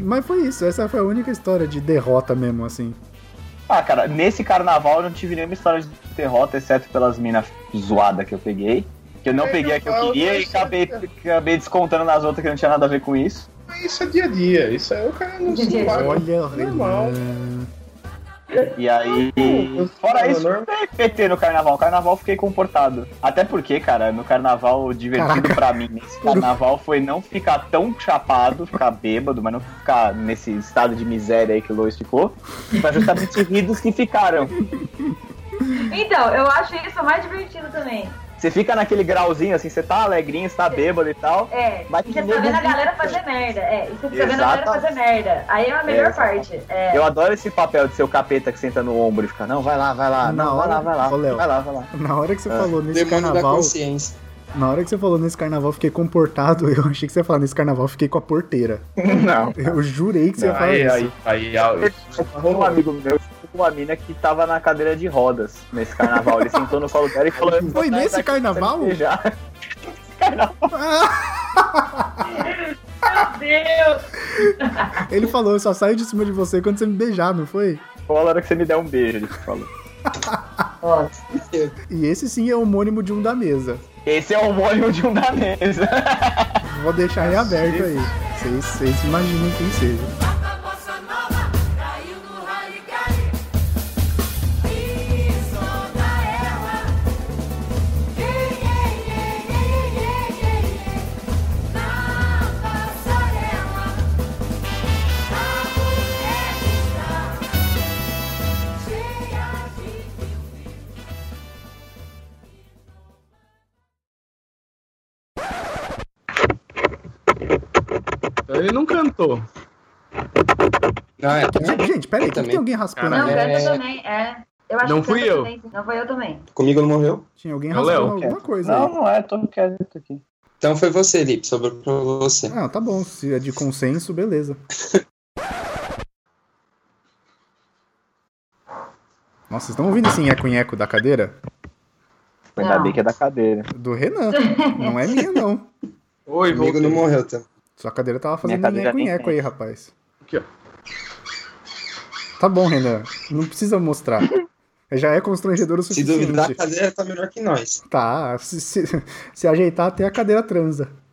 Speaker 1: Mas foi isso, essa foi a única história de derrota mesmo, assim.
Speaker 2: Ah, cara, nesse carnaval eu não tive nenhuma história de derrota, exceto pelas minas zoadas que eu peguei. Que eu não
Speaker 3: É,
Speaker 2: peguei a
Speaker 3: eu
Speaker 2: que eu
Speaker 3: falo,
Speaker 2: queria e
Speaker 3: mas-
Speaker 2: acabei, acabei descontando nas outras que não tinha nada a ver com isso.
Speaker 3: Mas Isso é dia a dia. Isso aí o cara não
Speaker 6: Dia a
Speaker 3: se
Speaker 6: dia.
Speaker 3: paga.
Speaker 1: Olha,
Speaker 3: normal.
Speaker 1: Renan.
Speaker 2: E aí.
Speaker 3: Não,
Speaker 2: Fora
Speaker 3: não,
Speaker 2: isso,
Speaker 3: normal.
Speaker 2: não teve PT no carnaval. O carnaval eu fiquei comportado. Até porque, cara, no carnaval o divertido pra mim nesse carnaval foi não ficar tão chapado, ficar bêbado, mas não ficar nesse estado de miséria aí que o Lois ficou. Mas justamente rir dos que ficaram.
Speaker 6: Então, eu acho isso mais divertido também.
Speaker 2: Você fica naquele grauzinho assim, você tá alegrinho, você tá bêbado e tal.
Speaker 6: É,
Speaker 2: Mas
Speaker 6: e
Speaker 2: que
Speaker 6: você tá vendo
Speaker 2: nego
Speaker 6: a galera fazer merda. É, e você tá vendo a galera
Speaker 2: Exatamente.
Speaker 6: fazer merda. Aí é a melhor
Speaker 2: exatamente.
Speaker 6: parte. É.
Speaker 2: Eu adoro esse papel de ser o capeta que senta no ombro e fica, não, vai lá, vai lá,
Speaker 1: Na
Speaker 2: não, vai
Speaker 1: hora-
Speaker 2: lá, vai lá,
Speaker 1: Ô, Léo.
Speaker 2: vai lá, vai lá. *laughs*
Speaker 1: Na hora que você
Speaker 2: Ah,
Speaker 1: falou nesse
Speaker 5: Demônio da
Speaker 1: carnaval.
Speaker 5: consciência.
Speaker 1: Na hora que você falou nesse carnaval, eu fiquei comportado. *laughs* Eu achei que você ia falar nesse carnaval, eu fiquei com a porteira.
Speaker 2: Não.
Speaker 1: Eu jurei que você ia falar
Speaker 3: Aí,
Speaker 1: isso.
Speaker 3: aí, aí, aí.
Speaker 2: Um amigo meu ficou com uma mina que tava na cadeira de rodas nesse carnaval. Ele sentou no colo dela e falou... "Eu vou
Speaker 1: Foi
Speaker 2: sair
Speaker 1: nesse
Speaker 2: daqui pra
Speaker 1: carnaval?
Speaker 2: me beijar."
Speaker 6: Meu Deus!
Speaker 1: Ele falou, eu só saio de cima de você quando você me beijar, não foi?
Speaker 2: *laughs* Foi a hora que você me der um beijo, ele falou.
Speaker 6: Nossa.
Speaker 1: E esse sim é homônimo de um da mesa.
Speaker 2: Esse é o homônimo de um da mesa.
Speaker 1: Vou deixar em aberto aí. Vocês- Vocês imaginam quem seja.
Speaker 7: Bota a bossa nova, caiu no rally-gally. Pisou na ela. Iê, iê, iê, iê, iê, iê. Na passarela, a mulher está cheia de fio-fio.
Speaker 3: Ele não cantou.
Speaker 5: Não, é.
Speaker 1: Gente, gente, peraí, por que
Speaker 5: Também.
Speaker 1: tem alguém raspando
Speaker 6: Não,
Speaker 1: ali?
Speaker 5: Caralho.
Speaker 6: canta
Speaker 5: É.
Speaker 6: também, é. Eu acho
Speaker 3: Não
Speaker 6: que
Speaker 3: fui
Speaker 6: canta
Speaker 3: eu.
Speaker 6: também, sim. Não foi eu também.
Speaker 5: Comigo não morreu?
Speaker 1: Tinha alguém
Speaker 3: Ô,
Speaker 1: raspando
Speaker 3: É Léo.
Speaker 1: alguma coisa
Speaker 2: Não,
Speaker 1: aí.
Speaker 2: não é, tô quieto aqui.
Speaker 5: Então foi você, Lipe. Sobrou pra você.
Speaker 1: Ah, tá bom. Se é de consenso, beleza. Nossa, vocês estão ouvindo esse nheco-nheco da cadeira?
Speaker 2: Ainda
Speaker 6: Não.
Speaker 2: bem que é da cadeira.
Speaker 1: Do Renan. Não é minha, não.
Speaker 3: Oi,
Speaker 5: Comigo não
Speaker 3: voltei.
Speaker 5: morreu então. também.
Speaker 1: Sua cadeira tava
Speaker 2: Minha
Speaker 1: fazendo
Speaker 2: cadeira nem
Speaker 1: nheco-nheco
Speaker 2: tem.
Speaker 1: aí, rapaz.
Speaker 3: Aqui, ó.
Speaker 1: Tá bom, Renan. Não precisa mostrar. Já é constrangedor o
Speaker 5: Se
Speaker 3: tá
Speaker 1: suficiente.
Speaker 5: duvidar, a cadeira tá melhor que nós.
Speaker 1: *laughs* Tá, se, se, se ajeitar até a cadeira transa.